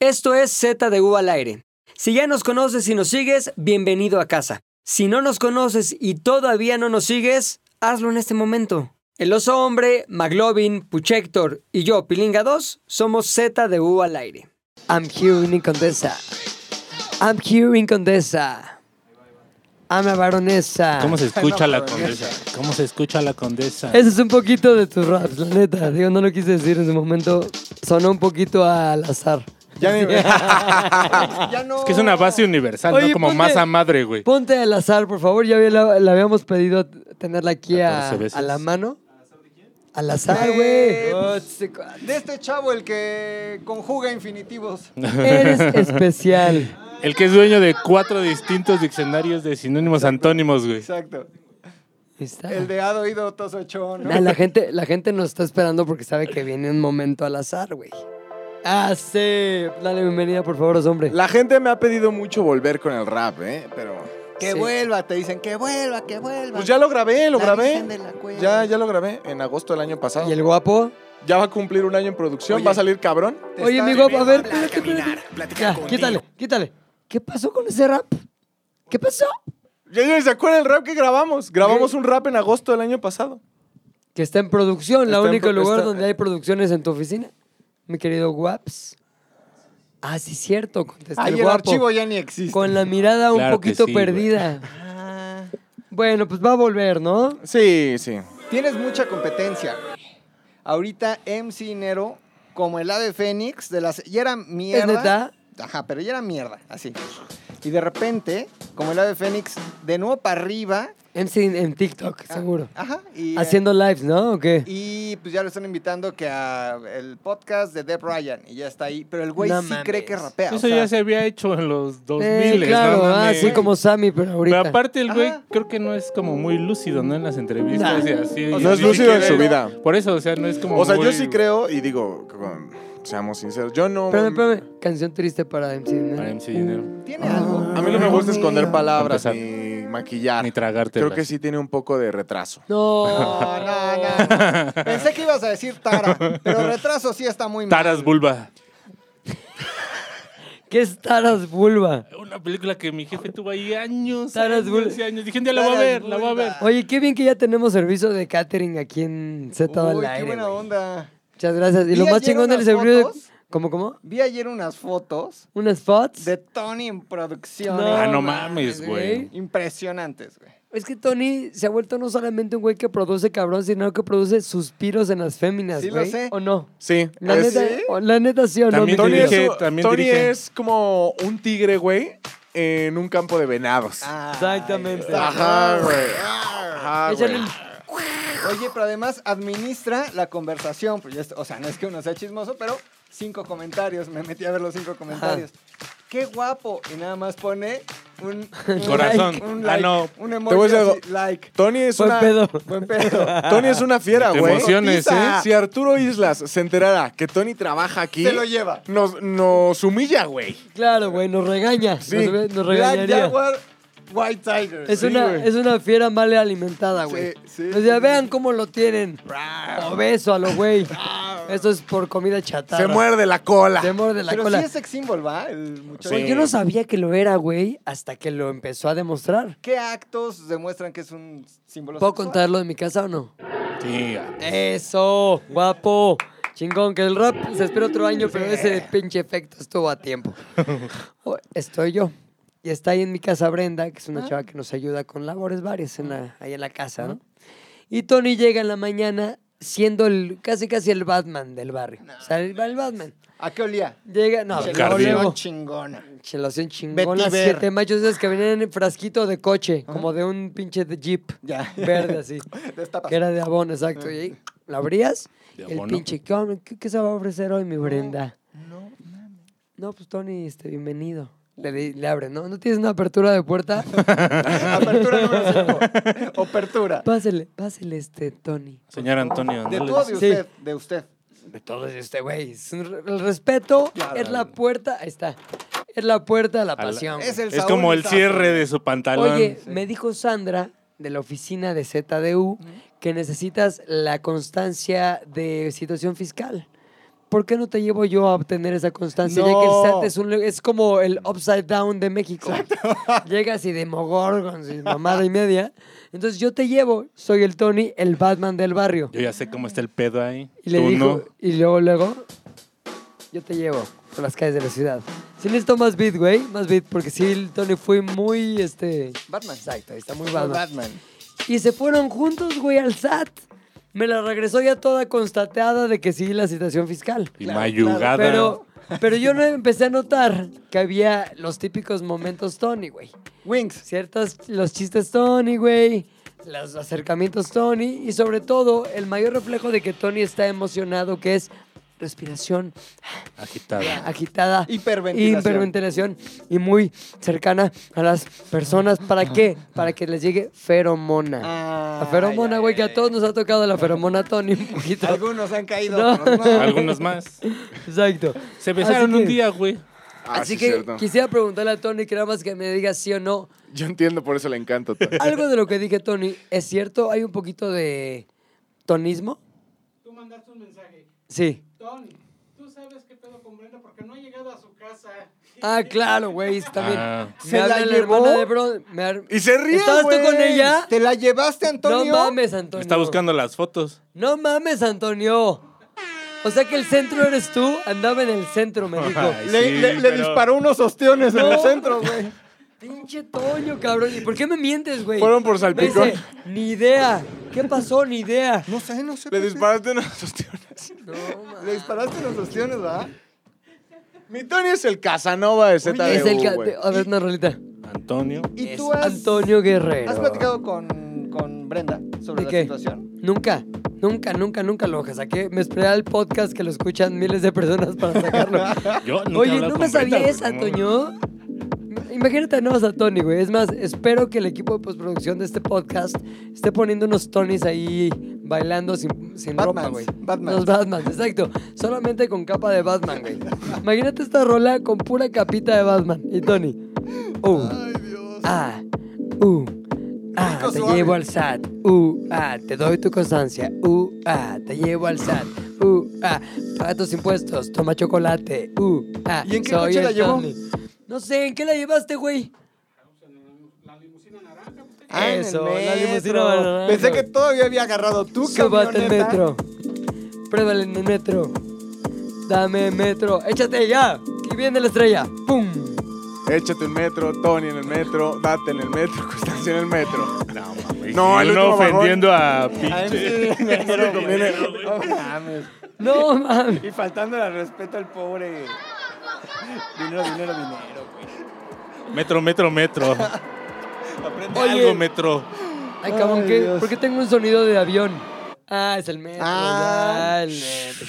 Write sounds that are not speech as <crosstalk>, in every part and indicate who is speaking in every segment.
Speaker 1: Esto es Z de U al aire. Si ya nos conoces y nos sigues, bienvenido a casa. Si no nos conoces y todavía no nos sigues, hazlo en este momento. El oso hombre, Maglovin, Puchector y yo, Pilinga 2, somos Z de U al aire. I'm here in Condesa. I'm here in Condesa. I'm a baronesa.
Speaker 2: ¿Cómo se escucha la condesa? ¿Cómo se escucha la condesa?
Speaker 1: Ese es un poquito de tus raps, la neta. Digo, no lo quise decir en ese momento. Sonó un poquito al azar.
Speaker 3: Ya ni- <laughs>
Speaker 1: Ya no.
Speaker 2: Es que es una base universal,
Speaker 1: Oye,
Speaker 2: ¿no? Como
Speaker 1: ponte-
Speaker 2: masa madre, güey.
Speaker 1: Ponte al azar, por favor. Ya había- la, la habíamos pedido tenerla aquí a,
Speaker 2: 14 veces.
Speaker 1: a la mano. Al azar, güey.
Speaker 3: Eh,
Speaker 1: Oh, este cua-
Speaker 3: De este chavo, el que conjuga infinitivos.
Speaker 2: <laughs>
Speaker 1: Eres especial.
Speaker 2: El que es dueño de cuatro distintos diccionarios de sinónimos antónimos, güey.
Speaker 3: Exacto.
Speaker 1: Ahí está.
Speaker 3: El de Ado Ido Tosochón.
Speaker 1: Nah, la, gente, la gente nos está esperando porque sabe que viene un momento al azar, güey. Ah, sí. Dale bienvenida, por favor, a ese hombre.
Speaker 4: La gente me ha pedido mucho volver con el rap, ¿eh? Pero.
Speaker 3: Que
Speaker 1: Sí.
Speaker 3: vuelva, te dicen, que vuelva, que vuelva.
Speaker 4: Pues ya lo grabé, lo
Speaker 3: La
Speaker 4: grabé.
Speaker 3: Virgen de la Cueva.
Speaker 4: Ya, ya lo grabé en agosto del año pasado.
Speaker 1: ¿Y el guapo?
Speaker 4: Ya va a cumplir un año en producción,
Speaker 3: Oye.
Speaker 4: va a salir cabrón.
Speaker 3: Te
Speaker 1: Oye,
Speaker 3: está
Speaker 1: mi guapo, a ver.
Speaker 3: viviendo
Speaker 1: espérate, espérate. Ya, quítale, quítale. ¿Qué pasó con ese rap? ¿Qué pasó?
Speaker 4: Ya, ya, ¿Se acuerdan el rap que grabamos? Grabamos un rap en agosto del año pasado.
Speaker 1: Que está en producción, la
Speaker 4: Está en
Speaker 1: único
Speaker 4: pro-
Speaker 1: lugar
Speaker 4: está-
Speaker 1: donde hay producciones en tu oficina. Mi querido Guaps. Ah, sí, cierto, contestó
Speaker 3: Ay,
Speaker 1: el
Speaker 3: el
Speaker 1: guapo.
Speaker 3: archivo ya ni existe.
Speaker 1: Con la mirada un
Speaker 2: Claro que
Speaker 1: poquito
Speaker 2: sí, güey.
Speaker 1: perdida.
Speaker 3: Ah.
Speaker 1: Bueno, pues va a volver, ¿no?
Speaker 4: Sí, sí.
Speaker 3: Tienes mucha competencia, güey. Ahorita MC Nero, como el ave Fénix, de las. Ya era mierda.
Speaker 1: neta?
Speaker 3: Ajá, pero ya era mierda, así. Y de repente, como el ave Fénix, de nuevo para arriba.
Speaker 1: MC en, en TikTok, seguro.
Speaker 3: Ajá. Ah. Y, eh,
Speaker 1: Haciendo lives, ¿no? ¿O qué?
Speaker 3: Y pues ya lo están invitando que a el podcast de Deb Ryan y ya está ahí. Pero el güey
Speaker 1: No
Speaker 3: sí
Speaker 1: mames.
Speaker 3: cree que rapea. o
Speaker 2: Eso
Speaker 3: sea,
Speaker 2: ya se había hecho en los 2000,
Speaker 1: Eh,
Speaker 2: ¿no?
Speaker 1: claro,
Speaker 2: No
Speaker 1: ah,
Speaker 2: mames.
Speaker 1: sí, como Sammy, pero ahorita.
Speaker 2: Pero aparte el güey
Speaker 3: Ajá.
Speaker 2: creo que no es como muy lúcido, ¿no? En las entrevistas
Speaker 1: Nah.
Speaker 2: y así.
Speaker 4: O sea,
Speaker 2: y
Speaker 4: no es
Speaker 2: ni
Speaker 4: lúcido en
Speaker 2: siquiera
Speaker 4: su
Speaker 2: es-
Speaker 4: vida.
Speaker 2: Por eso, o sea, no es como
Speaker 4: O sea, yo
Speaker 2: muy-
Speaker 4: sí creo, y digo, con- seamos sinceros, yo no.
Speaker 1: Espérame, espérame. Canción triste para MC. ¿no?
Speaker 2: Para MC Dinero.
Speaker 3: tiene algo.
Speaker 4: A mí no me gusta esconder palabras
Speaker 2: Para
Speaker 4: ni maquillar.
Speaker 2: Ni tragártelas.
Speaker 4: Creo que sí tiene un poco de retraso.
Speaker 3: <laughs>
Speaker 1: No.
Speaker 3: No, no, no,
Speaker 4: <laughs>
Speaker 3: no. Pensé que ibas a decir Tara, pero retraso sí está muy mal.
Speaker 2: Taras Bulba.
Speaker 1: ¿Qué es Taras Bulba?
Speaker 2: Una película que mi jefe tuvo ahí años.
Speaker 1: Taras
Speaker 2: años,
Speaker 1: Bulba.
Speaker 2: años. Dije, un día la voy a
Speaker 3: Taras
Speaker 2: ver, la voy a ver.
Speaker 3: Bulba.
Speaker 1: Oye, qué bien que ya tenemos servicio de catering aquí en Z al
Speaker 3: Uy,
Speaker 1: aire.
Speaker 3: qué buena
Speaker 1: güey.
Speaker 3: onda.
Speaker 1: Muchas gracias. Y
Speaker 3: Vi
Speaker 1: lo más
Speaker 3: ayer
Speaker 1: chingón del
Speaker 3: unas
Speaker 1: servicio de...
Speaker 3: fotos.
Speaker 1: ¿Cómo, cómo?
Speaker 3: Vi ayer unas fotos
Speaker 1: ¿Unas spots?
Speaker 3: de Tony en producciones.
Speaker 1: No
Speaker 2: Ah, no mames,
Speaker 1: güey.
Speaker 2: güey.
Speaker 3: Impresionantes, güey.
Speaker 1: Es que Tony se ha vuelto no solamente un güey que produce cabrón, sino que produce suspiros en las féminas,
Speaker 3: Sí lo
Speaker 1: güey.
Speaker 3: sé. ¿Eh,
Speaker 1: ¿O no?
Speaker 4: Sí.
Speaker 1: La,
Speaker 4: es-
Speaker 1: neta, o- la neta sí o no, mi
Speaker 2: También
Speaker 4: Tony,
Speaker 1: querido?
Speaker 2: dirige,
Speaker 4: es,
Speaker 2: también
Speaker 4: Tony
Speaker 2: dirige.
Speaker 4: es como un tigre, güey, en un campo de venados.
Speaker 3: Ah,
Speaker 1: Exactamente.
Speaker 3: está.
Speaker 4: Ajá, güey. Ajá,
Speaker 1: Échale
Speaker 3: Ah,
Speaker 4: güey.
Speaker 1: el-
Speaker 3: Oye, pero además administra la conversación. pues ya está- o sea, no es que uno sea chismoso, pero cinco comentarios. Me metí a ver los cinco comentarios. Qué guapo. Y nada más pone un, un
Speaker 2: Corazón.
Speaker 3: like, un
Speaker 2: Ah,
Speaker 3: like,
Speaker 2: no.
Speaker 3: Un
Speaker 4: Te voy a
Speaker 3: emoji
Speaker 4: decir
Speaker 3: así,
Speaker 4: algo.
Speaker 3: like.
Speaker 4: Tony es
Speaker 1: Buen
Speaker 4: una.
Speaker 1: pedo.
Speaker 3: Buen pedo.
Speaker 4: Tony es una fiera,
Speaker 2: Te
Speaker 4: güey.
Speaker 2: emociones,
Speaker 4: Cotiza.
Speaker 2: ¿eh?
Speaker 4: Si Arturo Islas se enterara que Tony trabaja aquí,
Speaker 3: Se lo lleva.
Speaker 4: Nos, nos humilla, güey.
Speaker 1: Claro, güey, nos regaña.
Speaker 4: Sí.
Speaker 1: Nos, re- nos
Speaker 3: Black
Speaker 1: regañaría.
Speaker 3: Jaguar, White Tiger.
Speaker 1: Es,
Speaker 3: Sí,
Speaker 1: una,
Speaker 3: güey.
Speaker 1: es una fiera mal alimentada, güey.
Speaker 3: sí,
Speaker 1: o sea,
Speaker 3: sí. Ah.
Speaker 1: vean cómo lo tienen. Obeso a lo güey. Esto es por comida chatarra.
Speaker 4: Se muerde la cola.
Speaker 1: Se muerde la
Speaker 3: Pero
Speaker 1: cola.
Speaker 3: sí es sex symbol, ¿va? El muchacho.
Speaker 1: Güey,
Speaker 4: Sí.
Speaker 1: Yo no sabía que lo era, güey, hasta que lo empezó a demostrar.
Speaker 3: ¿Qué actos demuestran que es un símbolo
Speaker 1: ¿Puedo
Speaker 3: sexual?
Speaker 1: contarlo de mi casa o no?
Speaker 2: Sí, ah.
Speaker 1: Eso, guapo. Chingón, que el rap se espera otro año, pero ese pinche efecto estuvo a tiempo. O- Estoy yo. Y está ahí en mi casa Brenda, que es una chava que nos ayuda con labores varias en la- ahí en la casa, ¿no? Y Tony llega en la mañana siendo el, casi casi el Batman del barrio. O sea, el, el Batman.
Speaker 3: ¿A qué olía?
Speaker 1: Llega, no,
Speaker 3: Se
Speaker 2: Cardio.
Speaker 1: luego, luego,
Speaker 3: chingona. <laughs>
Speaker 1: Chelación chingona,
Speaker 3: Betty Ver.
Speaker 1: 7 machos esas que venían en frasquito de coche, como de un pinche de <laughs> jeep
Speaker 3: Ya.
Speaker 1: verde así.
Speaker 3: Destapas.
Speaker 1: que era <laughs> de Eh. abono, exacto. Y ahí la abrías,
Speaker 2: ¿De
Speaker 1: el
Speaker 2: abono?
Speaker 1: pinche, ¿qué, onda? ¿Qué- qué se va a ofrecer hoy, mi Brenda? No, no, pues Tony, este, bienvenido. Le, di- le abre, ¿no? ¿No tienes una apertura de <laughs> puerta?
Speaker 3: Apertura número 5. Apertura.
Speaker 1: pásele, pásele este, Tony.
Speaker 2: Señor Antonio.
Speaker 3: De
Speaker 2: no le-
Speaker 3: todo de
Speaker 1: Sí.
Speaker 3: usted, de usted.
Speaker 1: De todos este, güey. es un re- El respeto es la puerta, ahí está. Es la puerta a la
Speaker 2: la-
Speaker 1: pasión.
Speaker 3: Es el
Speaker 2: Es
Speaker 3: Saúl
Speaker 2: como el
Speaker 3: Izazo.
Speaker 2: cierre de su pantalón.
Speaker 1: Oye, me dijo Sandra de la oficina de ZDU que necesitas la constancia de situación fiscal. ¿por qué no te llevo yo a obtener esa constancia? Ya que el
Speaker 4: No.
Speaker 1: SAT es, un lu- es como el upside down de México. <laughs> Llegas y de mogorgons y mamada y media. Entonces yo te llevo, soy el Tony, el Batman del barrio.
Speaker 2: Yo ya sé cómo está el pedo ahí.
Speaker 1: Y le
Speaker 2: Tú
Speaker 1: dijo,
Speaker 2: no.
Speaker 1: y luego, luego, yo te llevo por las calles de la ciudad. Sí necesito más beat, güey, más beat, porque sí, el Tony fue muy, este...
Speaker 3: Batman.
Speaker 1: Exacto, ahí está muy
Speaker 3: Batman.
Speaker 1: Batman. Y se fueron juntos, güey, al SAT. Me la regresó ya toda constatada de que sí la situación fiscal.
Speaker 2: Y
Speaker 3: Claro,
Speaker 2: mayugada.
Speaker 1: Pero, pero yo no empecé a notar que había los típicos momentos Tony, güey.
Speaker 3: Wings.
Speaker 1: Ciertos, los chistes Tony, güey. Los acercamientos Tony. Y sobre todo, el mayor reflejo de que Tony está emocionado, que es respiración
Speaker 2: Agitada.
Speaker 1: agitada.
Speaker 3: Hiperventilación.
Speaker 1: Hiperventilación. Y muy cercana a las personas. ¿Para qué? Para que les llegue feromona.
Speaker 3: Ah,
Speaker 1: La feromona,
Speaker 3: ya,
Speaker 1: güey,
Speaker 3: ya,
Speaker 1: que a
Speaker 3: ya.
Speaker 1: todos nos ha tocado la feromona, Tony, <laughs> un poquito.
Speaker 3: Algunos han caído.
Speaker 1: No.
Speaker 3: otros no.
Speaker 2: Algunos más.
Speaker 1: Exacto.
Speaker 2: Se besaron
Speaker 1: Así
Speaker 2: un
Speaker 1: que-
Speaker 2: día, güey.
Speaker 5: Ah,
Speaker 1: Así
Speaker 5: sí,
Speaker 1: que
Speaker 5: cierto.
Speaker 1: quisiera preguntarle a Tony que nada más que me diga sí o no.
Speaker 5: Yo entiendo, por eso le encanta. Tony.
Speaker 1: Algo de lo que dije, Tony, ¿es cierto? ¿Hay un poquito de tonismo?
Speaker 6: Tú mandaste un mensaje.
Speaker 1: Sí.
Speaker 6: Tony, tú sabes qué pedo con Brenda porque no ha llegado a su casa.
Speaker 1: Ah, claro, güey, está bien.
Speaker 2: Ah.
Speaker 1: Me
Speaker 3: ¿Se la
Speaker 1: habla
Speaker 3: llevó?
Speaker 1: hermana de bro. me ar-
Speaker 5: Y se ríe,
Speaker 1: ¿Estabas
Speaker 5: güey.
Speaker 1: tú con ella?
Speaker 3: ¿Te la llevaste, Antonio?
Speaker 1: No mames, Antonio.
Speaker 2: Está buscando las fotos.
Speaker 1: No mames, Antonio. O sea que el centro eres tú. Andaba en el centro, me dijo.
Speaker 2: <laughs> Ay,
Speaker 4: Le,
Speaker 2: sí,
Speaker 4: le- le
Speaker 2: pero-
Speaker 4: disparó unos ostiones en el centro, güey.
Speaker 1: Pinche Toño, cabrón. ¿Y por qué me mientes, güey?
Speaker 5: Fueron por
Speaker 1: Me
Speaker 5: salpicón.
Speaker 1: dice, Ni idea. ¿Qué pasó? Ni idea.
Speaker 3: No sé, no sé.
Speaker 5: Le
Speaker 3: por qué.
Speaker 5: disparaste <laughs> unas ostiones.
Speaker 1: No, ma.
Speaker 3: Le disparaste los ostiones, ¿verdad?
Speaker 5: Mi Tony es el Casanova de ZDU,
Speaker 1: Es el ca-
Speaker 5: güey.
Speaker 1: A ver, una rolita.
Speaker 2: Antonio.
Speaker 3: ¿Y
Speaker 1: Es
Speaker 3: tú has,
Speaker 1: Antonio Guerrero.
Speaker 3: has platicado con, con Brenda sobre
Speaker 1: ¿De
Speaker 3: la
Speaker 1: qué?
Speaker 3: situación?
Speaker 1: Nunca, nunca, nunca, nunca lo saqué. Me esperé al podcast que lo escuchan miles de personas para sacarlo.
Speaker 5: <laughs>
Speaker 2: Yo nunca he
Speaker 1: Oye,
Speaker 2: hablado
Speaker 1: no
Speaker 2: con
Speaker 1: me
Speaker 2: Brenda,
Speaker 1: sabía
Speaker 2: güey,
Speaker 1: esa,
Speaker 2: no.
Speaker 1: Toño. Imagínate no a Tony, güey. Es más, espero que el equipo de postproducción de este podcast esté poniendo unos Tonys ahí bailando sin, sin ropa,
Speaker 3: Batmans,
Speaker 1: güey.
Speaker 3: Batmans.
Speaker 1: Los Batmans, exacto. Solamente con capa de Batman, güey. Imagínate esta rola con pura capita de Batman y Tony. Uh, ah, uh, ah,
Speaker 3: Rico
Speaker 1: te
Speaker 3: suave.
Speaker 1: llevo al SAT. Uh, ah, te doy tu constancia. Uh, ah, te llevo al SAT. Uh, ah, paga tus impuestos, toma chocolate. Uh, ah,
Speaker 3: ¿Y en qué
Speaker 1: soy
Speaker 3: coche
Speaker 1: el
Speaker 3: la llevó?
Speaker 1: Tony. No sé, ¿en qué la llevaste, güey?
Speaker 6: La limusina naranja. pues,
Speaker 3: Ah, en el
Speaker 1: Eso, la
Speaker 3: metro.
Speaker 1: limusina banana.
Speaker 3: Pensé que todavía había agarrado tu camioneta.
Speaker 1: Súbate al metro. Pruébale en el metro. Dame metro. Échate ya. Y viene la estrella. ¡Pum!
Speaker 5: Échate el metro, Tony en el metro, Date en el metro, <laughs> Constancia en el metro.
Speaker 2: No, mames.
Speaker 5: No, el
Speaker 2: Uno
Speaker 5: último vagón.
Speaker 2: ofendiendo a
Speaker 1: <laughs>
Speaker 3: Ay,
Speaker 2: pinche.
Speaker 3: sí,
Speaker 2: <laughs>
Speaker 3: no le conviene. No mames.
Speaker 1: No, <laughs> mami.
Speaker 3: Y faltándole al respeto al pobre. Dinero, dinero, dinero, güey.
Speaker 2: Metro, metro, metro. Aprende
Speaker 1: Oye.
Speaker 2: algo, metro.
Speaker 1: Ay, cabrón,
Speaker 3: Ay,
Speaker 1: ¿qué?
Speaker 3: Dios.
Speaker 1: ¿por qué tengo un sonido de avión? Ah, es el metro. ya,
Speaker 3: Ah.
Speaker 1: el metro.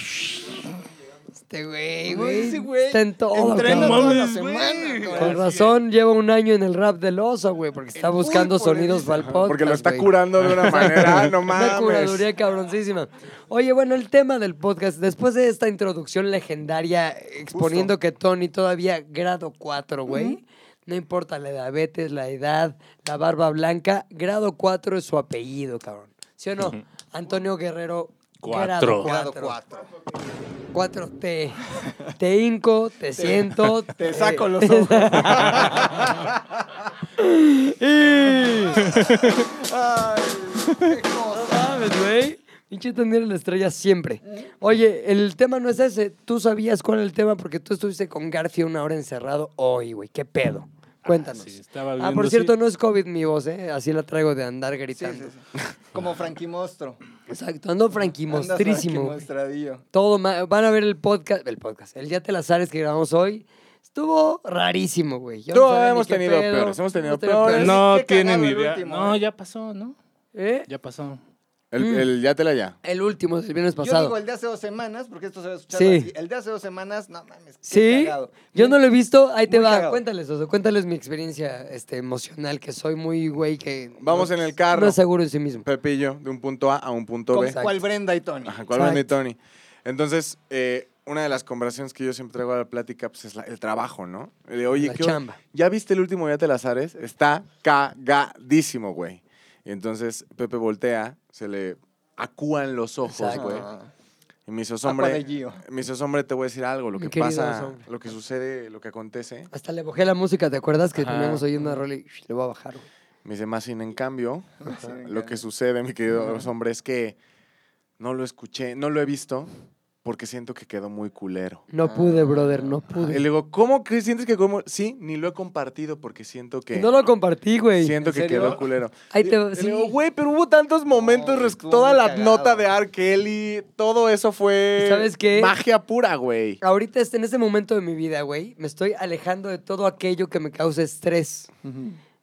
Speaker 1: Este güey, güey.
Speaker 3: Ese güey
Speaker 1: Está en todo.
Speaker 3: Entrena
Speaker 1: cabrón.
Speaker 3: toda la
Speaker 2: Mames, güey.
Speaker 3: semana, güey.
Speaker 1: Con razón lleva un año en el rap del oso, güey, porque está buscando
Speaker 3: pulpo, le
Speaker 1: sonidos
Speaker 3: dicen.
Speaker 1: para el podcast.
Speaker 5: Porque lo está
Speaker 1: güey.
Speaker 5: curando de
Speaker 1: <laughs>
Speaker 5: una manera, ah, no
Speaker 1: Una
Speaker 5: mames.
Speaker 1: curaduría cabroncísima. Oye, bueno, el tema del podcast, después de esta introducción legendaria eh, exponiendo que Tony todavía grado 4, güey, no importa la diabetes, la edad, la barba blanca, grado 4 es su apellido, cabrón. ¿Sí o no? Antonio Guerrero.
Speaker 2: Cuatro.
Speaker 1: Grado
Speaker 3: Grado
Speaker 1: 4. 4
Speaker 3: cuatro.
Speaker 1: te, te hinco, te siento.
Speaker 3: <laughs> Te saco los ojos.
Speaker 1: <laughs>
Speaker 3: Ay, qué
Speaker 1: No
Speaker 3: cosa.
Speaker 1: mames, güey. Pinche Tony era la estrella siempre. Oye, el tema no es ese. Tú sabías cuál era el tema porque tú estuviste con García una hora encerrado hoy, güey. ¿Qué pedo? Cuéntanos.
Speaker 2: sí, estaba
Speaker 1: ah,
Speaker 2: viendo,
Speaker 1: por cierto,
Speaker 2: sí.
Speaker 1: no es COVID mi voz, ¿eh? Así la traigo de andar gritando.
Speaker 3: <laughs> Como Frankie Mostro.
Speaker 1: Exacto, ando
Speaker 3: Anda
Speaker 1: franquimostrísimo.
Speaker 3: Frankie
Speaker 1: güey.
Speaker 3: Mostradillo.
Speaker 1: Todo ma- van a ver el podcast, el podcast, el Yate Lazares que grabamos hoy. Estuvo rarísimo, güey. Yo
Speaker 5: Tú,
Speaker 1: sabía ni
Speaker 5: hemos
Speaker 1: qué
Speaker 5: tenido peores, hemos tenido peores.
Speaker 2: No
Speaker 3: qué
Speaker 2: tienen
Speaker 3: cagado
Speaker 2: ni
Speaker 3: el
Speaker 2: idea.
Speaker 3: último,
Speaker 2: no,
Speaker 3: ¿eh?
Speaker 2: ya pasó, ¿no?
Speaker 1: ¿Eh?
Speaker 2: Ya pasó.
Speaker 5: El,
Speaker 1: Mm.
Speaker 5: el ya te la ya.
Speaker 1: El último del viernes
Speaker 3: Yo
Speaker 1: pasado.
Speaker 3: digo el de hace dos semanas, porque esto se va a escuchar
Speaker 1: Sí.
Speaker 3: así. El de hace dos semanas, no mames. qué
Speaker 1: Sí,
Speaker 3: cagado.
Speaker 1: yo no lo he visto, ahí te
Speaker 3: Muy
Speaker 1: va.
Speaker 3: cagado.
Speaker 1: Cuéntales, Oso, cuéntales mi experiencia este, emocional, que soy muy güey, que...
Speaker 5: Vamos
Speaker 1: no-
Speaker 5: en el carro.
Speaker 1: No es seguro en sí mismo.
Speaker 5: Pepillo, de un punto A a un punto
Speaker 1: Con
Speaker 5: B.
Speaker 1: Exacto.
Speaker 3: ¿Cuál Brenda y Tony?
Speaker 5: Ajá, ¿cuál
Speaker 1: Exacto.
Speaker 5: Brenda y Tony? Entonces, eh, una de las conversaciones que yo siempre traigo a la plática pues, es la- el trabajo, ¿no? De, Oye,
Speaker 1: La
Speaker 5: ¿qué onda?
Speaker 1: chamba.
Speaker 5: ¿ya viste el último Yate Lazares? Está cagadísimo, güey. Y entonces Pepe voltea, se le acúan los ojos, pues.
Speaker 1: Exacto.
Speaker 5: güey.
Speaker 3: Ah.
Speaker 5: Y Y me hizo
Speaker 3: Aqua de
Speaker 5: hombre,
Speaker 3: Gio.
Speaker 5: me hizo hombre, te voy a decir algo, lo
Speaker 1: Mi
Speaker 5: que
Speaker 1: querido
Speaker 5: pasa,
Speaker 1: hombre.
Speaker 5: lo que sucede, lo que acontece.
Speaker 1: Hasta le bajé la música, ¿te acuerdas? Que
Speaker 5: Ajá.
Speaker 1: teníamos oyendo a Rolly. Le voy a bajar. güey.
Speaker 5: Me dice, más sin en cambio,
Speaker 3: <laughs> Sí,
Speaker 5: lo que sucede, mi querido hombre, es que no lo escuché, no lo he visto, porque siento que quedó muy culero.
Speaker 1: No
Speaker 5: Ah.
Speaker 1: pude, brother, no pude.
Speaker 5: Y le digo, ¿cómo crees? ¿Sientes que como? Sí, ni lo he compartido porque siento que.
Speaker 1: No lo compartí, güey.
Speaker 5: siento
Speaker 3: ¿En
Speaker 5: que oh,
Speaker 3: serio?
Speaker 5: quedó culero.
Speaker 1: Ahí te
Speaker 4: Le
Speaker 1: sí.
Speaker 4: digo, güey, pero hubo tantos momentos,
Speaker 3: No,
Speaker 4: res-
Speaker 3: estuvo
Speaker 4: toda
Speaker 3: muy
Speaker 4: la
Speaker 3: cagado.
Speaker 4: nota de R. Kelly, todo eso fue...
Speaker 1: ¿Sabes qué?
Speaker 5: Magia pura, güey.
Speaker 1: Ahorita, este- en este momento de mi vida, güey, me estoy alejando de todo aquello que me causa estrés.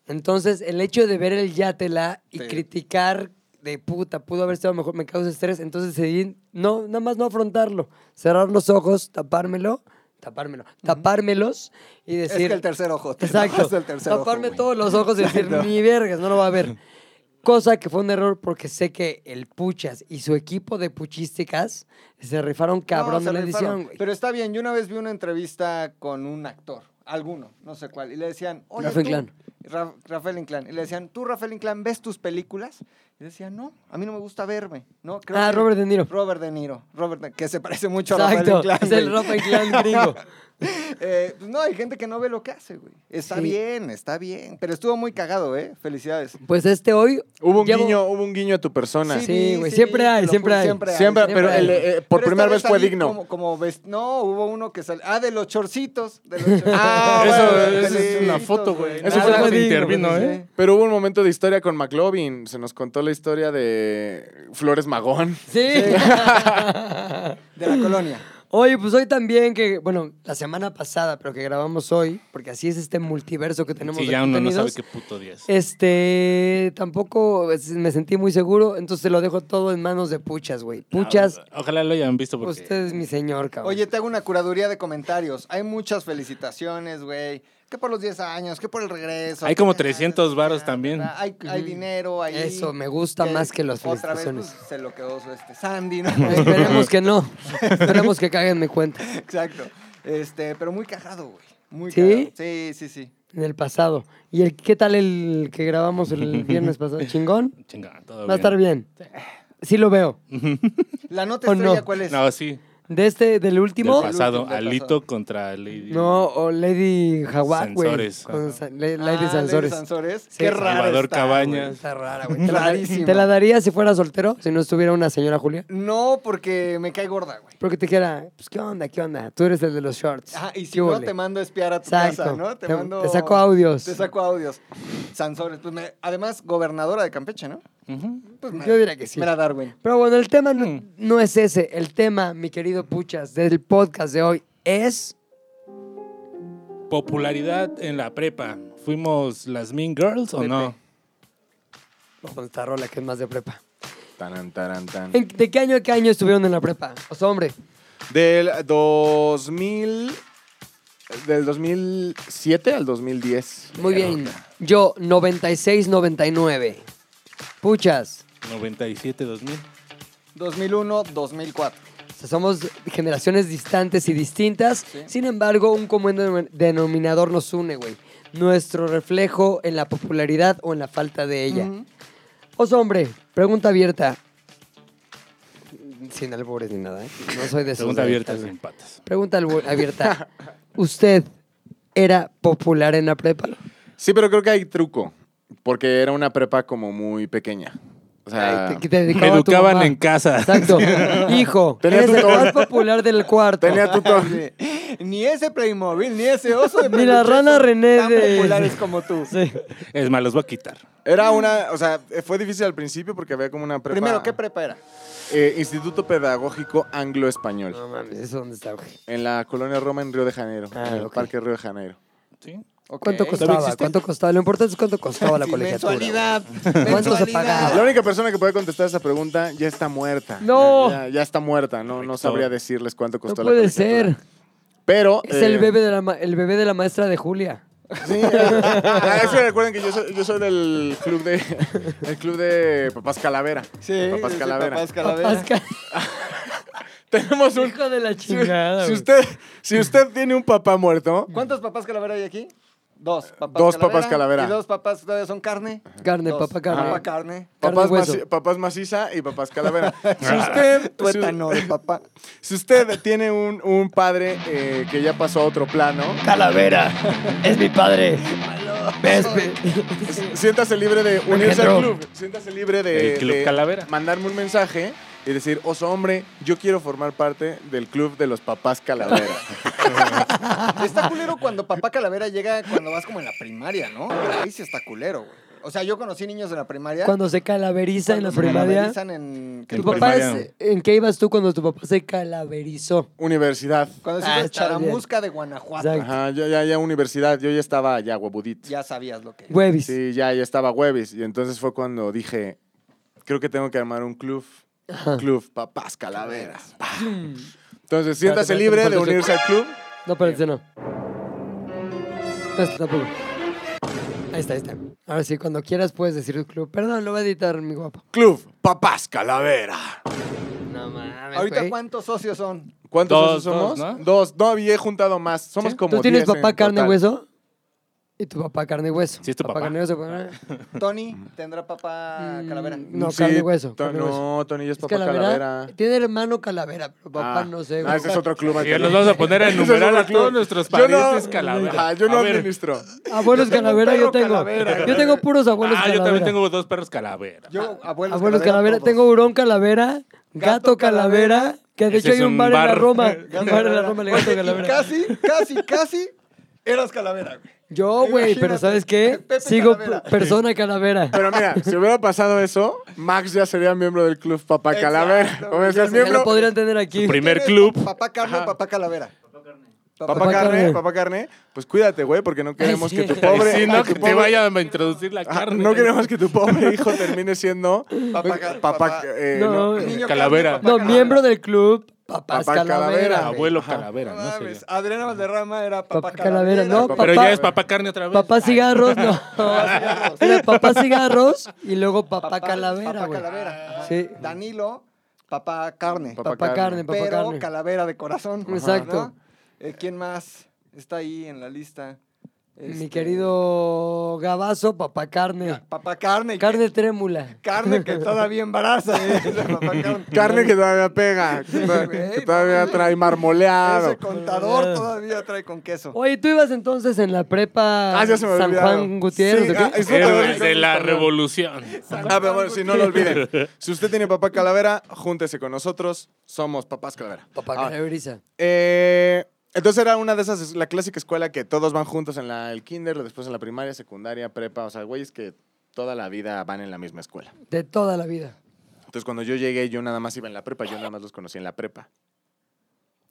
Speaker 1: Entonces, el hecho de ver el Yatela y
Speaker 3: Te-
Speaker 1: criticar de puta, pudo haber estado mejor, me causa estrés. Entonces, decidí no, nada más no afrontarlo. Cerrar los ojos, tapármelo, tapármelo, tapármelos y
Speaker 3: Es
Speaker 1: decir...
Speaker 3: que el tercer ojo. te
Speaker 1: Exacto.
Speaker 3: tapas el tercer ojo,
Speaker 1: Taparme
Speaker 3: güey.
Speaker 1: todos los ojos y decir, ni vergas, no lo va a
Speaker 3: <laughs>
Speaker 1: ver. Cosa que fue un error porque sé que el Puchas y su equipo de puchísticas se rifaron cabrón
Speaker 3: No, se
Speaker 1: en la
Speaker 3: rifaron.
Speaker 1: edición, güey.
Speaker 3: Pero está bien, yo una vez vi una entrevista con un actor, alguno, no sé cuál, y le decían, oye,
Speaker 1: Rafael
Speaker 3: tú,
Speaker 1: Inclán.
Speaker 3: Ra- Rafael Inclán. Y le decían, ¿tú, Rafael Inclán, ves tus películas? Y decía, no, a mí no me gusta verme. No, creo
Speaker 1: Ah,
Speaker 3: que-
Speaker 1: Robert De Niro.
Speaker 3: Robert De Niro. Robert De- que se parece mucho a
Speaker 1: Exacto,
Speaker 3: Rafael Inclán.
Speaker 1: es el
Speaker 3: <laughs> güey.
Speaker 1: Rafa Inclán gringo.
Speaker 3: Eh, pues no, hay gente que no ve lo que hace, güey. Está
Speaker 1: Sí.
Speaker 3: bien, está bien. Pero estuvo muy cagado, ¿eh? Felicidades.
Speaker 1: <laughs> Pues este hoy...
Speaker 5: Hubo un
Speaker 1: llevo-
Speaker 5: guiño, hubo un guiño a tu persona.
Speaker 1: Sí, güey, siempre
Speaker 3: te
Speaker 1: hay,
Speaker 3: lo
Speaker 1: siempre
Speaker 3: juro,
Speaker 1: hay.
Speaker 5: Siempre,
Speaker 1: siempre
Speaker 5: pero
Speaker 1: hay.
Speaker 5: el, eh, por
Speaker 3: Pero
Speaker 5: primera
Speaker 3: esta
Speaker 5: vez fue
Speaker 3: salí
Speaker 5: digno.
Speaker 3: Como, como ves- no, hubo uno que salió. Ah, de los chorcitos. De
Speaker 5: <laughs>
Speaker 3: los chorcitos.
Speaker 5: Ah,
Speaker 3: De
Speaker 5: eso-
Speaker 3: los
Speaker 5: eso es
Speaker 2: una
Speaker 3: chorcitos,
Speaker 2: foto, güey.
Speaker 1: Eso fue
Speaker 3: Nada,
Speaker 1: cuando
Speaker 3: sí,
Speaker 2: intervino,
Speaker 3: güey,
Speaker 2: ¿eh?
Speaker 3: sí.
Speaker 5: Pero hubo un momento de historia con McLovin. Se nos contó la historia de Flores Magón.
Speaker 1: Sí.
Speaker 3: De la
Speaker 5: <laughs>
Speaker 3: colonia.
Speaker 1: <laughs> Oye, pues hoy también que, bueno, la semana pasada, pero que grabamos hoy, porque así es este multiverso que tenemos. Eh,
Speaker 2: Sí,
Speaker 1: de
Speaker 2: ya uno no sabe
Speaker 1: contenidos.
Speaker 2: qué puto día es.
Speaker 1: Este, tampoco es- me sentí muy seguro, entonces te lo dejo todo en manos de Puchas, güey. Puchas,
Speaker 2: Ah, Ojalá lo hayan visto porque...
Speaker 1: usted es mi señor, cabrón. Eh,
Speaker 3: Oye, te hago una curaduría de comentarios. Hay muchas felicitaciones, güey. Que por los 10 años, que por el regreso.
Speaker 2: Hay
Speaker 3: que
Speaker 2: como
Speaker 3: nada,
Speaker 2: 300 varos
Speaker 3: nada,
Speaker 2: también.
Speaker 3: nada. Hay, hay dinero ahí.
Speaker 1: Eso, me gusta más que las
Speaker 3: Otra vez pues,
Speaker 1: felicitaciones.
Speaker 3: se lo quedó su este Sandy, ¿no?
Speaker 1: <laughs> Esperemos que
Speaker 2: <laughs>
Speaker 1: no. Esperemos que caguen mi cuenta
Speaker 3: Exacto. Este, pero muy cagado, güey. Muy
Speaker 1: ¿Sí?
Speaker 3: cagado. Sí, sí, sí.
Speaker 1: en el pasado. ¿Y el, qué tal el que grabamos el viernes pasado? ¿Chingón?
Speaker 2: Chinga, todo
Speaker 1: Va a estar bien. Sí lo veo.
Speaker 3: ¿La
Speaker 1: <laughs>
Speaker 3: nota
Speaker 1: ¿O
Speaker 3: estrella
Speaker 1: no?
Speaker 3: cuál es?
Speaker 2: No, sí.
Speaker 1: De este, del
Speaker 2: Del
Speaker 1: último.
Speaker 2: pasado,
Speaker 3: último, del
Speaker 2: Alito
Speaker 3: pasado.
Speaker 2: contra Lady.
Speaker 1: No, o Lady Jaguar, güey.
Speaker 2: Sansores,
Speaker 1: Con
Speaker 2: ajá.
Speaker 1: Sa- Le-
Speaker 3: Ah,
Speaker 1: Lady Sansores.
Speaker 3: Sansores.
Speaker 1: Sí.
Speaker 3: Qué raro.
Speaker 2: Salvador Cabañas.
Speaker 1: Está rara, güey. ¿Te la-
Speaker 3: Rarísima.
Speaker 1: ¿Te la daría si fuera soltero? Si no estuviera una señora Julia.
Speaker 3: No, porque me cae gorda, güey.
Speaker 1: Porque te dijera, pues, ¿qué onda? ¿Qué onda? Tú eres el de los shorts.
Speaker 3: Ajá, y si
Speaker 1: ¿Qué
Speaker 3: no,
Speaker 1: hubole?
Speaker 3: te mando a espiar a tu
Speaker 1: Exacto.
Speaker 3: casa, ¿no? Te,
Speaker 1: Te-
Speaker 3: mando...
Speaker 1: te saco audios.
Speaker 3: Te saco audios. Sansores. Pues me- además, gobernadora de Campeche, ¿no?
Speaker 2: Ujú.
Speaker 3: Pues me,
Speaker 1: Yo diría que sí.
Speaker 3: me la Darwin.
Speaker 1: Pero bueno, el tema no, no es ese. El tema, mi querido Puchas, del podcast de hoy es...
Speaker 2: Popularidad en la prepa. ¿Fuimos las Mean Girls o no?
Speaker 1: No, con esta rola que es más de prepa.
Speaker 5: Taran, taran, tan.
Speaker 1: ¿En- ¿De qué año a qué año estuvieron en la prepa? O sea, hombre,
Speaker 5: Del 2000. Del 2007 al 2010.
Speaker 1: muy bien. Yo, 96-99. Puchas,
Speaker 2: 97, 2000.
Speaker 3: 2001, 2004.
Speaker 1: o sea, somos generaciones distantes y distintas. Sin embargo, un común denom- denominador nos une, güey. Nuestro reflejo en la popularidad o en la falta de ella. Os hombre, pregunta abierta. Sin albores ni nada, ¿eh? No soy de esos
Speaker 2: Segunda
Speaker 1: de-
Speaker 2: abierta sin patas.
Speaker 1: Pregunta albu- abierta. ¿Usted era popular en la prepa?
Speaker 5: Sí, pero creo que hay truco. Porque era una prepa como muy pequeña. O sea,
Speaker 1: Ay, te- que te
Speaker 2: Me
Speaker 1: dedicaba tu
Speaker 2: educaban
Speaker 1: mamá.
Speaker 2: en casa.
Speaker 1: Exacto. Hijo,
Speaker 5: Tenía
Speaker 1: eres el
Speaker 5: tutor.
Speaker 1: más popular del cuarto.
Speaker 5: tenía
Speaker 1: <laughs>
Speaker 5: tutor.
Speaker 3: Sí. <laughs> Ni ese Playmobil, ni ese oso de
Speaker 1: Ni la
Speaker 3: peluche
Speaker 1: rana
Speaker 3: son
Speaker 1: René
Speaker 3: tan
Speaker 1: de-
Speaker 3: populares
Speaker 1: <laughs>
Speaker 3: como tú.
Speaker 2: Es más, los voy a quitar.
Speaker 5: Era una. O sea, fue difícil al principio porque había como una prepa.
Speaker 3: Primero, ¿qué prepa era?
Speaker 5: Eh, Instituto Pedagógico Anglo-Español.
Speaker 1: No mames, ¿eso dónde está, güey?
Speaker 5: En la colonia Roma en Río de Janeiro.
Speaker 1: Ah,
Speaker 5: en el
Speaker 1: ok.
Speaker 5: Parque Río de Janeiro.
Speaker 2: ¿Sí?
Speaker 3: Ok.
Speaker 1: ¿Cuánto costaba? ¿Cuánto costaba? Lo importante es cuánto costaba la
Speaker 3: Sí,
Speaker 1: colegiatura. güey.
Speaker 5: <laughs>
Speaker 3: Mensualidad.
Speaker 1: ¿Cuánto se
Speaker 3: mensualidad.
Speaker 5: La
Speaker 1: pagaba?
Speaker 5: única persona que puede contestar esa pregunta ya está muerta.
Speaker 1: No.
Speaker 5: Ya, ya- ya está muerta. No, no
Speaker 2: Correcto.
Speaker 5: sabría decirles cuánto
Speaker 1: No
Speaker 5: costó la
Speaker 1: puede
Speaker 5: colegiatura.
Speaker 1: ser.
Speaker 5: Pero.
Speaker 1: Es el
Speaker 5: eh,
Speaker 1: bebé de la, ma- el bebé de la maestra de Julia.
Speaker 5: Sí, ah, es que recuerden que yo soy, yo soy del club de el club de Papás Calavera.
Speaker 3: Sí,
Speaker 5: Papás
Speaker 3: sí,
Speaker 5: Calavera.
Speaker 3: Papás Calavera.
Speaker 1: Pascal,
Speaker 5: Tenemos un
Speaker 1: hijo de la
Speaker 5: si,
Speaker 1: chingada.
Speaker 5: si
Speaker 1: güey.
Speaker 5: usted si usted tiene un papá muerto,
Speaker 3: ¿Cuántos papás Calavera hay aquí? Dos papas
Speaker 5: Dos papas calavera.
Speaker 3: Y dos papas todavía son carne.
Speaker 1: Carne,
Speaker 3: Dos.
Speaker 1: papa, carne.
Speaker 3: Papa
Speaker 5: <laughs>
Speaker 3: carne.
Speaker 1: Carne
Speaker 5: Papás,
Speaker 1: y hueso.
Speaker 5: maci- papás maciza y papás
Speaker 3: <laughs>
Speaker 5: calavera. si,
Speaker 3: Usted,
Speaker 5: usted, si,
Speaker 3: tuétano de papá.
Speaker 5: si usted tiene un, un padre eh, que ya pasó a otro plano,
Speaker 7: Calavera, es mi padre. Vespe.
Speaker 5: siéntase libre de unirse
Speaker 7: Engendro.
Speaker 5: al club. Siéntase libre de,
Speaker 2: El Club
Speaker 5: de
Speaker 2: Calavera.
Speaker 5: mandarme un mensaje y decir, oso hombre, yo quiero formar parte del club de los
Speaker 2: <laughs>
Speaker 5: papás calavera. <laughs>
Speaker 3: Está culero cuando papá calavera llega cuando vas como en la primaria, ¿no? Ahí sí está culero, güey. O sea, yo conocí niños de la primaria.
Speaker 1: Cuando se calaveriza en la
Speaker 3: cuando se
Speaker 1: primaria.
Speaker 3: calaverizan en-
Speaker 1: ¿Tu
Speaker 2: En
Speaker 1: papá
Speaker 2: primaria.
Speaker 1: es, ¿En qué ibas tú cuando tu papá se calaverizó?
Speaker 5: Universidad.
Speaker 3: Cuando se
Speaker 1: Ah,
Speaker 3: hizo
Speaker 1: está bien.
Speaker 3: charamusca de Guanajuato.
Speaker 1: Exacto.
Speaker 5: Ajá, yo ya, ya universidad, yo ya estaba ya huevudito.
Speaker 3: Ya sabías lo que.
Speaker 1: Huevis.
Speaker 5: Sí, ya, ya estaba huevis. Y entonces fue cuando dije, creo que tengo que armar un club. Club
Speaker 1: <laughs>
Speaker 5: Papás Calaveras. Pa. <laughs> Entonces, siéntase
Speaker 1: espérate,
Speaker 5: libre
Speaker 1: me
Speaker 5: de
Speaker 1: falta
Speaker 5: unirse al club.
Speaker 1: No, pero este no. No, este tampoco. Ahí está, ahí está. Ahora sí, cuando quieras puedes decir tu club. Perdón, lo voy a editar, mi guapo.
Speaker 5: Club Papás Calavera.
Speaker 1: No mames.
Speaker 3: Ahorita, ¿cuántos socios son?
Speaker 5: ¿Cuántos
Speaker 2: Dos,
Speaker 5: osos somos?
Speaker 2: dos, ¿no?
Speaker 5: Dos. No había juntado más. Somos como
Speaker 1: Tú tienes
Speaker 5: 10 en
Speaker 1: papá carne y
Speaker 5: total.
Speaker 1: hueso y tu papá carne y hueso.
Speaker 2: Sí, es tu papá.
Speaker 1: carne y hueso. papá-
Speaker 3: Tony tendrá papá
Speaker 1: Mm,
Speaker 3: calavera.
Speaker 1: No, carne y hueso,
Speaker 5: to-
Speaker 1: carne y
Speaker 5: no, Tony ya es
Speaker 1: Es
Speaker 5: papá
Speaker 1: calavera.
Speaker 5: calavera.
Speaker 1: Tiene hermano calavera, pero papá
Speaker 5: Ah.
Speaker 1: no sé.
Speaker 5: Ah,
Speaker 1: güey.
Speaker 5: ese es otro club.
Speaker 2: Y
Speaker 5: anterior.
Speaker 2: los vamos a poner a <laughs>
Speaker 5: <laughs> Ese es
Speaker 2: enumerar
Speaker 5: otro
Speaker 2: a todos
Speaker 5: club.
Speaker 2: nuestros
Speaker 5: Yo no-
Speaker 2: parientes calavera.
Speaker 5: Ajá, Ah, yo no
Speaker 2: A ver.
Speaker 5: administro.
Speaker 1: Ah, Abuelos calavera yo
Speaker 4: perro
Speaker 1: tengo.
Speaker 4: calavera.
Speaker 1: Yo tengo puros abuelos
Speaker 2: Ah,
Speaker 1: calavera.
Speaker 2: yo también tengo dos perros calavera.
Speaker 3: Yo, abuelos,
Speaker 1: Ah, Abuelos calavera,
Speaker 3: todos.
Speaker 1: tengo hurón calavera, gato
Speaker 3: Gato
Speaker 1: calavera, que de
Speaker 2: Ese
Speaker 1: hecho hay
Speaker 2: es
Speaker 1: un
Speaker 2: un
Speaker 1: bar, en la
Speaker 2: bar.
Speaker 1: Roma. Un bar en la Roma, el gato
Speaker 3: Oye, y
Speaker 1: calavera.
Speaker 3: <laughs> Casi, casi, casi eras calavera, güey.
Speaker 1: Yo, güey, pero
Speaker 3: Imagínate,
Speaker 1: ¿sabes qué?
Speaker 3: Pepe
Speaker 1: Sigo
Speaker 3: Calavera.
Speaker 1: p- persona calavera.
Speaker 5: Pero mira, si hubiera pasado eso, Max ya sería miembro del club Papá
Speaker 3: Exacto,
Speaker 5: Calavera. O sea,
Speaker 3: ya
Speaker 5: es
Speaker 1: Ya lo
Speaker 5: miembro.
Speaker 1: podrían tener aquí.
Speaker 2: Primer
Speaker 3: ¿Eres
Speaker 2: club.
Speaker 3: Papá carne o papá calavera.
Speaker 5: Papá,
Speaker 1: Papá
Speaker 5: carne,
Speaker 1: carne.
Speaker 5: papá carne, pues cuídate, güey, porque no queremos
Speaker 1: sí.
Speaker 5: que tu
Speaker 2: Pobre,
Speaker 5: pobre.
Speaker 2: sí, no,
Speaker 5: que
Speaker 2: que
Speaker 5: tu
Speaker 2: te
Speaker 5: pobre-
Speaker 2: vayan a introducir la
Speaker 5: Ajá,
Speaker 2: carne.
Speaker 5: no queremos que tu pobre hijo termine siendo
Speaker 3: Papá ca-
Speaker 5: papá.
Speaker 3: papá-
Speaker 5: eh,
Speaker 1: No,
Speaker 5: no.
Speaker 3: Niño
Speaker 2: Calavera.
Speaker 3: carne,
Speaker 1: No,
Speaker 3: papá
Speaker 1: miembro del club, papás
Speaker 5: Papá
Speaker 1: calavera.
Speaker 5: Calavera,
Speaker 1: güey.
Speaker 2: Abuelo calavera,
Speaker 3: No
Speaker 2: no sé.
Speaker 3: mames, Adriana Valderrama era
Speaker 1: Papá
Speaker 3: papá
Speaker 1: calavera,
Speaker 3: calavera.
Speaker 1: no, Papá-
Speaker 2: Pero ya es papá carne otra vez. Ah,
Speaker 1: Papá cigarros, no. Era papá cigarros y luego papá,
Speaker 3: Papá
Speaker 1: calavera,
Speaker 3: Papá
Speaker 1: güey. Ah.
Speaker 3: calavera. ajá.
Speaker 1: Sí.
Speaker 3: Danilo, papá carne.
Speaker 5: Papá
Speaker 1: Papá carne,
Speaker 5: carne,
Speaker 1: papá
Speaker 3: pero
Speaker 1: carne.
Speaker 3: calavera de corazón. ¿no?
Speaker 1: Exacto.
Speaker 3: Eh, ¿Quién más está ahí en la lista?
Speaker 1: Mi
Speaker 3: Este,
Speaker 1: querido Gabazo, papá carne.
Speaker 3: Papá carne.
Speaker 1: Carne trémula.
Speaker 3: Carne que todavía embaraza. ¿eh? Ese papá <laughs> carne.
Speaker 5: Carne que todavía pega, que to- que todavía trae marmoleado.
Speaker 3: Ese contador todavía trae con queso.
Speaker 1: Oye, tú ibas entonces en la prepa
Speaker 5: Ah, ya se me
Speaker 1: San
Speaker 5: había
Speaker 1: Juan
Speaker 5: olvidado.
Speaker 1: Gutiérrez,
Speaker 5: Sí,
Speaker 1: ¿o qué?
Speaker 5: ah, es lo que voy a
Speaker 2: Héroes
Speaker 5: decir.
Speaker 2: de la revolución.
Speaker 5: Ah, pero bueno, si no lo olviden. Si usted tiene papá calavera, júntese con nosotros. Somos papás calavera.
Speaker 1: Papá
Speaker 5: Ah,
Speaker 1: calaveriza.
Speaker 5: Eh, entonces era una de esas, es la clásica escuela que todos van juntos en la, el kinder, después en la primaria, secundaria, prepa. O sea, güeyes que toda la vida van en la misma escuela.
Speaker 1: De toda la vida.
Speaker 5: Entonces cuando yo llegué, yo nada más iba en la prepa, yo nada más los conocí en la prepa.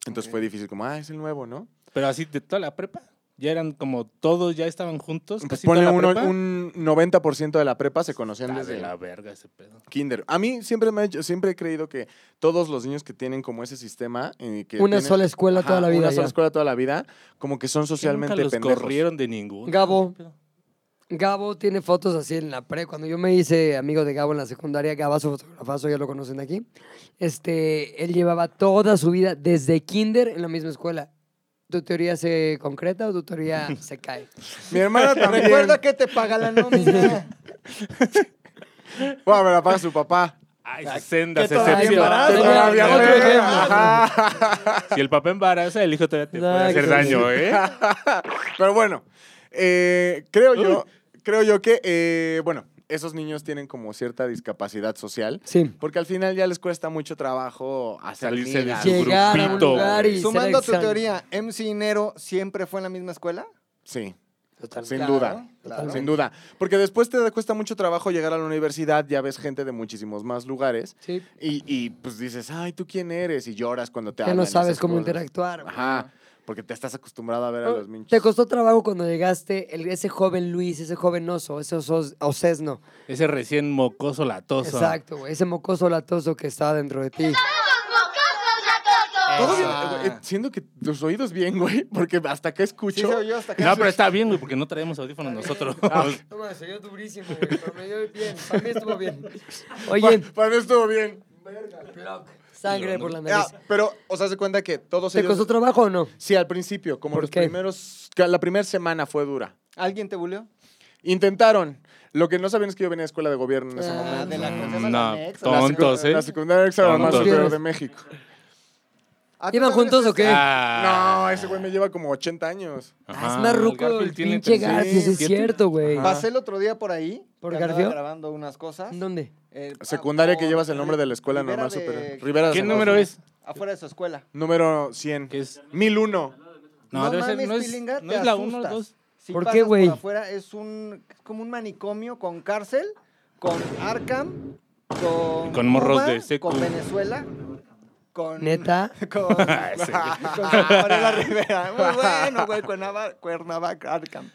Speaker 5: Entonces fue difícil, como, ah, es el nuevo, ¿no?
Speaker 2: Pero así de toda la prepa. Ya eran como todos, ya estaban juntos.
Speaker 5: Pues
Speaker 2: Casi
Speaker 5: pone
Speaker 2: toda la
Speaker 5: uno-
Speaker 2: prepa.
Speaker 5: un 90% de la prepa se conocían
Speaker 2: Está
Speaker 5: desde
Speaker 2: de
Speaker 5: la
Speaker 2: la verga ese pedo.
Speaker 5: kinder. A mí siempre, me ha hecho- siempre he creído que todos los niños que tienen como ese sistema... eh, que
Speaker 1: Una
Speaker 5: tienen-
Speaker 1: sola escuela toda
Speaker 5: Ajá,
Speaker 1: la vida.
Speaker 5: Una
Speaker 1: ya.
Speaker 5: sola escuela toda la vida, como que son socialmente
Speaker 2: Nunca los
Speaker 5: pendejos.
Speaker 2: <laughs> corrieron de ninguno.
Speaker 1: Gabo. Gabo tiene fotos así en la pre. Cuando yo me hice amigo de Gabo en la secundaria, Gabazo Fotografazo, ya lo conocen de aquí. Este, él llevaba toda su vida desde kinder en la misma escuela. ¿Tu teoría se concreta o tu teoría se cae?
Speaker 5: Mi hermana también.
Speaker 3: Recuerda que te paga la <laughs> nómina.
Speaker 5: Bueno, me la paga su papá. <laughs>
Speaker 2: Ay, esas sendas
Speaker 3: que todavía
Speaker 1: embarazo.
Speaker 2: excepciones.
Speaker 1: Tenía
Speaker 5: Todavía
Speaker 1: otro
Speaker 5: pega.
Speaker 1: ejemplo.
Speaker 5: Ajá.
Speaker 2: Si el papá embaraza, el hijo todavía te puede
Speaker 1: Ay,
Speaker 2: hacer
Speaker 1: qué
Speaker 2: daño, ¿eh?
Speaker 5: Pero bueno, eh, creo yo, creo yo que, eh, bueno, esos niños tienen como cierta discapacidad social.
Speaker 1: Sí.
Speaker 5: Porque al final ya les cuesta mucho trabajo hacer
Speaker 2: Salirse de
Speaker 5: migas.
Speaker 2: su grupo.
Speaker 1: Llegar a un
Speaker 2: grupito,
Speaker 1: lugar y
Speaker 2: güey.
Speaker 1: ser
Speaker 3: Sumando a tu
Speaker 1: extraño.
Speaker 3: teoría, MC Nero siempre fue en la misma escuela.
Speaker 5: Sí,
Speaker 1: Total.
Speaker 5: sin
Speaker 3: Claro,
Speaker 5: duda.
Speaker 3: claro.
Speaker 5: Sin duda. Porque después te cuesta mucho trabajo llegar a la universidad, ya ves gente de muchísimos más lugares.
Speaker 1: Sí.
Speaker 5: Y, y, pues dices, ay, ¿tú quién eres? Y lloras cuando te
Speaker 1: Ya
Speaker 5: hablan.
Speaker 1: no
Speaker 5: y
Speaker 1: sabes
Speaker 5: esas
Speaker 1: cómo
Speaker 5: cosas.
Speaker 1: interactuar. güey.
Speaker 5: Ajá. Porque te estás acostumbrado a ver a los minchos.
Speaker 1: ¿Te costó trabajo cuando llegaste el- ese joven Luis, ese joven oso, ese oso, osesno?
Speaker 2: <laughs> Ese recién mocoso latoso.
Speaker 1: Exacto, güey, ese mocoso latoso que estaba dentro de ti.
Speaker 5: Todo bien,
Speaker 3: Ah.
Speaker 5: güey, siento que tus oídos bien, güey, porque hasta que
Speaker 3: Sí,
Speaker 5: escucho.
Speaker 3: se oyó hasta acá.
Speaker 2: No, pero está bien, güey, porque no traemos audífonos nosotros. <laughs>
Speaker 1: No, me se dio durísimo, güey, pero me dio bien. Para mí estuvo bien.
Speaker 5: Pa-
Speaker 1: Oye,
Speaker 5: para mí estuvo bien.
Speaker 1: sangre por la
Speaker 5: Ah,
Speaker 1: nariz.
Speaker 5: pero, o sea, se cuenta que todos
Speaker 1: ¿Te
Speaker 5: ellos.
Speaker 1: costó trabajo o no?
Speaker 5: Sí, al principio, como
Speaker 1: ¿Por
Speaker 5: los
Speaker 1: qué?
Speaker 5: primeros. que La primera semana fue dura.
Speaker 3: ¿Alguien te buleó?
Speaker 5: Intentaron. Lo que no sabían es que yo venía de escuela de gobierno en ese
Speaker 3: Ah,
Speaker 5: momento.
Speaker 3: de la, ¿cómo se
Speaker 2: Mm,
Speaker 3: llama?
Speaker 2: no,
Speaker 3: La Nex, o la
Speaker 5: La secu-
Speaker 2: Tontos, ¿eh?
Speaker 5: La secundaria que era la más
Speaker 2: Tontos.
Speaker 5: superior de México. Ah,
Speaker 3: ¿A ti
Speaker 1: ¿Iban
Speaker 3: también
Speaker 1: juntos o
Speaker 3: estás-
Speaker 1: qué?
Speaker 2: Ah.
Speaker 5: No, ese güey me lleva como 80 años.
Speaker 1: Ah, es más ruco el pinche Garfield, sí es cierto, güey.
Speaker 3: Pasé el otro día por ahí.
Speaker 1: ¿Por
Speaker 3: que andaba
Speaker 1: Garfio?
Speaker 3: grabando unas cosas.
Speaker 1: ¿En ¿Dónde?
Speaker 3: Eh, ah,
Speaker 5: Secundaria que
Speaker 3: por
Speaker 5: llevas el nombre de la escuela
Speaker 3: Rivera
Speaker 5: normal
Speaker 3: de-
Speaker 5: superior. Rivera de
Speaker 2: ¿Qué
Speaker 5: San
Speaker 2: número
Speaker 5: José.
Speaker 2: es?
Speaker 3: Afuera de su escuela.
Speaker 5: Número 100.
Speaker 2: ¿Qué es?
Speaker 5: 1001.
Speaker 3: No,
Speaker 2: debe ser-
Speaker 3: mames,
Speaker 2: no es,
Speaker 3: Pilinga,
Speaker 2: no
Speaker 3: te
Speaker 2: es la 1 o la
Speaker 3: asustas.
Speaker 2: 2.
Speaker 3: Si
Speaker 1: ¿Por qué,
Speaker 3: pasas
Speaker 1: güey?
Speaker 3: Por afuera es un es como un manicomio con cárcel, con Arkham, con
Speaker 2: Con morros
Speaker 3: Cuba,
Speaker 2: de secu.
Speaker 3: con Venezuela, con
Speaker 1: ¿Neta?
Speaker 3: <laughs> con, con <laughs> Gabriela Rivera. Muy bueno, güey, Cuernavaca, Cuernavaca, Arkham.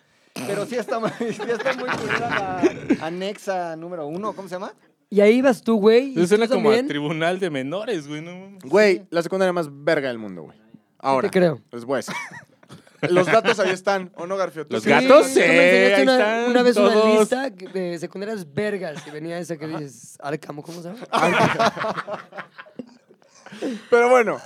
Speaker 3: Pero sí está, muy- sí está muy culera la anexa número uno, ¿cómo se llama?
Speaker 1: Y ahí vas tú, güey. ¿Y
Speaker 2: Eso suena
Speaker 1: tú
Speaker 2: como a
Speaker 1: también?
Speaker 2: tribunal de menores, güey. No, mames.
Speaker 5: Güey, la secundaria más verga del mundo, güey. Ahora.
Speaker 1: te creo.
Speaker 5: Les voy a decir. <laughs> Los datos ahí están, ¿o no, Garfio? ¿Tú
Speaker 2: Los
Speaker 5: sí?
Speaker 1: Sí,
Speaker 2: gatos,
Speaker 1: tú me
Speaker 2: eh,
Speaker 1: enseñaste
Speaker 2: ahí
Speaker 1: una,
Speaker 2: están
Speaker 1: una vez una
Speaker 2: todos.
Speaker 1: lista de secundarias vergas que venía esa que dices, Arkham, ¿cómo se llama?
Speaker 5: Pero bueno,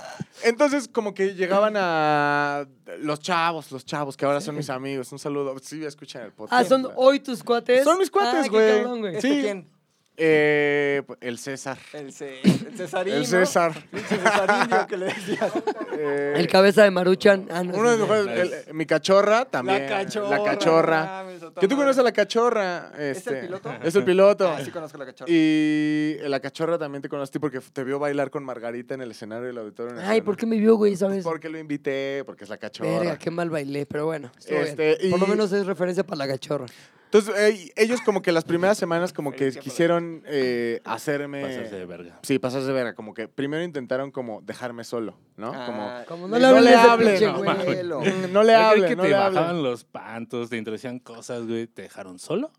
Speaker 5: entonces como que llegaban a los chavos, los chavos que ahora son mis amigos. Un saludo. Sí, escuchan el podcast.
Speaker 1: Ah, son hoy tus cuates.
Speaker 5: Son mis cuates,
Speaker 1: Ah, qué
Speaker 5: güey.
Speaker 1: cabrón, güey.
Speaker 3: ¿Este
Speaker 5: Sí.
Speaker 3: quién?
Speaker 5: Eh, el César.
Speaker 3: El, Ce- el Cesarín.
Speaker 5: El
Speaker 3: ¿no?
Speaker 5: César.
Speaker 3: Pinche Cesarinho que le decías.
Speaker 5: Eh,
Speaker 1: El cabeza de Maruchan. Ah, no,
Speaker 5: uno de
Speaker 1: sí,
Speaker 5: mis mejores-
Speaker 2: Nice.
Speaker 5: el- eh, mi cachorra también.
Speaker 3: La cachorra.
Speaker 5: La cachorra.
Speaker 3: mames, otra
Speaker 5: Que tú
Speaker 3: madre.
Speaker 5: conoces a la cachorra. Este,
Speaker 3: el piloto?
Speaker 5: Es el piloto.
Speaker 3: Ah, sí conozco a la cachorra.
Speaker 5: Y la cachorra también te conocí porque te vio bailar con Margarita en el escenario del auditorio.
Speaker 1: sí.
Speaker 5: Nacional.
Speaker 1: Ay, ¿por qué me vio, güey? ¿Sabes?
Speaker 5: Porque lo invité, porque es la cachorra.
Speaker 1: Verga, qué mal bailé, pero bueno. estuvo bien.
Speaker 5: Este,
Speaker 1: Por lo
Speaker 5: y-
Speaker 1: menos es referencia para la cachorra.
Speaker 5: Entonces, eh, ellos como que las primeras semanas como que quisieron eh, hacerme...
Speaker 2: Pasarse de verga.
Speaker 5: Sí, pasarse de verga. Como que primero intentaron como dejarme solo, ¿no?
Speaker 3: Ah,
Speaker 1: Como
Speaker 5: no
Speaker 1: no le
Speaker 5: le
Speaker 1: hablen de ese
Speaker 5: hablen,
Speaker 1: pinche
Speaker 5: no,
Speaker 1: güey.
Speaker 3: mames.
Speaker 5: Como, "Mm, no le
Speaker 2: Yo creí
Speaker 5: hablen,
Speaker 2: que
Speaker 5: no
Speaker 2: te
Speaker 5: le
Speaker 2: bajaban
Speaker 5: hablen.
Speaker 2: los pantos, te introducían cosas, güey. ¿Te dejaron solo?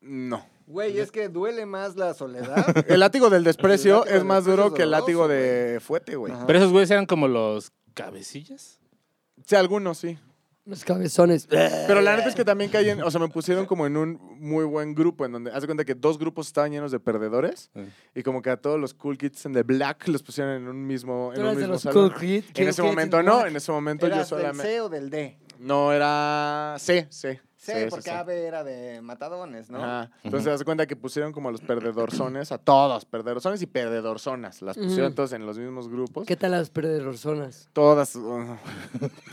Speaker 5: No.
Speaker 3: Güey, es que duele más la
Speaker 5: <laughs>
Speaker 3: soledad.
Speaker 5: El látigo del desprecio
Speaker 3: látigo
Speaker 5: es
Speaker 3: del
Speaker 5: más
Speaker 3: desprecio
Speaker 5: duro que el
Speaker 3: es doloroso,
Speaker 5: látigo de fuete, güey.
Speaker 3: Ajá.
Speaker 2: Pero esos güeyes eran como los cabecillas.
Speaker 5: Sí, algunos sí.
Speaker 1: Los cabezones.
Speaker 5: Pero la neta es que también caí en, o sea, me pusieron como en un muy buen grupo, en donde, haz de cuenta que dos grupos estaban llenos de perdedores,
Speaker 2: Ah.
Speaker 5: y como que a todos los cool kids en The Black los pusieron en un mismo,
Speaker 1: Tú
Speaker 5: en un
Speaker 1: eras de
Speaker 5: mismo
Speaker 1: los
Speaker 5: salón.
Speaker 1: cool kid-
Speaker 5: En
Speaker 1: kids
Speaker 5: ese
Speaker 1: que-
Speaker 5: momento no, en ese momento yo
Speaker 3: ¿Eras del
Speaker 5: solamente...
Speaker 3: C o del D?
Speaker 5: No, era C, C.
Speaker 3: Sí,
Speaker 5: C,
Speaker 3: porque
Speaker 5: C.
Speaker 3: AB era de matadones, ¿no?
Speaker 5: Ajá. Entonces, haz de cuenta que pusieron como a los perdedorzones, a todos, perdedorzones y perdedorzonas. Las pusieron
Speaker 1: Ujú.
Speaker 5: todos en los mismos grupos.
Speaker 1: ¿Qué tal las perderzonas?
Speaker 5: Todas. uh,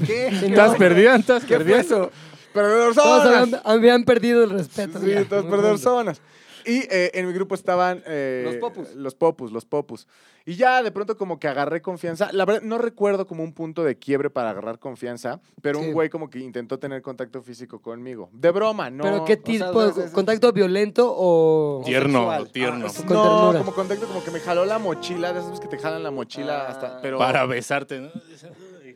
Speaker 3: ¿Qué?
Speaker 2: ¿Estás perdidas? ¿Estás
Speaker 3: ¿Qué fue
Speaker 2: perdidas?
Speaker 3: eso?
Speaker 1: Todos
Speaker 5: ¡Perdedorzonas!
Speaker 1: habían, habían perdido el respeto.
Speaker 5: Sí,
Speaker 1: ya,
Speaker 5: todos
Speaker 1: muy pronto.
Speaker 5: perdedorzonas. Y eh, en mi grupo estaban... eh,
Speaker 3: Los popus.
Speaker 5: Los popus, los popus. Y ya de pronto como que agarré confianza. La verdad, no recuerdo como un punto de quiebre para agarrar confianza, pero
Speaker 1: Sí.
Speaker 5: un güey como que intentó tener contacto físico conmigo. De broma, ¿no?
Speaker 1: ¿Pero qué
Speaker 3: sea,
Speaker 1: tipo?
Speaker 3: es- es-
Speaker 1: ¿Contacto violento o...?
Speaker 2: Tierno,
Speaker 3: Homosexual.
Speaker 2: tierno.
Speaker 1: Con
Speaker 5: no,
Speaker 1: ternura.
Speaker 5: como contacto, como que me jaló la mochila, de esas veces que te jalan la mochila
Speaker 3: Ah.
Speaker 5: hasta... Pero
Speaker 2: Para besarte, ¿no?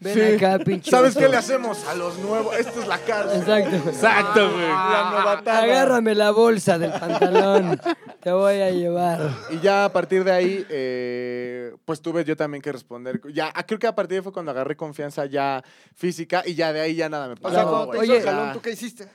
Speaker 1: Ven
Speaker 5: Sí.
Speaker 1: acá, pinche. <laughs>
Speaker 5: ¿Sabes
Speaker 1: oso.
Speaker 5: qué le hacemos a los nuevos? Esto es la cárcel.
Speaker 1: Exacto.
Speaker 2: Exacto, güey.
Speaker 5: La novatada.
Speaker 1: Ah, Agárrame la bolsa del pantalón. Te voy a llevar.
Speaker 5: Y ya a partir de ahí, eh, pues tuve yo también que responder. Ya, ah, creo que a partir de ahí fue cuando agarré confianza ya física y ya de ahí ya nada me
Speaker 3: O
Speaker 5: pasó.
Speaker 3: sea,
Speaker 1: No,
Speaker 3: cuando te
Speaker 1: oye.
Speaker 3: hizo el
Speaker 5: ah.
Speaker 3: jalón, ¿tú qué hiciste?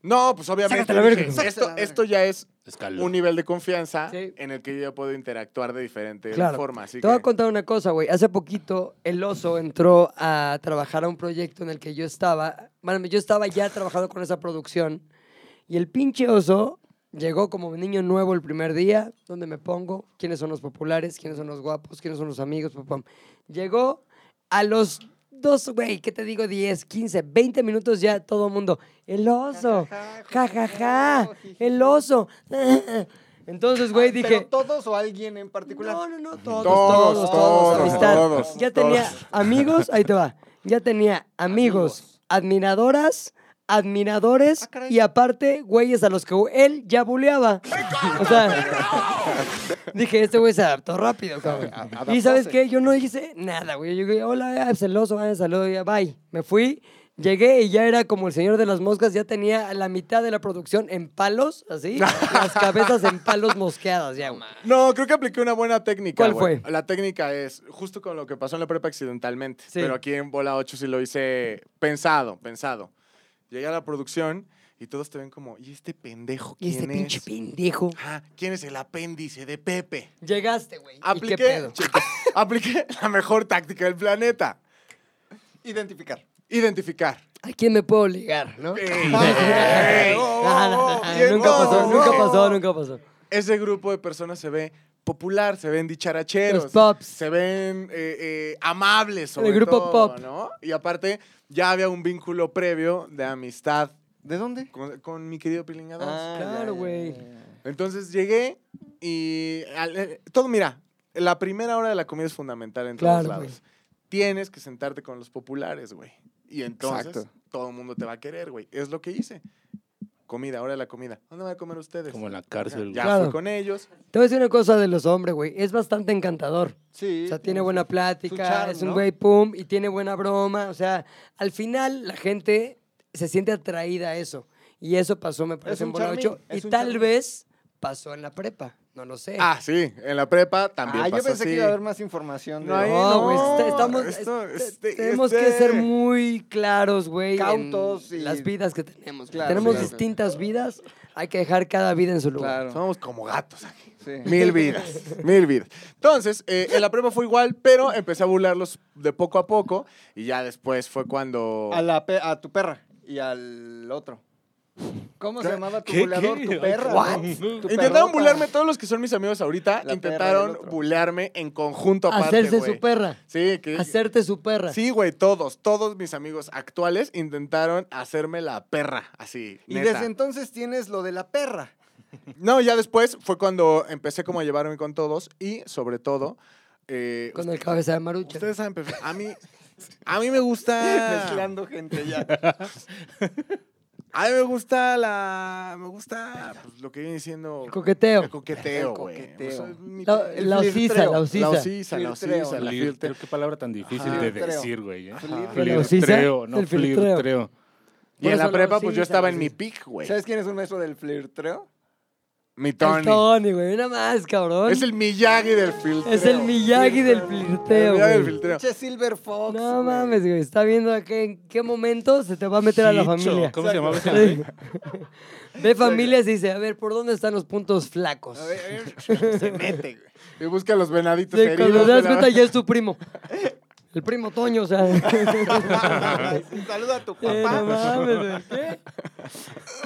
Speaker 5: No, pues obviamente.
Speaker 1: Sácate la verga.
Speaker 5: dije,
Speaker 1: Sácate
Speaker 5: esto,
Speaker 3: la verga.
Speaker 5: esto ya es
Speaker 2: Escaló.
Speaker 5: un nivel de confianza
Speaker 1: Sí.
Speaker 5: en el que yo ya puedo interactuar de diferente
Speaker 1: Claro.
Speaker 5: forma. Así
Speaker 1: Te voy a
Speaker 5: que-
Speaker 1: contar una cosa, güey. Hace poquito el oso entró a trabajar a un proyecto en el que yo estaba. Bueno, yo estaba ya trabajando con esa producción. Y el pinche oso llegó como niño nuevo el primer día. ¿Dónde me pongo? ¿Quiénes son los populares? ¿Quiénes son los guapos? ¿Quiénes son los amigos? Pum, pum. Llegó a los dos, güey, ¿qué te digo? 10, 15, 20 minutos ya todo el mundo. El oso. Ja, ja, ja. El oso. Entonces, güey, dije...
Speaker 3: Ah, ¿Pero todos o alguien en particular?
Speaker 1: No, no, no, todos, todos,
Speaker 5: Todos,
Speaker 1: todos,
Speaker 5: todos,
Speaker 1: amistad.
Speaker 5: todos,
Speaker 1: ya
Speaker 5: todos.
Speaker 1: tenía amigos, ahí te va. Ya tenía amigos, admiradoras, admiradores
Speaker 3: Ah, caray.
Speaker 1: y aparte güeyes a los que él ya buleaba. O sea, dije, este güey se adaptó rápido,
Speaker 3: <laughs>
Speaker 1: cabrón. Y ¿sabes qué? Yo no hice nada, güey. Yo llegué, hola, ah, celoso, ah, saludo, ya, bye. Me fui, llegué y ya era como el señor de las moscas, ya tenía a la mitad de la producción en palos, así, las cabezas en palos mosqueadas, ya, güey.
Speaker 5: No, creo que apliqué una buena técnica.
Speaker 1: ¿Cuál
Speaker 5: güey.
Speaker 1: fue?
Speaker 5: La técnica es justo con lo que pasó en la prepa accidentalmente.
Speaker 1: Sí.
Speaker 5: Pero aquí en Bola 8 sí lo hice pensado, pensado. Llegué a la producción y todos te ven como, ¿y este pendejo
Speaker 1: Y
Speaker 5: quién
Speaker 1: este pinche
Speaker 5: es?
Speaker 1: pendejo.
Speaker 5: Ajá, ¿Quién es el apéndice de Pepe?
Speaker 1: Llegaste, güey. ¿Y qué
Speaker 5: Apliqué, <laughs>
Speaker 1: pedo?
Speaker 5: checa, apliqué la mejor táctica del planeta.
Speaker 3: Identificar.
Speaker 5: Identificar. Oh,
Speaker 1: ¿a quién me puedo
Speaker 3: <laughs>
Speaker 1: ligar? ¿no?
Speaker 3: oh,
Speaker 1: Ah, no, no,
Speaker 4: bien,
Speaker 1: nunca pasó,
Speaker 4: no,
Speaker 1: nunca
Speaker 4: no.
Speaker 1: pasó, nunca pasó.
Speaker 5: Ese grupo de personas se ve popular, se ven dicharacheros.
Speaker 1: Los pops.
Speaker 5: Se ven eh, eh, amables, sobre
Speaker 1: El grupo
Speaker 5: todo,
Speaker 1: pop.
Speaker 5: ¿no? Y aparte, ya había un vínculo previo de amistad
Speaker 3: ¿De dónde?
Speaker 5: con, con mi querido Pilinga 2.
Speaker 3: Ah, ya,
Speaker 1: Claro,
Speaker 3: ya,
Speaker 1: güey.
Speaker 3: ya, ya.
Speaker 5: Entonces llegué y al- eh, todo, mira, la primera hora de la comida es fundamental en
Speaker 1: Claro,
Speaker 5: todos lados. Tienes que sentarte con los populares, güey. Y entonces
Speaker 3: Exacto.
Speaker 5: todo el mundo te va a querer, güey. Es lo que hice. Comida, hora de la comida. ¿Dónde van a comer ustedes?
Speaker 2: Como la
Speaker 5: ya
Speaker 2: cárcel. güey.
Speaker 5: ya
Speaker 1: Claro.
Speaker 5: fui con ellos.
Speaker 1: Te voy a decir una cosa de los hombres, güey. Es bastante encantador.
Speaker 3: Sí.
Speaker 1: O sea, tiene buena
Speaker 3: su
Speaker 1: plática,
Speaker 3: charm,
Speaker 1: es un
Speaker 3: ¿no?
Speaker 1: güey pum y tiene buena broma. O sea, al final la gente se siente atraída a eso. Y eso pasó, me parece,
Speaker 3: un
Speaker 1: en Bola
Speaker 3: charmín,
Speaker 1: 8.
Speaker 3: es
Speaker 1: Y
Speaker 3: un
Speaker 1: tal
Speaker 3: charmín.
Speaker 1: vez pasó en la prepa. No lo sé.
Speaker 5: Ah, sí, en la prepa
Speaker 3: Eh.
Speaker 5: también.
Speaker 3: Ah, yo
Speaker 5: pasó
Speaker 3: pensé que
Speaker 5: así.
Speaker 3: iba a haber más información. de-
Speaker 5: No hay-
Speaker 1: no, güey.
Speaker 5: no,
Speaker 1: está- estamos,
Speaker 5: esto-
Speaker 1: est-
Speaker 5: este-
Speaker 1: tenemos que
Speaker 5: este-
Speaker 1: ser muy claros, güey. en
Speaker 3: Cautos y-
Speaker 1: Las vidas que tenemos. güey.
Speaker 3: Claro,
Speaker 1: tenemos
Speaker 3: claro.
Speaker 1: distintas vidas. Hay que dejar cada vida en su lugar.
Speaker 3: Claro.
Speaker 5: Somos como gatos aquí.
Speaker 3: Sí.
Speaker 5: Mil
Speaker 3: <laughs>
Speaker 5: vidas, mil vidas. Entonces, eh, en la prepa fue igual, pero empecé a burlarlos de poco a poco y ya después fue cuando...
Speaker 3: A, la pe- a tu perra y al otro. ¿Cómo se llamaba tu
Speaker 2: ¿Qué?
Speaker 3: buleador?
Speaker 2: ¿Qué?
Speaker 3: Tu perra.
Speaker 2: What?
Speaker 3: ¿no? Tu
Speaker 5: Intentaron
Speaker 3: perrota.
Speaker 5: bulearme todos los que son mis amigos ahorita,
Speaker 3: La perra
Speaker 5: intentaron
Speaker 3: del otro.
Speaker 5: bulearme en conjunto aparte,
Speaker 1: Hacerse
Speaker 5: güey.
Speaker 1: su perra.
Speaker 5: Sí, que...
Speaker 1: Hacerte su perra.
Speaker 5: Sí, güey, todos, todos mis amigos actuales intentaron hacerme la perra, así,
Speaker 3: Y
Speaker 5: neta.
Speaker 3: desde entonces tienes lo de la perra.
Speaker 5: No, ya después fue cuando empecé como a llevarme con todos y, sobre todo, eh,
Speaker 1: Con el cabeza de marucha.
Speaker 5: ustedes saben, perfe-
Speaker 1: <laughs>
Speaker 5: a mí... A mí me
Speaker 3: Ah.
Speaker 5: gusta...
Speaker 3: Mezclando gente ya.
Speaker 5: A mí me gusta la... Me gusta pues, lo que viene diciendo...
Speaker 1: El coqueteo.
Speaker 5: <laughs> El coqueteo,
Speaker 3: El
Speaker 5: güey.
Speaker 3: coqueteo.
Speaker 5: O sea, mi-
Speaker 1: La,
Speaker 5: el
Speaker 1: la
Speaker 3: flirtreo.
Speaker 1: osiza, la
Speaker 5: La
Speaker 1: osiza.
Speaker 5: osiza, la
Speaker 3: Filtreo.
Speaker 5: osiza, la
Speaker 2: Flir-
Speaker 5: filter.
Speaker 2: Qué palabra tan difícil
Speaker 5: Ajá.
Speaker 2: de
Speaker 3: Filtreo.
Speaker 2: decir, güey. ¿eh? <laughs>
Speaker 3: Ajá.
Speaker 2: Flirtreo,
Speaker 1: ¿El
Speaker 2: no
Speaker 1: filtreo?
Speaker 2: flirtreo.
Speaker 5: Y
Speaker 1: Por
Speaker 5: en
Speaker 1: eso
Speaker 5: la
Speaker 1: la
Speaker 5: prepa, pues
Speaker 1: osiza,
Speaker 5: yo estaba
Speaker 1: la
Speaker 5: en mi
Speaker 1: osiza.
Speaker 5: pick, güey.
Speaker 3: ¿Sabes quién es un maestro del flirtreo?
Speaker 5: Mi
Speaker 1: El
Speaker 5: Tony.
Speaker 1: Tony, güey. Una más, cabrón.
Speaker 5: Es el Miyagi del filtreo.
Speaker 1: Es el Miyagi del
Speaker 5: El
Speaker 1: flirteo,
Speaker 5: Miyagi del
Speaker 1: güey.
Speaker 5: filtreo.
Speaker 3: Che Silver Fox.
Speaker 1: No
Speaker 3: güey.
Speaker 1: mames, güey. Está viendo a qué, en qué momento se te va a meter a la
Speaker 2: Chicho,
Speaker 1: familia.
Speaker 2: ¿Cómo se llamaba ese güey?
Speaker 1: <laughs> Ve familias y dice, a ver, ¿por dónde están los puntos flacos?
Speaker 5: A ver,
Speaker 3: <laughs>
Speaker 5: Se mete, güey. Y busca los venaditos
Speaker 1: Sí, cuando
Speaker 5: heridos.
Speaker 1: te das
Speaker 5: pero-
Speaker 1: cuenta ya es tu primo. El primo Toño, o sea.
Speaker 5: <laughs>
Speaker 3: Ay, sí, Saluda a tu
Speaker 1: Eh, no
Speaker 3: papá.
Speaker 1: mames, güey. ¿Qué?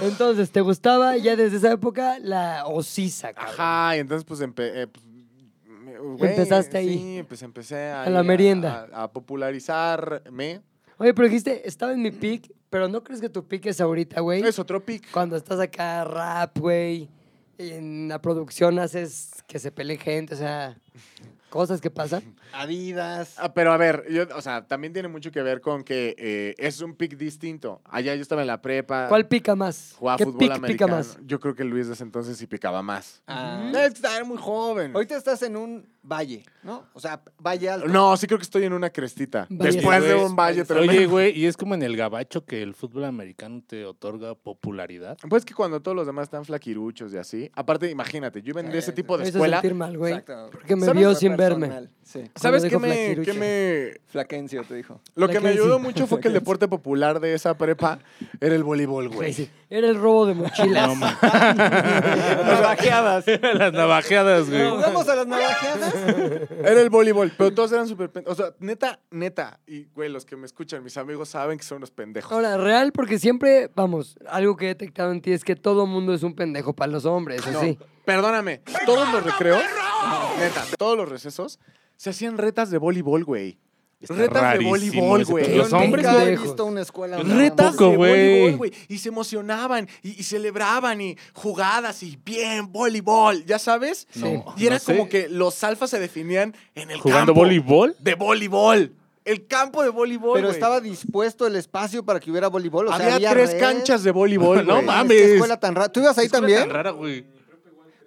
Speaker 1: Entonces, ¿te gustaba ya desde esa época la osiza, cabrón?
Speaker 5: Ajá, y entonces pues, empe- eh, pues, me- güey,
Speaker 1: Empezaste ahí.
Speaker 5: Sí, pues empecé ahí a,
Speaker 1: la merienda.
Speaker 5: A, a popularizarme.
Speaker 1: Oye, pero dijiste, estaba en mi pick, pero ¿no crees que tu pick es ahorita, güey?
Speaker 5: Es otro pick.
Speaker 1: Cuando estás acá rap, güey, y en la producción haces que se pelee gente, o sea, cosas que pasan.
Speaker 3: Adidas.
Speaker 5: Ah, pero a ver, yo, o sea, también tiene mucho que ver con que eh, es un pick distinto. Allá yo estaba en la prepa.
Speaker 1: ¿Cuál pica más?
Speaker 5: Jugaba
Speaker 1: ¿Qué
Speaker 5: fútbol
Speaker 1: pick
Speaker 5: americano.
Speaker 1: pica más?
Speaker 5: Yo creo que Luis desde entonces sí picaba más.
Speaker 3: Ah.
Speaker 5: Eh, Era muy joven.
Speaker 3: Ahorita estás en un valle, ¿no? O sea, valle alto.
Speaker 5: No, sí creo que estoy en una crestita.
Speaker 1: Valle.
Speaker 5: Después de
Speaker 2: Oye,
Speaker 5: un valle tremendo.
Speaker 2: Oye, güey, y es como en el gabacho que el fútbol americano te otorga popularidad.
Speaker 5: Pues que cuando todos los demás están flaquiruchos y así. Aparte, imagínate, yo venía de ese tipo de
Speaker 1: Me hizo
Speaker 5: escuela.
Speaker 1: sentir mal, güey.
Speaker 3: Exacto.
Speaker 1: Porque me
Speaker 5: ¿Sabes?
Speaker 1: vio
Speaker 3: Fue
Speaker 1: sin verme.
Speaker 3: personal, Sí.
Speaker 5: ¿Sabes qué
Speaker 1: Cuando dijo
Speaker 5: me, qué
Speaker 1: flaquirucho.
Speaker 5: me-
Speaker 3: Flaquencio te dijo.
Speaker 5: Lo que me
Speaker 1: Flaquencio.
Speaker 5: ayudó mucho fue que el deporte popular de esa prepa era el voleibol,
Speaker 1: Güey,
Speaker 5: güey.
Speaker 1: sí. Era el robo de mochilas.
Speaker 2: No, ma-
Speaker 3: Navajeadas.
Speaker 2: <laughs> Las navajeadas, güey.
Speaker 3: ¿Jugamos a las navajeadas?
Speaker 5: Era el voleibol, pero todos eran súper pendejos. O sea, neta, neta. Y, güey, los que me escuchan, mis amigos saben que son unos pendejos.
Speaker 1: Ahora, real, porque siempre, vamos, algo que he detectado en ti es que todo mundo es un pendejo para los hombres,
Speaker 5: No,
Speaker 1: así.
Speaker 5: perdóname. Todos los recreos, neta, todos los recesos, se hacían retas de voleibol, güey.
Speaker 2: Está
Speaker 5: retas de
Speaker 2: rarísimo
Speaker 5: voleibol,
Speaker 2: ese
Speaker 5: güey.
Speaker 2: pedo. Los
Speaker 3: Yo
Speaker 2: hombres,
Speaker 3: Nunca he
Speaker 1: pendejos.
Speaker 3: visto una escuela.
Speaker 2: Yo
Speaker 3: donde
Speaker 5: Retas
Speaker 2: Tampoco,
Speaker 5: de
Speaker 2: güey.
Speaker 5: voleibol, güey. Y se emocionaban y, y celebraban y jugadas y bien, voleibol, ¿ya sabes?
Speaker 2: No,
Speaker 5: y era
Speaker 2: no sé.
Speaker 5: como que los alfas se definían en el
Speaker 2: ¿Jugando
Speaker 5: campo
Speaker 2: voleibol?
Speaker 5: De voleibol. El campo de voleibol.
Speaker 3: Pero
Speaker 5: güey.
Speaker 3: estaba dispuesto el espacio para que hubiera voleibol. O sea,
Speaker 5: había,
Speaker 3: había
Speaker 5: tres
Speaker 3: red.
Speaker 5: canchas de
Speaker 2: <laughs>
Speaker 5: voleibol.
Speaker 2: No
Speaker 5: güey.
Speaker 2: mames.
Speaker 3: ¿Qué escuela tan rara? ¿Tú ibas ahí
Speaker 2: Tan
Speaker 3: también?
Speaker 2: rara, güey.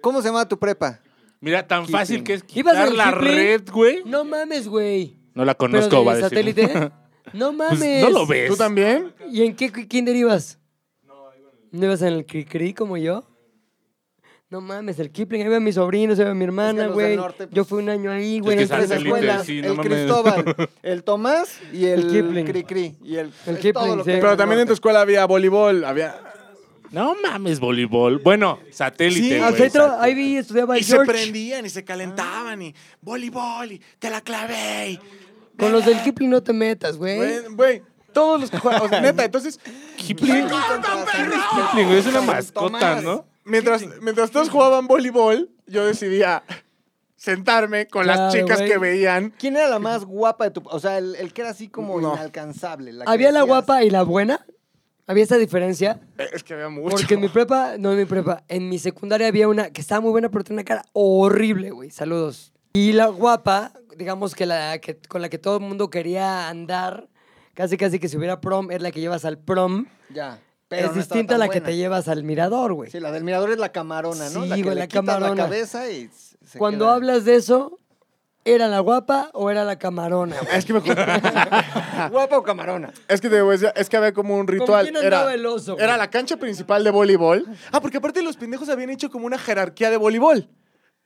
Speaker 3: ¿Cómo se llama tu prepa?
Speaker 2: Mira, tan fácil que es
Speaker 1: ¿Ibas
Speaker 2: quitar
Speaker 1: al
Speaker 2: la
Speaker 1: Kipling?
Speaker 2: red, güey.
Speaker 1: No mames, güey.
Speaker 2: No la
Speaker 1: Pero
Speaker 2: conozco,
Speaker 1: de
Speaker 2: va a decir.
Speaker 1: satélite? ¿eh? No
Speaker 2: <laughs> Pues,
Speaker 1: mames.
Speaker 2: no lo ves.
Speaker 5: ¿Tú también?
Speaker 1: ¿Y en qué qui- kinder ibas? No, ibas en el Cricri como yo? No mames, el Kipling, ahí va mi sobrino, se va mi hermana,
Speaker 3: los del
Speaker 1: güey.
Speaker 3: norte, pues,
Speaker 1: yo fui un año ahí, güey.
Speaker 2: que
Speaker 1: en
Speaker 3: Tres
Speaker 1: tres
Speaker 2: satélite,
Speaker 1: escuelas.
Speaker 3: escuelas.
Speaker 2: sí, no
Speaker 3: el
Speaker 2: mames.
Speaker 3: Cristóbal, el Tomás y el,
Speaker 1: El Kipling.
Speaker 3: Cricri. Y el,
Speaker 1: El
Speaker 3: es
Speaker 1: Kipling,
Speaker 3: todo lo
Speaker 1: sí.
Speaker 3: que hay
Speaker 5: Pero
Speaker 3: el
Speaker 5: también en tu
Speaker 3: norte.
Speaker 5: escuela había voleibol. Había...
Speaker 2: No mames, voleibol. Bueno, satélite,
Speaker 5: Sí,
Speaker 2: güey.
Speaker 1: Ah, o sea, ahí tra-
Speaker 2: satélite.
Speaker 1: ahí vi, estudiaba
Speaker 5: Y se
Speaker 1: Pues George.
Speaker 5: prendían y se calentaban y voleibol y te la clavé. y-
Speaker 1: ¿Eh? Con los del Kipling no te metas, güey.
Speaker 5: Güey, Güey,
Speaker 4: Todos los que juegan. o sea, neta,
Speaker 1: <laughs>
Speaker 4: entonces,
Speaker 3: Kipling
Speaker 4: Kipling,
Speaker 3: contra San-
Speaker 4: Kipling güey, es una
Speaker 3: San
Speaker 4: mascota,
Speaker 3: Tomás.
Speaker 4: ¿no?
Speaker 5: Mientras, mientras todos jugaban voleibol, yo decidía sentarme con
Speaker 1: Claro,
Speaker 5: las chicas
Speaker 1: güey.
Speaker 5: que veían.
Speaker 3: ¿Quién era la más guapa de tu... O sea, el, el que era así como
Speaker 5: No.
Speaker 3: inalcanzable. la que
Speaker 1: ¿Había la
Speaker 3: decías,
Speaker 1: guapa y la buena? ¿Había esta diferencia?
Speaker 5: Eh, Es que había mucho.
Speaker 1: Porque en mi prepa, no en mi prepa, en mi secundaria había una que estaba muy buena, pero tenía una cara horrible, güey. Saludos. Y la guapa, digamos que la que con la que todo el mundo quería andar, casi casi que si hubiera prom, es la que llevas al prom.
Speaker 3: Ya. Pero
Speaker 1: es
Speaker 3: no estaba
Speaker 1: distinta a
Speaker 3: tan
Speaker 1: la que
Speaker 3: buena.
Speaker 1: te llevas al mirador, güey.
Speaker 3: Sí, la del mirador es la camarona, ¿no?
Speaker 1: Sí,
Speaker 3: la que
Speaker 1: güey,
Speaker 3: le
Speaker 1: la
Speaker 3: quitas
Speaker 1: camarona.
Speaker 3: la cabeza y s- se
Speaker 1: Cuando
Speaker 3: queda-
Speaker 1: hablas de eso, ¿era la guapa o era la camarona? güey?
Speaker 5: <laughs> Es que me acuerdo-
Speaker 1: <laughs>
Speaker 3: ¿Guapa o camarona?
Speaker 5: Es que, te voy a decir, es que había como un ritual.
Speaker 1: quién andaba
Speaker 5: era,
Speaker 1: el oso, güey?
Speaker 5: era la cancha principal de voleibol.
Speaker 4: Ah, porque aparte los pendejos habían hecho como una jerarquía de
Speaker 5: Voleibol.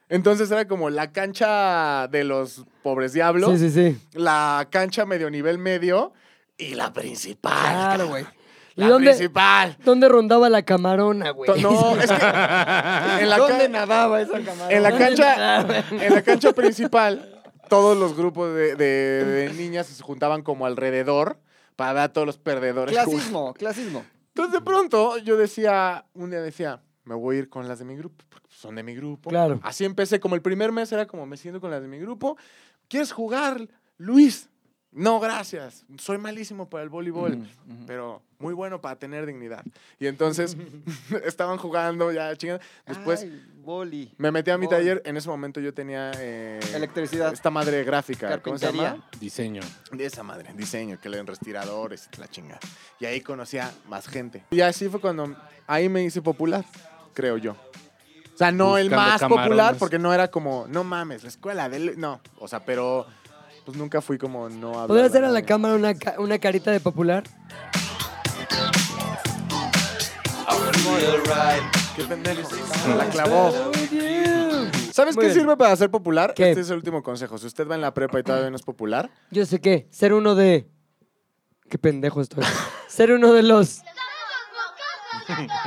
Speaker 5: Entonces era como la cancha de los pobres diablos,
Speaker 1: Sí, sí, sí.
Speaker 5: la cancha medio nivel medio y la principal.
Speaker 1: Claro,
Speaker 5: cabrón.
Speaker 1: güey. ¿Y
Speaker 5: La
Speaker 1: dónde,
Speaker 5: principal.
Speaker 1: dónde rondaba la camarona, güey?
Speaker 5: To-
Speaker 1: <laughs>
Speaker 5: No, es que en la, Eh,
Speaker 3: ¿Dónde
Speaker 5: ca-
Speaker 3: nadaba esa camarona?
Speaker 5: en la
Speaker 1: ¿Dónde
Speaker 5: cancha,
Speaker 1: nadaba?
Speaker 5: en la cancha principal, todos los grupos de, de- de niñas se juntaban como alrededor para ver a todos los perdedores. jugar.
Speaker 3: Clasismo, clasismo.
Speaker 5: Entonces de pronto yo decía, un día decía, me voy a ir con las de mi grupo, porque son de mi grupo.
Speaker 1: Claro.
Speaker 5: Así empecé, como el primer mes era como me siento con las de mi grupo. ¿Quieres jugar, Luis? No, gracias. Soy malísimo para el voleibol, pero muy bueno para tener dignidad.
Speaker 3: <laughs>
Speaker 5: Y entonces <laughs> estaban jugando ya chingada. Después
Speaker 3: Ay, boli.
Speaker 5: me metí a mi
Speaker 3: Voy.
Speaker 5: taller. En ese momento yo tenía eh,
Speaker 3: Electricidad.
Speaker 5: Esta madre gráfica. ¿Cómo se
Speaker 3: Carpintería.
Speaker 5: llama?
Speaker 2: Diseño.
Speaker 5: De esa madre, diseño, que leen respiradores, la chinga. Y ahí conocía más gente. Y así fue cuando ahí me hice popular, creo yo. O sea, no el
Speaker 2: Buscando
Speaker 5: más
Speaker 2: camarones.
Speaker 5: popular, porque no era como, no mames, la escuela de... Lu-". No, o sea, pero pues nunca fui como no hablar.
Speaker 1: ¿Podrías hacer a la
Speaker 5: cama?
Speaker 1: cámara una, ca- una carita de popular?
Speaker 5: Qué pendejo. La clavó.
Speaker 1: Oh,
Speaker 5: ¿Sabes qué sirve para ser popular?
Speaker 1: ¿Qué?
Speaker 5: Este es el último consejo. Si usted va en la prepa y todavía no es popular,
Speaker 1: Yo sé qué, ser uno de... Qué pendejo
Speaker 5: <laughs>
Speaker 1: estoy. ser uno de los...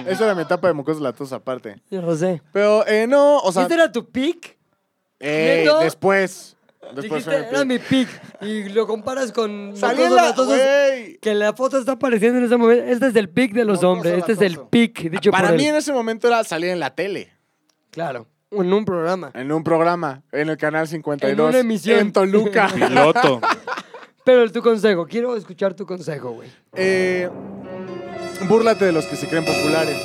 Speaker 5: eso era mi etapa de mocosos latos aparte.
Speaker 1: Yo no sé.
Speaker 5: Pero eh, no, o sea,
Speaker 1: ¿Este era tu pick?
Speaker 5: ey,
Speaker 1: ¿Neto?
Speaker 5: después. Después
Speaker 1: Dijiste,
Speaker 5: fue mi
Speaker 1: era
Speaker 5: pick.
Speaker 1: mi pick. Y lo comparas
Speaker 5: <laughs>
Speaker 1: con...
Speaker 5: Salí en
Speaker 1: mocosos
Speaker 5: la-
Speaker 1: latosos,
Speaker 5: güey.
Speaker 1: Que la foto está apareciendo en ese momento. Este es el pick de los
Speaker 3: Mocoso
Speaker 1: hombres. Este es el
Speaker 3: latoso.
Speaker 1: pick dicho
Speaker 5: Para
Speaker 1: por
Speaker 5: mí
Speaker 1: él.
Speaker 5: en ese momento era salir en la tele.
Speaker 1: Claro, en un programa.
Speaker 5: En un programa, en el canal 52.
Speaker 1: En una emisión.
Speaker 2: <laughs>
Speaker 5: En Toluca.
Speaker 1: <laughs>
Speaker 2: Piloto.
Speaker 1: Pero tu consejo, quiero escuchar tu consejo, güey.
Speaker 5: Eh, búrlate de los que se creen populares.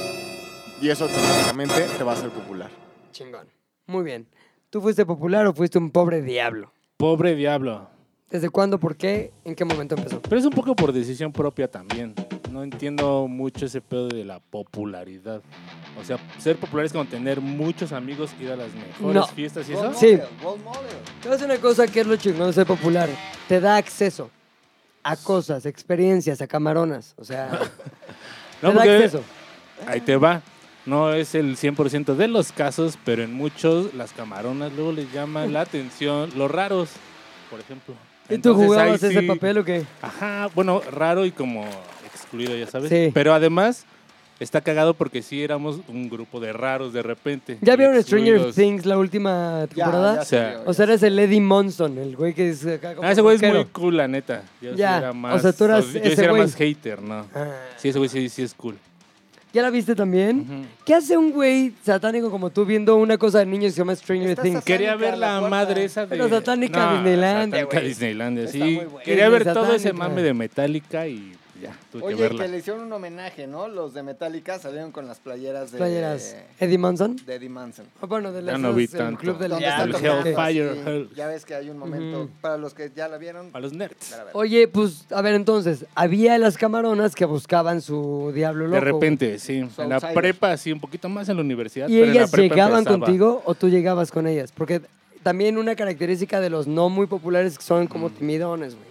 Speaker 5: Y eso automáticamente te va a hacer popular.
Speaker 1: Chingón. Muy bien. ¿Tú fuiste popular o fuiste un pobre diablo?
Speaker 2: Pobre diablo.
Speaker 1: ¿Desde cuándo, por qué, en qué momento empezó?
Speaker 2: Pero es un poco por decisión propia también. No entiendo mucho ese pedo de la popularidad. O sea, ser popular es como tener muchos amigos, ir a las mejores
Speaker 1: No.
Speaker 2: fiestas y
Speaker 3: Role
Speaker 2: eso.
Speaker 1: Sí.
Speaker 3: model, role model.
Speaker 1: Te voy a decir una cosa que es lo chingón de ser popular. Te da acceso a cosas, experiencias, a camaronas. O sea,
Speaker 2: <laughs> No,
Speaker 1: te da
Speaker 2: porque-
Speaker 1: acceso.
Speaker 2: Ahí te va. No es el 100% de los casos, pero en muchos las camaronas luego les llaman la atención los raros, por ejemplo.
Speaker 1: ¿Y tú
Speaker 2: Entonces,
Speaker 1: jugabas
Speaker 2: ahí
Speaker 1: ese
Speaker 2: sí-
Speaker 1: papel o qué?
Speaker 2: Ajá, bueno, raro y como excluido, ya sabes.
Speaker 1: Sí.
Speaker 2: Pero además está cagado porque sí éramos un grupo de raros de repente.
Speaker 1: ¿Ya vieron Stranger
Speaker 2: Excluidos.
Speaker 1: Things la última
Speaker 3: Ya,
Speaker 1: temporada?
Speaker 3: ya
Speaker 2: O sea,
Speaker 3: salió, ya
Speaker 1: O sea, eres el Eddie Monson, el güey que es acá como
Speaker 2: Ah, ese güey es
Speaker 1: rockero.
Speaker 2: muy cool, la neta. Yo sí
Speaker 1: Ya,
Speaker 2: era
Speaker 1: o
Speaker 2: más,
Speaker 1: sea, tú eras
Speaker 2: yo sí
Speaker 1: ese
Speaker 2: era
Speaker 1: güey.
Speaker 2: más hater, ¿no?
Speaker 1: Ah.
Speaker 2: Sí, ese güey sí, sí es cool.
Speaker 1: ¿Ya la viste también? ¿Qué hace un güey satánico como tú viendo una cosa de niños que se llama Stranger
Speaker 3: Estás
Speaker 1: Things?
Speaker 3: satánico.
Speaker 2: Quería ver
Speaker 3: la
Speaker 2: la
Speaker 3: puerta.
Speaker 2: madre esa de...
Speaker 1: Pero satánica Disneylandia,
Speaker 2: Satánica
Speaker 1: güey.
Speaker 2: Disneylandia,
Speaker 3: Está
Speaker 2: sí.
Speaker 3: muy buena.
Speaker 2: Quería ver todo
Speaker 1: Disney
Speaker 2: ese mame
Speaker 1: satánica.
Speaker 2: de Metallica y ya, tuve
Speaker 3: Oye,
Speaker 2: que verla.
Speaker 3: que le hicieron un homenaje, ¿no? Los de Metallica salieron con las playeras de,
Speaker 1: Playeras. ¿Eddie Monson?
Speaker 3: de Eddie Manson.
Speaker 1: Ah, Bueno, de
Speaker 2: Ya
Speaker 1: las
Speaker 2: no vi
Speaker 1: esas, el
Speaker 2: tanto.
Speaker 1: club de
Speaker 3: Donde
Speaker 2: Ya,
Speaker 1: la
Speaker 3: están
Speaker 2: el
Speaker 3: tocando
Speaker 2: Hellfire,
Speaker 3: así.
Speaker 2: Hell.
Speaker 3: Ya ves que hay un momento,
Speaker 1: Ujú.
Speaker 3: para los que ya la vieron,
Speaker 2: A los nerds.
Speaker 3: para ver.
Speaker 1: Oye, pues, a ver, entonces, había las camaronas que buscaban su diablo loco.
Speaker 2: De repente, sí.
Speaker 3: Su
Speaker 2: En la
Speaker 3: outsider.
Speaker 2: prepa, sí, un poquito más en la universidad.
Speaker 1: güey. ¿Y
Speaker 2: pero en la
Speaker 1: ellas
Speaker 2: prepa
Speaker 1: llegaban
Speaker 2: empezaba.
Speaker 1: contigo o tú llegabas con ellas? Porque también una característica de los no muy populares que son como timidones, güey.
Speaker 2: Mm.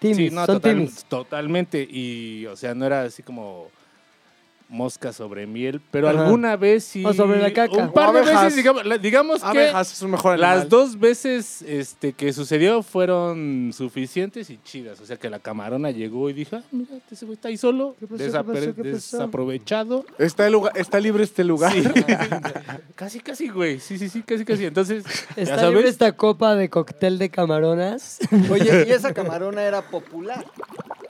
Speaker 2: Sí,
Speaker 1: Timis,
Speaker 2: no,
Speaker 1: son
Speaker 2: total-
Speaker 1: timis.
Speaker 2: totalmente. Y, o sea, no era así como mosca sobre miel, pero
Speaker 1: Ajá.
Speaker 2: alguna vez sí.
Speaker 1: O sobre la caca.
Speaker 2: Un par
Speaker 4: O
Speaker 2: de
Speaker 4: abejas.
Speaker 2: veces, digamos, la- digamos que
Speaker 4: Abejas es un mejor animal.
Speaker 2: las dos veces este, que sucedió fueron suficientes y chidas. O sea, que la camarona llegó y dijo, "Ah, mira, ese güey está ahí solo,
Speaker 1: ¿Qué pasó, qué
Speaker 2: desaper-
Speaker 1: pasó, qué pasó?
Speaker 2: desaprovechado.
Speaker 5: Está, el lugar- está libre este lugar. <laughs>
Speaker 2: Sí. casi, casi, güey. Sí, sí, sí, casi, casi. Entonces, ya
Speaker 1: Está libre
Speaker 2: sabes,
Speaker 1: esta copa de cóctel de camaronas. <laughs>
Speaker 3: Oye, y esa camarona era popular.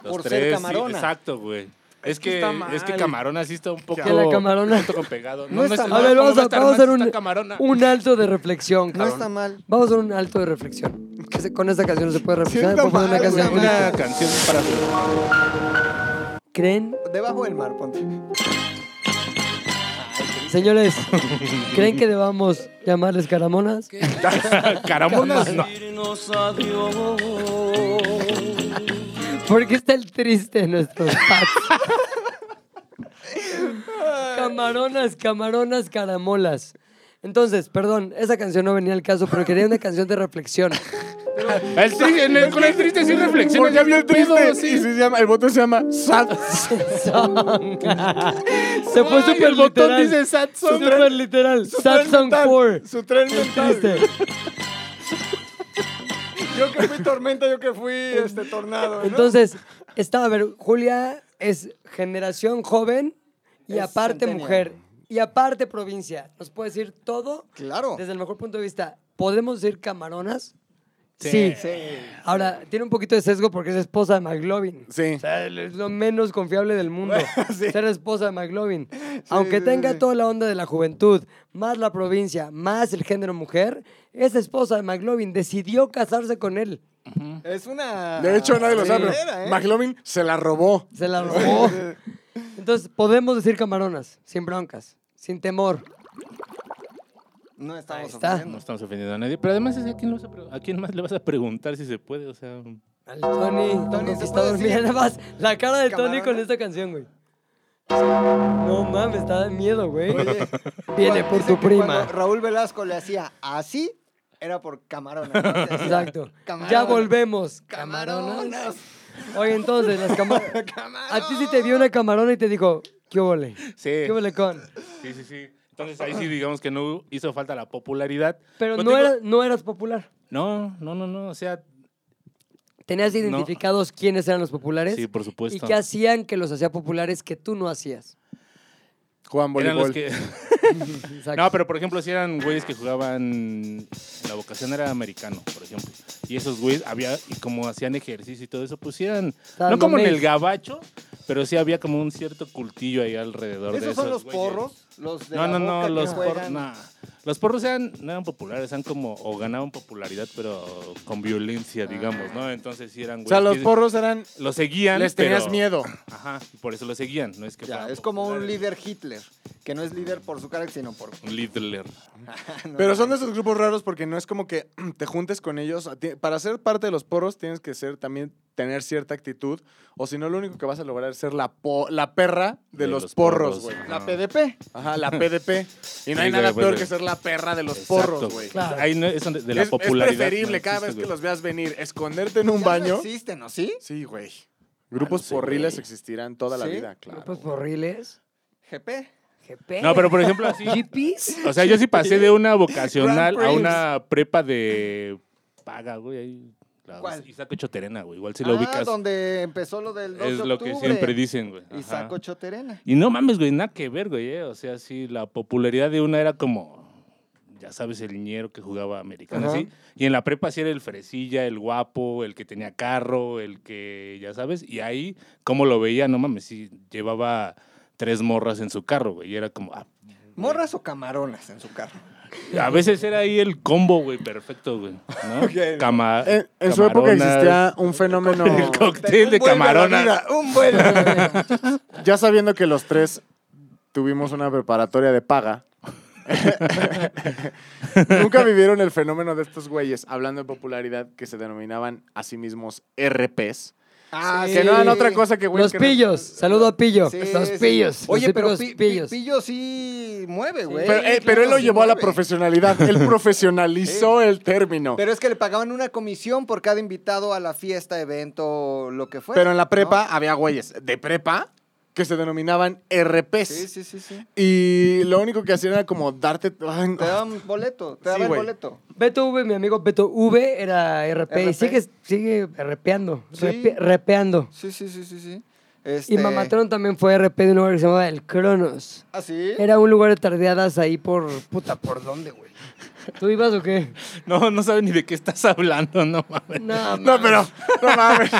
Speaker 2: Los
Speaker 3: por
Speaker 2: tres,
Speaker 3: ser
Speaker 2: sí,
Speaker 3: camarona.
Speaker 2: exacto, güey. Es,
Speaker 5: que
Speaker 2: que,
Speaker 5: está mal.
Speaker 2: es que camarona sí está un poco.
Speaker 1: Que la camarona-
Speaker 2: <laughs> Un poco pegado.
Speaker 3: No está
Speaker 1: A ver, vamos a, vamos a hacer un,
Speaker 2: camarona.
Speaker 1: un alto de reflexión,
Speaker 3: No
Speaker 1: cabrón.
Speaker 3: está mal.
Speaker 1: Vamos a hacer un alto de reflexión. Que se- con esta canción no se puede reflexionar.
Speaker 5: está
Speaker 1: Vamos a poner
Speaker 5: mal,
Speaker 1: una
Speaker 5: güey,
Speaker 1: canción.
Speaker 2: Una canción para.
Speaker 1: ¿Creen,
Speaker 3: Debajo del mar, ponte.
Speaker 1: señores, creen que debamos llamarles caramonas?
Speaker 2: <laughs>
Speaker 1: <laughs>
Speaker 2: Caramonas, no.
Speaker 1: ¿Por qué está el triste en nuestros pads? camaronas, camaronas, caramolas. Entonces, perdón, esa canción no venía al caso, pero quería una canción de reflexión.
Speaker 2: El tri- en el- con el triste sin reflexión.
Speaker 5: Porque había el triste. y se llama, el botón se llama Sad.
Speaker 1: Song. Se fue
Speaker 2: Ay,
Speaker 1: súper
Speaker 2: el botón
Speaker 1: literal.
Speaker 2: dice Sad Song.
Speaker 1: Súper literal. Sad Song Este, 4.
Speaker 5: Su tren
Speaker 1: El
Speaker 5: mental.
Speaker 1: triste.
Speaker 3: Yo que fui tormenta, yo que fui este tornado. ¿no?
Speaker 1: Entonces, está, a ver, Julia es generación joven y
Speaker 3: Es
Speaker 1: aparte
Speaker 3: centennial.
Speaker 1: mujer y aparte provincia. ¿Nos puede decir todo?
Speaker 3: Claro.
Speaker 1: Desde el mejor punto de vista, ¿podemos decir camaronas?
Speaker 2: Sí.
Speaker 1: Ahora, tiene un poquito de sesgo porque es esposa de McLovin.
Speaker 5: Sí.
Speaker 1: O sea, es lo menos confiable del
Speaker 3: <laughs>
Speaker 1: mundo. Ser esposa de McLovin. Aunque
Speaker 3: sí,
Speaker 1: tenga
Speaker 3: sí.
Speaker 1: toda la onda de la juventud, más la provincia, más el género mujer, esa esposa de McLovin decidió casarse con él.
Speaker 3: Es una.
Speaker 5: De hecho, nadie lo sabe,
Speaker 3: Era,
Speaker 5: pero
Speaker 3: ¿eh?
Speaker 5: McLovin se la robó.
Speaker 1: Se la robó. Entonces, podemos decir camaronas, sin broncas, sin temor.
Speaker 3: No estamos
Speaker 1: Ahí está.
Speaker 2: No
Speaker 3: ofendiendo.
Speaker 2: estamos ofendiendo a nadie. Pero además, es ¿a quién, le vas a pre- a quién más le vas a preguntar si se puede? O sea,
Speaker 1: Al Tony, Tony
Speaker 3: Tony, ¿se
Speaker 1: conquistador.
Speaker 3: puede decir?
Speaker 1: Mira nada más la cara de Tony
Speaker 3: Camarona.
Speaker 1: con esta canción, güey. No mames, está de miedo, güey.
Speaker 3: Oye,
Speaker 1: <laughs> Viene
Speaker 3: cuando-
Speaker 1: por
Speaker 3: dicen
Speaker 1: tu
Speaker 3: que
Speaker 1: prima.
Speaker 3: cuando Raúl Velasco le hacía así, era por camarón.
Speaker 1: <laughs> Exacto.
Speaker 3: Camarona.
Speaker 1: Ya volvemos.
Speaker 3: Camaronas.
Speaker 1: Camaronas. Oye, entonces, las camaronas. A ti sí te vio una camarona y te dijo, ¿qué vole?
Speaker 2: sí.
Speaker 1: ¿Qué vole con?
Speaker 2: Sí, sí, sí. Entonces ahí sí digamos que no hizo falta la popularidad.
Speaker 1: Pero
Speaker 2: Pero
Speaker 1: no,
Speaker 2: te digo-
Speaker 1: era- no eras popular.
Speaker 2: No, no, no, no. O sea,
Speaker 1: Tenías identificados quiénes eran los populares
Speaker 2: sí, por
Speaker 1: y
Speaker 2: supuesto.
Speaker 1: qué hacían que los hacía populares que tú no hacías.
Speaker 5: Juan
Speaker 2: Eran los
Speaker 5: Voleibol.
Speaker 2: que-
Speaker 1: Exacto.
Speaker 2: <laughs> No, pero por ejemplo, si eran güeyes que jugaban. La vocación era americano, por ejemplo. Y esos güeyes había. Y como hacían ejercicio y todo eso, pues sí eran.
Speaker 1: Estaban
Speaker 2: no como en
Speaker 1: mamey.
Speaker 2: el gabacho, pero sí había como un cierto cultillo ahí alrededor de
Speaker 3: ¿Esos
Speaker 2: esos
Speaker 3: son los
Speaker 2: güeyes.
Speaker 3: porros? Los de
Speaker 2: No,
Speaker 3: la
Speaker 2: no, no,
Speaker 3: boca que
Speaker 2: los porros.
Speaker 3: juegan.
Speaker 2: Los porros eran, no eran populares, eran como. O ganaban popularidad, pero con violencia,
Speaker 3: Ah.
Speaker 2: digamos, ¿no? Entonces sí eran
Speaker 5: O sea,
Speaker 2: güeyes
Speaker 5: los
Speaker 2: que-
Speaker 5: porros eran.
Speaker 2: Lo seguían.
Speaker 5: Les tenías
Speaker 2: pero-
Speaker 5: miedo.
Speaker 2: Ajá, y por eso lo seguían, no es que
Speaker 3: Ya,
Speaker 2: fueran
Speaker 3: es como un
Speaker 2: populares.
Speaker 3: líder Hitler, que no es líder por su cara, sino por... <laughs>
Speaker 2: Un líder.
Speaker 3: no.
Speaker 5: Pero son de esos grupos raros porque no es como que <clears throat> te juntes con ellos. A ti- Para ser parte de los porros tienes que ser también tener cierta actitud. O si no, lo único que vas a lograr es ser la, po- la perra de,
Speaker 2: De
Speaker 5: los,
Speaker 2: los
Speaker 5: porros,
Speaker 2: porros,
Speaker 5: güey.
Speaker 2: ajá.
Speaker 5: La PDP. Ajá, la PDP. Y no hay
Speaker 2: Sí,
Speaker 5: nada
Speaker 2: güey, pues,
Speaker 5: peor
Speaker 2: güey.
Speaker 5: que ser la perra de los
Speaker 2: Exacto.
Speaker 5: porros, güey.
Speaker 1: Claro.
Speaker 2: Ahí no, eso de de la
Speaker 5: Es, es
Speaker 2: popularidad.
Speaker 5: preferible
Speaker 2: no
Speaker 5: cada
Speaker 2: existe,
Speaker 5: vez que
Speaker 2: güey.
Speaker 5: los veas venir, esconderte en un
Speaker 3: Ya No
Speaker 5: baño.
Speaker 3: existen, ¿no? ¿Sí?
Speaker 5: sí, güey. Grupos
Speaker 2: no sé,
Speaker 5: porriles
Speaker 2: Ah, güey.
Speaker 5: existirán toda la
Speaker 3: ¿Sí?
Speaker 5: vida, claro.
Speaker 1: Grupos porriles.
Speaker 3: GP. Eh.
Speaker 1: GP.
Speaker 2: No, pero por ejemplo,
Speaker 5: <laughs>
Speaker 2: así.
Speaker 1: GPs.
Speaker 2: O sea, yo sí pasé de una vocacional a
Speaker 5: Grand Prix.
Speaker 2: una prepa de paga, güey. ahí, la-
Speaker 3: ¿Cuál?
Speaker 2: Isaac Choterena, güey. Igual si lo
Speaker 3: ah,
Speaker 2: ubicas.
Speaker 3: donde empezó lo del 2
Speaker 2: Es
Speaker 3: de
Speaker 2: lo que
Speaker 3: octubre.
Speaker 2: siempre dicen, güey.
Speaker 3: Y
Speaker 2: Ajá.
Speaker 3: sacó Choterena.
Speaker 2: Y no mames, güey, nada que ver, güey. eh, O sea, sí, la popularidad de una era como. Ya sabes, el ñero que jugaba americano,
Speaker 1: Ajá.
Speaker 2: así. Y en la prepa sí era el fresilla, el guapo, el que tenía carro, el que, ya sabes. Y ahí, como lo veía, no mames, sí, llevaba tres morras en su carro, güey. Y era como, ah,
Speaker 3: ¿Morras o camaronas en su carro?
Speaker 2: A veces era ahí el combo, güey, perfecto, güey.
Speaker 5: <laughs>
Speaker 2: ¿no? Cama-
Speaker 5: En, en su época
Speaker 2: camaronas,
Speaker 5: existía
Speaker 2: <laughs>
Speaker 5: un fenómeno.
Speaker 2: el cóctel de
Speaker 3: Un vuelve a la
Speaker 2: camaronas.
Speaker 3: vida,
Speaker 1: <laughs>
Speaker 3: Un vuelo.
Speaker 5: ya sabiendo que los tres tuvimos una preparatoria de paga, <laughs> nunca vivieron el fenómeno de estos güeyes, hablando de popularidad, que se denominaban a sí mismos RPs.
Speaker 3: ah,
Speaker 5: Que no eran otra cosa que güeyes
Speaker 1: Los
Speaker 5: que no-
Speaker 1: pillos. Saludo a Pillo.
Speaker 3: Sí,
Speaker 1: los
Speaker 3: sí.
Speaker 1: pillos.
Speaker 3: Oye,
Speaker 1: los
Speaker 3: pero
Speaker 1: típicos
Speaker 3: Pi- Pi-
Speaker 1: pillos.
Speaker 3: Pillo sí mueve, güey.
Speaker 5: Pero, eh, pero él lo
Speaker 3: Sí
Speaker 5: llevó a la
Speaker 3: mueve. <laughs>
Speaker 5: profesionalidad. Él profesionalizó el término.
Speaker 3: Pero es que le pagaban una comisión por cada invitado a la fiesta, evento, lo que fuera.
Speaker 5: Pero en la prepa
Speaker 3: pues, ¿no?
Speaker 5: había güeyes de prepa que se denominaban RPs.
Speaker 3: Sí, sí, sí, sí.
Speaker 5: Y lo único que hacían era como darte... ay,
Speaker 3: Te
Speaker 5: <laughs>
Speaker 3: daban boleto, te
Speaker 5: Sí,
Speaker 3: daban
Speaker 5: güey.
Speaker 3: boleto.
Speaker 1: Beto V, mi amigo Beto V era RP, y
Speaker 3: RP.
Speaker 1: sigue, sigue repeando.
Speaker 3: Sí.
Speaker 1: repe- repeando.
Speaker 3: Sí, sí, sí, sí, sí.
Speaker 1: Y
Speaker 3: Este...
Speaker 1: Mamatrón también fue RP de un lugar que se llamaba El Cronos.
Speaker 3: ¿Ah, sí?
Speaker 1: Era un lugar de tardeadas ahí por. Puta, ¿por dónde, güey? ¿Tú ibas o
Speaker 3: <laughs>
Speaker 1: qué?
Speaker 2: No, no sabe ni de qué estás hablando, no mames.
Speaker 1: No,
Speaker 3: <laughs>
Speaker 5: No, pero... No mames.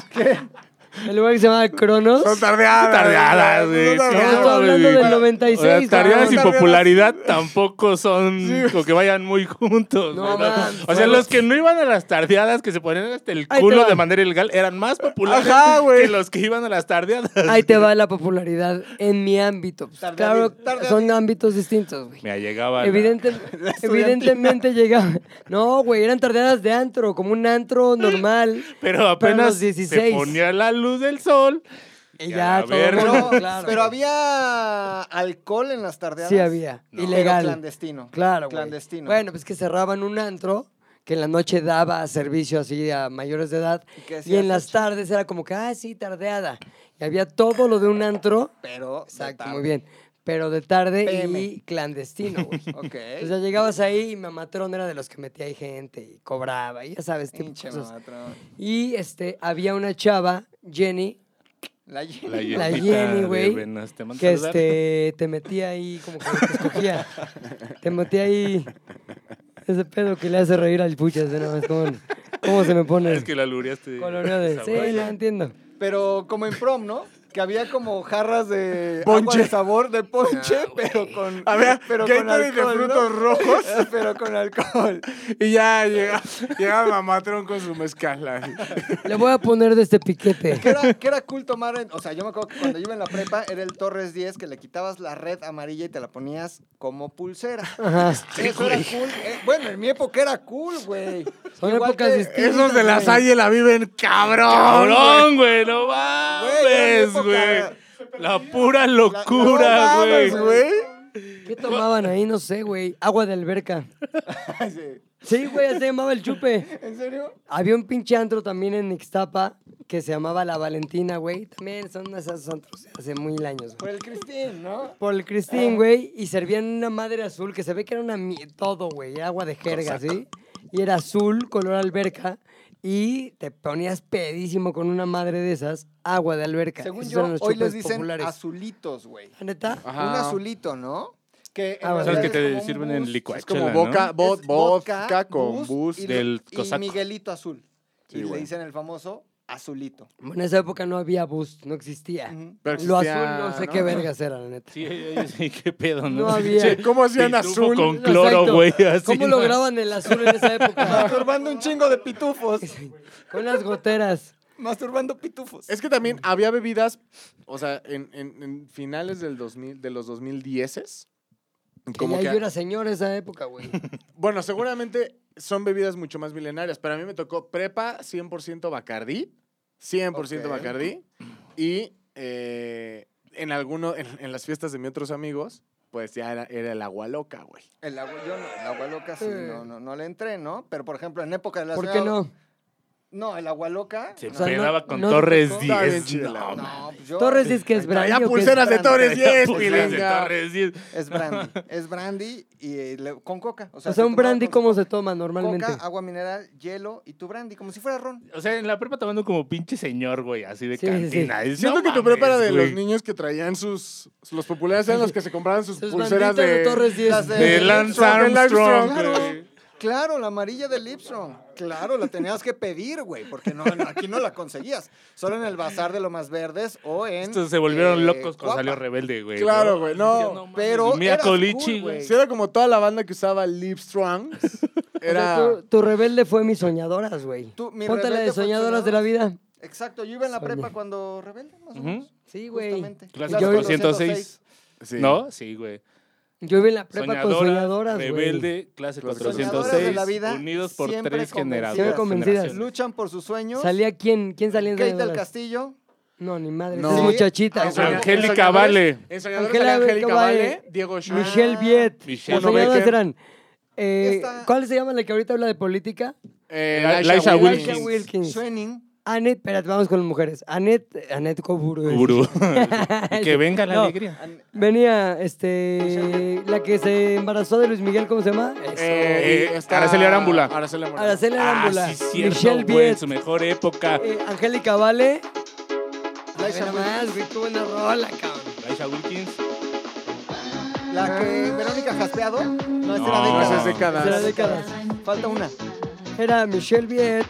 Speaker 1: El lugar que se llama Cronos.
Speaker 5: Son tardeadas.
Speaker 2: Tardeadas, Ah, güey.
Speaker 5: Son
Speaker 2: No,
Speaker 1: Estamos
Speaker 5: tardeadas.
Speaker 1: hablando
Speaker 2: güey.
Speaker 1: del 96,
Speaker 2: O sea, tardeadas y
Speaker 1: cabrón.
Speaker 2: popularidad tampoco son como que vayan muy juntos.
Speaker 1: No,
Speaker 2: güey.
Speaker 1: man,
Speaker 2: o sea, los que no iban a las tardeadas que se ponían hasta el
Speaker 1: Ahí te
Speaker 2: culo
Speaker 1: va.
Speaker 2: de manera ilegal eran más populares
Speaker 5: Ajá, güey.
Speaker 2: que los que iban a las tardeadas.
Speaker 1: Ahí te va la popularidad en mi ámbito. Pues,
Speaker 3: Tarde
Speaker 1: claro,
Speaker 3: hábil, tarde
Speaker 1: son ámbitos distintos, güey.
Speaker 2: Mira, llegaba. la-
Speaker 3: <laughs>
Speaker 1: Evidente- evidentemente llegaba. No, güey, eran tardeadas de antro, como un antro normal.
Speaker 2: Pero apenas
Speaker 1: los 16.
Speaker 2: se ponía la luz del sol.
Speaker 1: Y
Speaker 2: Y
Speaker 1: ya,
Speaker 2: a la
Speaker 1: todo
Speaker 2: verga.
Speaker 1: mundo,
Speaker 3: Pero,
Speaker 1: claro.
Speaker 3: pero había alcohol en las tardeadas.
Speaker 1: Sí había,
Speaker 3: Pero
Speaker 1: ilegal.
Speaker 3: clandestino.
Speaker 1: Claro, güey.
Speaker 3: Clandestino.
Speaker 1: Bueno, pues que cerraban un antro que en la noche daba servicio así a mayores de edad.
Speaker 3: qué
Speaker 1: Y
Speaker 3: hacías,
Speaker 1: en las tardes era como que, ah, sí, tardeada. Y había todo lo de un antro.
Speaker 3: Pero. de
Speaker 1: Exacto,
Speaker 3: tarde.
Speaker 1: muy bien. Pero de tarde y
Speaker 3: PM.
Speaker 1: clandestino, güey.
Speaker 3: <laughs> Ok.
Speaker 1: Entonces Pues ya llegabas ahí y Mamatrón era de los que metía ahí gente y cobraba y ya sabes, tipo
Speaker 3: Pinche
Speaker 1: cosas.
Speaker 3: mamatrón.
Speaker 1: Y este, había una chava, Jenny,
Speaker 3: La Jenny.
Speaker 2: La
Speaker 1: La
Speaker 2: hierbita
Speaker 1: Jenny,
Speaker 2: de
Speaker 1: güey,
Speaker 2: venas, te mando
Speaker 1: que
Speaker 2: saludar.
Speaker 1: este, te metía ahí como que te escogía. te metía ahí ese pedo que le hace reír al puchas, de nada más, ¿Cómo, cómo se me pone?
Speaker 2: Es que la luriaste.
Speaker 1: Coloreo de...
Speaker 2: Esa
Speaker 1: Sí,
Speaker 2: güey.
Speaker 1: la entiendo.
Speaker 3: Pero como en prom, ¿no? Que había como jarras de agua de sabor de ponche,
Speaker 1: Ah,
Speaker 3: pero con
Speaker 5: A ver,
Speaker 3: pero
Speaker 5: Gatorade de frutos rojos.
Speaker 3: Eh, <laughs> pero con alcohol.
Speaker 5: Y ya llega, llega Mamatrón con su mezcal. así.
Speaker 1: Le voy a poner de este piquete.
Speaker 3: Que era, que era cool tomar, en- o sea, yo me acuerdo que cuando yo iba en la prepa era el Torres 10 que le quitabas la red amarilla y te la ponías como pulsera. Eso era cool. eh, bueno, en mi época era cool, güey.
Speaker 1: Son
Speaker 3: Igual
Speaker 1: épocas
Speaker 3: que-
Speaker 1: distintas.
Speaker 5: Esos de la
Speaker 1: güey.
Speaker 5: Salle la viven cabrón.
Speaker 2: ¡Cabrón, güey! ¡No
Speaker 3: Güey, era
Speaker 2: mames,
Speaker 3: mi
Speaker 2: güey!
Speaker 3: época.
Speaker 2: La pura
Speaker 3: No
Speaker 2: locura,
Speaker 3: mames,
Speaker 2: güey.
Speaker 5: güey.
Speaker 1: ¿Qué tomaban ahí? No sé, güey. Agua de alberca.
Speaker 3: Ay, sí.
Speaker 1: Sí, güey, así se llamaba el chupe.
Speaker 3: ¿En serio?
Speaker 1: Había un pinche antro también en Ixtapa que se llamaba La Valentina, güey. También son esos antros de hace mil años,
Speaker 3: Por
Speaker 1: güey.
Speaker 3: el Cristín, ¿no?
Speaker 1: Por el Cristín, güey, y servían una madre azul que se ve que era una mie- todo, güey, era agua de jerga, ¿sí? Y era azul, color alberca, y te ponías pedísimo con una madre de esas, agua de alberca.
Speaker 3: Según
Speaker 1: Esos
Speaker 3: yo,
Speaker 1: eran los
Speaker 3: hoy les
Speaker 1: chupes
Speaker 3: dicen
Speaker 1: populares.
Speaker 3: azulitos, güey.
Speaker 1: ¿La neta?
Speaker 3: Un azulito, ¿no? Que
Speaker 1: Ah, bueno.
Speaker 3: las
Speaker 1: Sabes que
Speaker 3: redes
Speaker 2: te
Speaker 3: es como un
Speaker 2: sirven en
Speaker 3: bus,
Speaker 2: licuado.
Speaker 5: Es como
Speaker 2: Chela, ¿no?
Speaker 5: boca, bo-
Speaker 3: es
Speaker 5: vodka con
Speaker 3: bus
Speaker 5: bus.
Speaker 3: y,
Speaker 2: del
Speaker 3: y
Speaker 2: cosaco.
Speaker 3: Miguelito azul.
Speaker 5: Sí,
Speaker 3: y le
Speaker 5: güey.
Speaker 3: dicen el famoso azulito.
Speaker 1: Bueno, en esa época no había boost, no existía.
Speaker 3: Ujú.
Speaker 5: Pero
Speaker 1: Lo azul
Speaker 5: existía,
Speaker 1: no sé
Speaker 5: ¿no?
Speaker 1: qué vergas era, la neta.
Speaker 2: Sí, oye, sí, qué pedo, ¿no?
Speaker 1: No había.
Speaker 2: Che,
Speaker 5: ¿Cómo hacían
Speaker 2: Pitufo
Speaker 5: azul?
Speaker 2: Con cloro,
Speaker 1: Exacto.
Speaker 2: güey. así,
Speaker 1: ¿Cómo
Speaker 2: ¿no?
Speaker 1: lograban el azul en esa
Speaker 3: <laughs>
Speaker 1: época?
Speaker 3: <laughs> Masturbando un chingo
Speaker 1: <laughs>
Speaker 3: de pitufos.
Speaker 1: Con las goteras.
Speaker 3: Masturbando pitufos.
Speaker 5: Es que también había bebidas, o sea, en, en- en finales del 2000, de los 2010s.
Speaker 1: Como
Speaker 5: Como
Speaker 1: ya
Speaker 5: que,
Speaker 1: yo era señor esa época, güey.
Speaker 5: Bueno, seguramente son bebidas mucho más milenarias, pero a mí me tocó prepa 100% Bacardí, 100%
Speaker 3: Ok.
Speaker 5: Bacardí, y eh, en, alguno, en, en las fiestas de mis otros amigos, pues ya era, era el agua loca, güey.
Speaker 3: El agua, yo no, el agua loca sí,
Speaker 1: Eh.
Speaker 3: no, no, no le entré, ¿no? Pero, por ejemplo, en época de la
Speaker 1: ¿Por
Speaker 3: ciudad-
Speaker 1: qué no?
Speaker 3: No, el agua loca.
Speaker 2: Se
Speaker 1: O sea, no-
Speaker 2: pedaba con
Speaker 1: no te
Speaker 2: Torres
Speaker 1: tocó.
Speaker 2: 10.
Speaker 5: Estaba bien chida
Speaker 2: pues,
Speaker 5: la
Speaker 2: no,
Speaker 5: onda.
Speaker 2: man.
Speaker 3: No, pues yo.
Speaker 1: Torres dice que es brandy.
Speaker 5: Traía
Speaker 1: ¿o qué es
Speaker 5: pulseras de
Speaker 1: brandy?
Speaker 5: Torres
Speaker 2: Traía <laughs>
Speaker 5: 10,
Speaker 2: pulseras de
Speaker 5: pilinga.
Speaker 2: Torres 10.
Speaker 3: Es
Speaker 1: <laughs>
Speaker 3: brandy. es brandy y eh, le- con coca.
Speaker 1: O
Speaker 3: O sea,
Speaker 1: sea,
Speaker 3: se
Speaker 1: un
Speaker 3: tomaba
Speaker 1: brandy,
Speaker 3: con
Speaker 1: ¿cómo se toma normalmente?
Speaker 3: Coca, agua mineral, hielo y tu brandy, como si fuera ron.
Speaker 2: O sea, en la prepa tomando como pinche señor, güey, así de
Speaker 1: Sí, sí, sí.
Speaker 2: cantina. Y
Speaker 5: Siento
Speaker 2: no
Speaker 5: que tu
Speaker 2: mames,
Speaker 5: prepa era de los
Speaker 2: güey.
Speaker 5: niños que traían sus. Los populares eran los que se compraban sus,
Speaker 1: Sus banditas
Speaker 5: pulseras
Speaker 1: de...
Speaker 5: de.
Speaker 1: Torres 10.
Speaker 3: las de-
Speaker 2: De Lance
Speaker 5: Armstrong,
Speaker 2: Armstrong,
Speaker 5: claro.
Speaker 2: güey.
Speaker 3: Claro, la amarilla del Lipstrom. Claro, la tenías que pedir, güey, porque no, no, aquí no la conseguías. Solo en el bazar de lo más verdes o en.
Speaker 2: Estos se volvieron
Speaker 3: eh,
Speaker 2: locos cuando
Speaker 3: Cuapa.
Speaker 2: salió Rebelde, güey.
Speaker 5: <laughs> Claro, güey, no.
Speaker 3: Pero.
Speaker 2: Mira
Speaker 3: eras cool,
Speaker 2: Colichi, güey.
Speaker 5: Si era como toda la banda que
Speaker 1: <laughs>
Speaker 5: usaba Lipstrong.
Speaker 1: O sea,
Speaker 5: Era.
Speaker 1: tu, tu rebelde fue mis soñadoras, güey.
Speaker 3: Tú- mi
Speaker 1: Ponte la de
Speaker 3: rebelde fue
Speaker 1: soñadoras de la vida.
Speaker 3: Exacto, yo iba en la
Speaker 1: Soñé.
Speaker 3: prepa cuando rebelde, más o
Speaker 2: Ujú.
Speaker 3: menos.
Speaker 1: Sí, güey.
Speaker 3: Justamente.
Speaker 2: Clase
Speaker 1: Yo-
Speaker 2: 406.
Speaker 5: Sí.
Speaker 2: ¿No? Sí, güey.
Speaker 1: Yo iba en la prepa
Speaker 2: Soñadora,
Speaker 1: con soñadoras, güey.
Speaker 2: rebelde, clase
Speaker 3: Soñadoras de
Speaker 2: 406,
Speaker 3: la vida,
Speaker 2: unidos por
Speaker 3: siempre
Speaker 2: tres
Speaker 3: convencidas.
Speaker 2: generaciones.
Speaker 1: convencidas.
Speaker 2: generaciones.
Speaker 3: Luchan por sus sueños.
Speaker 1: ¿Salía quién? ¿Quién salía en
Speaker 3: Kate del
Speaker 1: soñadoras?
Speaker 3: Castillo.
Speaker 1: No, ni madre.
Speaker 5: No.
Speaker 1: Esas
Speaker 5: Sí.
Speaker 1: muchachitas,
Speaker 2: Ah,
Speaker 1: güey.
Speaker 2: Ángel. Angélica Vale.
Speaker 5: En Soñadores
Speaker 1: Ángela
Speaker 5: salía Angélica
Speaker 1: Vale,
Speaker 5: Vale, Diego Schwartz.
Speaker 1: Michelle Viet.
Speaker 2: Michelle
Speaker 1: Las soñadoras
Speaker 5: Becker.
Speaker 1: eran... eh,
Speaker 3: Esta-
Speaker 1: ¿Cuál se llama la que ahorita habla de política?
Speaker 5: eh,
Speaker 2: Laisha
Speaker 5: Laisha
Speaker 2: Wilkins.
Speaker 1: Laisha Wilkins.
Speaker 3: Schwenning.
Speaker 1: Anet, espérate, vamos con las mujeres. Anet, Anet Koburu. es.
Speaker 2: Gurú.
Speaker 1: <laughs>
Speaker 2: Y que venga la
Speaker 1: No.
Speaker 2: alegría.
Speaker 1: Venía, este, la que se embarazó de Luis Miguel, ¿cómo se llama?
Speaker 5: Eh,
Speaker 2: Eh,
Speaker 5: está-
Speaker 2: Araceli Arámbula.
Speaker 5: Araceli Arámbula.
Speaker 1: Araceli Arámbula,
Speaker 2: Ah, sí, cierto,
Speaker 1: Michelle
Speaker 2: güey, en
Speaker 1: Viet,
Speaker 2: su mejor época.
Speaker 1: eh, Angélica Vale.
Speaker 3: Laisha
Speaker 1: Ay, nomás, güey, qué buena rola, cabrón.
Speaker 2: Laisha Wilkins.
Speaker 3: La que Verónica Jaspeado. No, esta
Speaker 2: No,
Speaker 3: era
Speaker 5: No,
Speaker 3: década.
Speaker 5: esa es
Speaker 1: Será
Speaker 5: décadas.
Speaker 1: décadas.
Speaker 3: Falta una.
Speaker 1: Era Michelle Viet,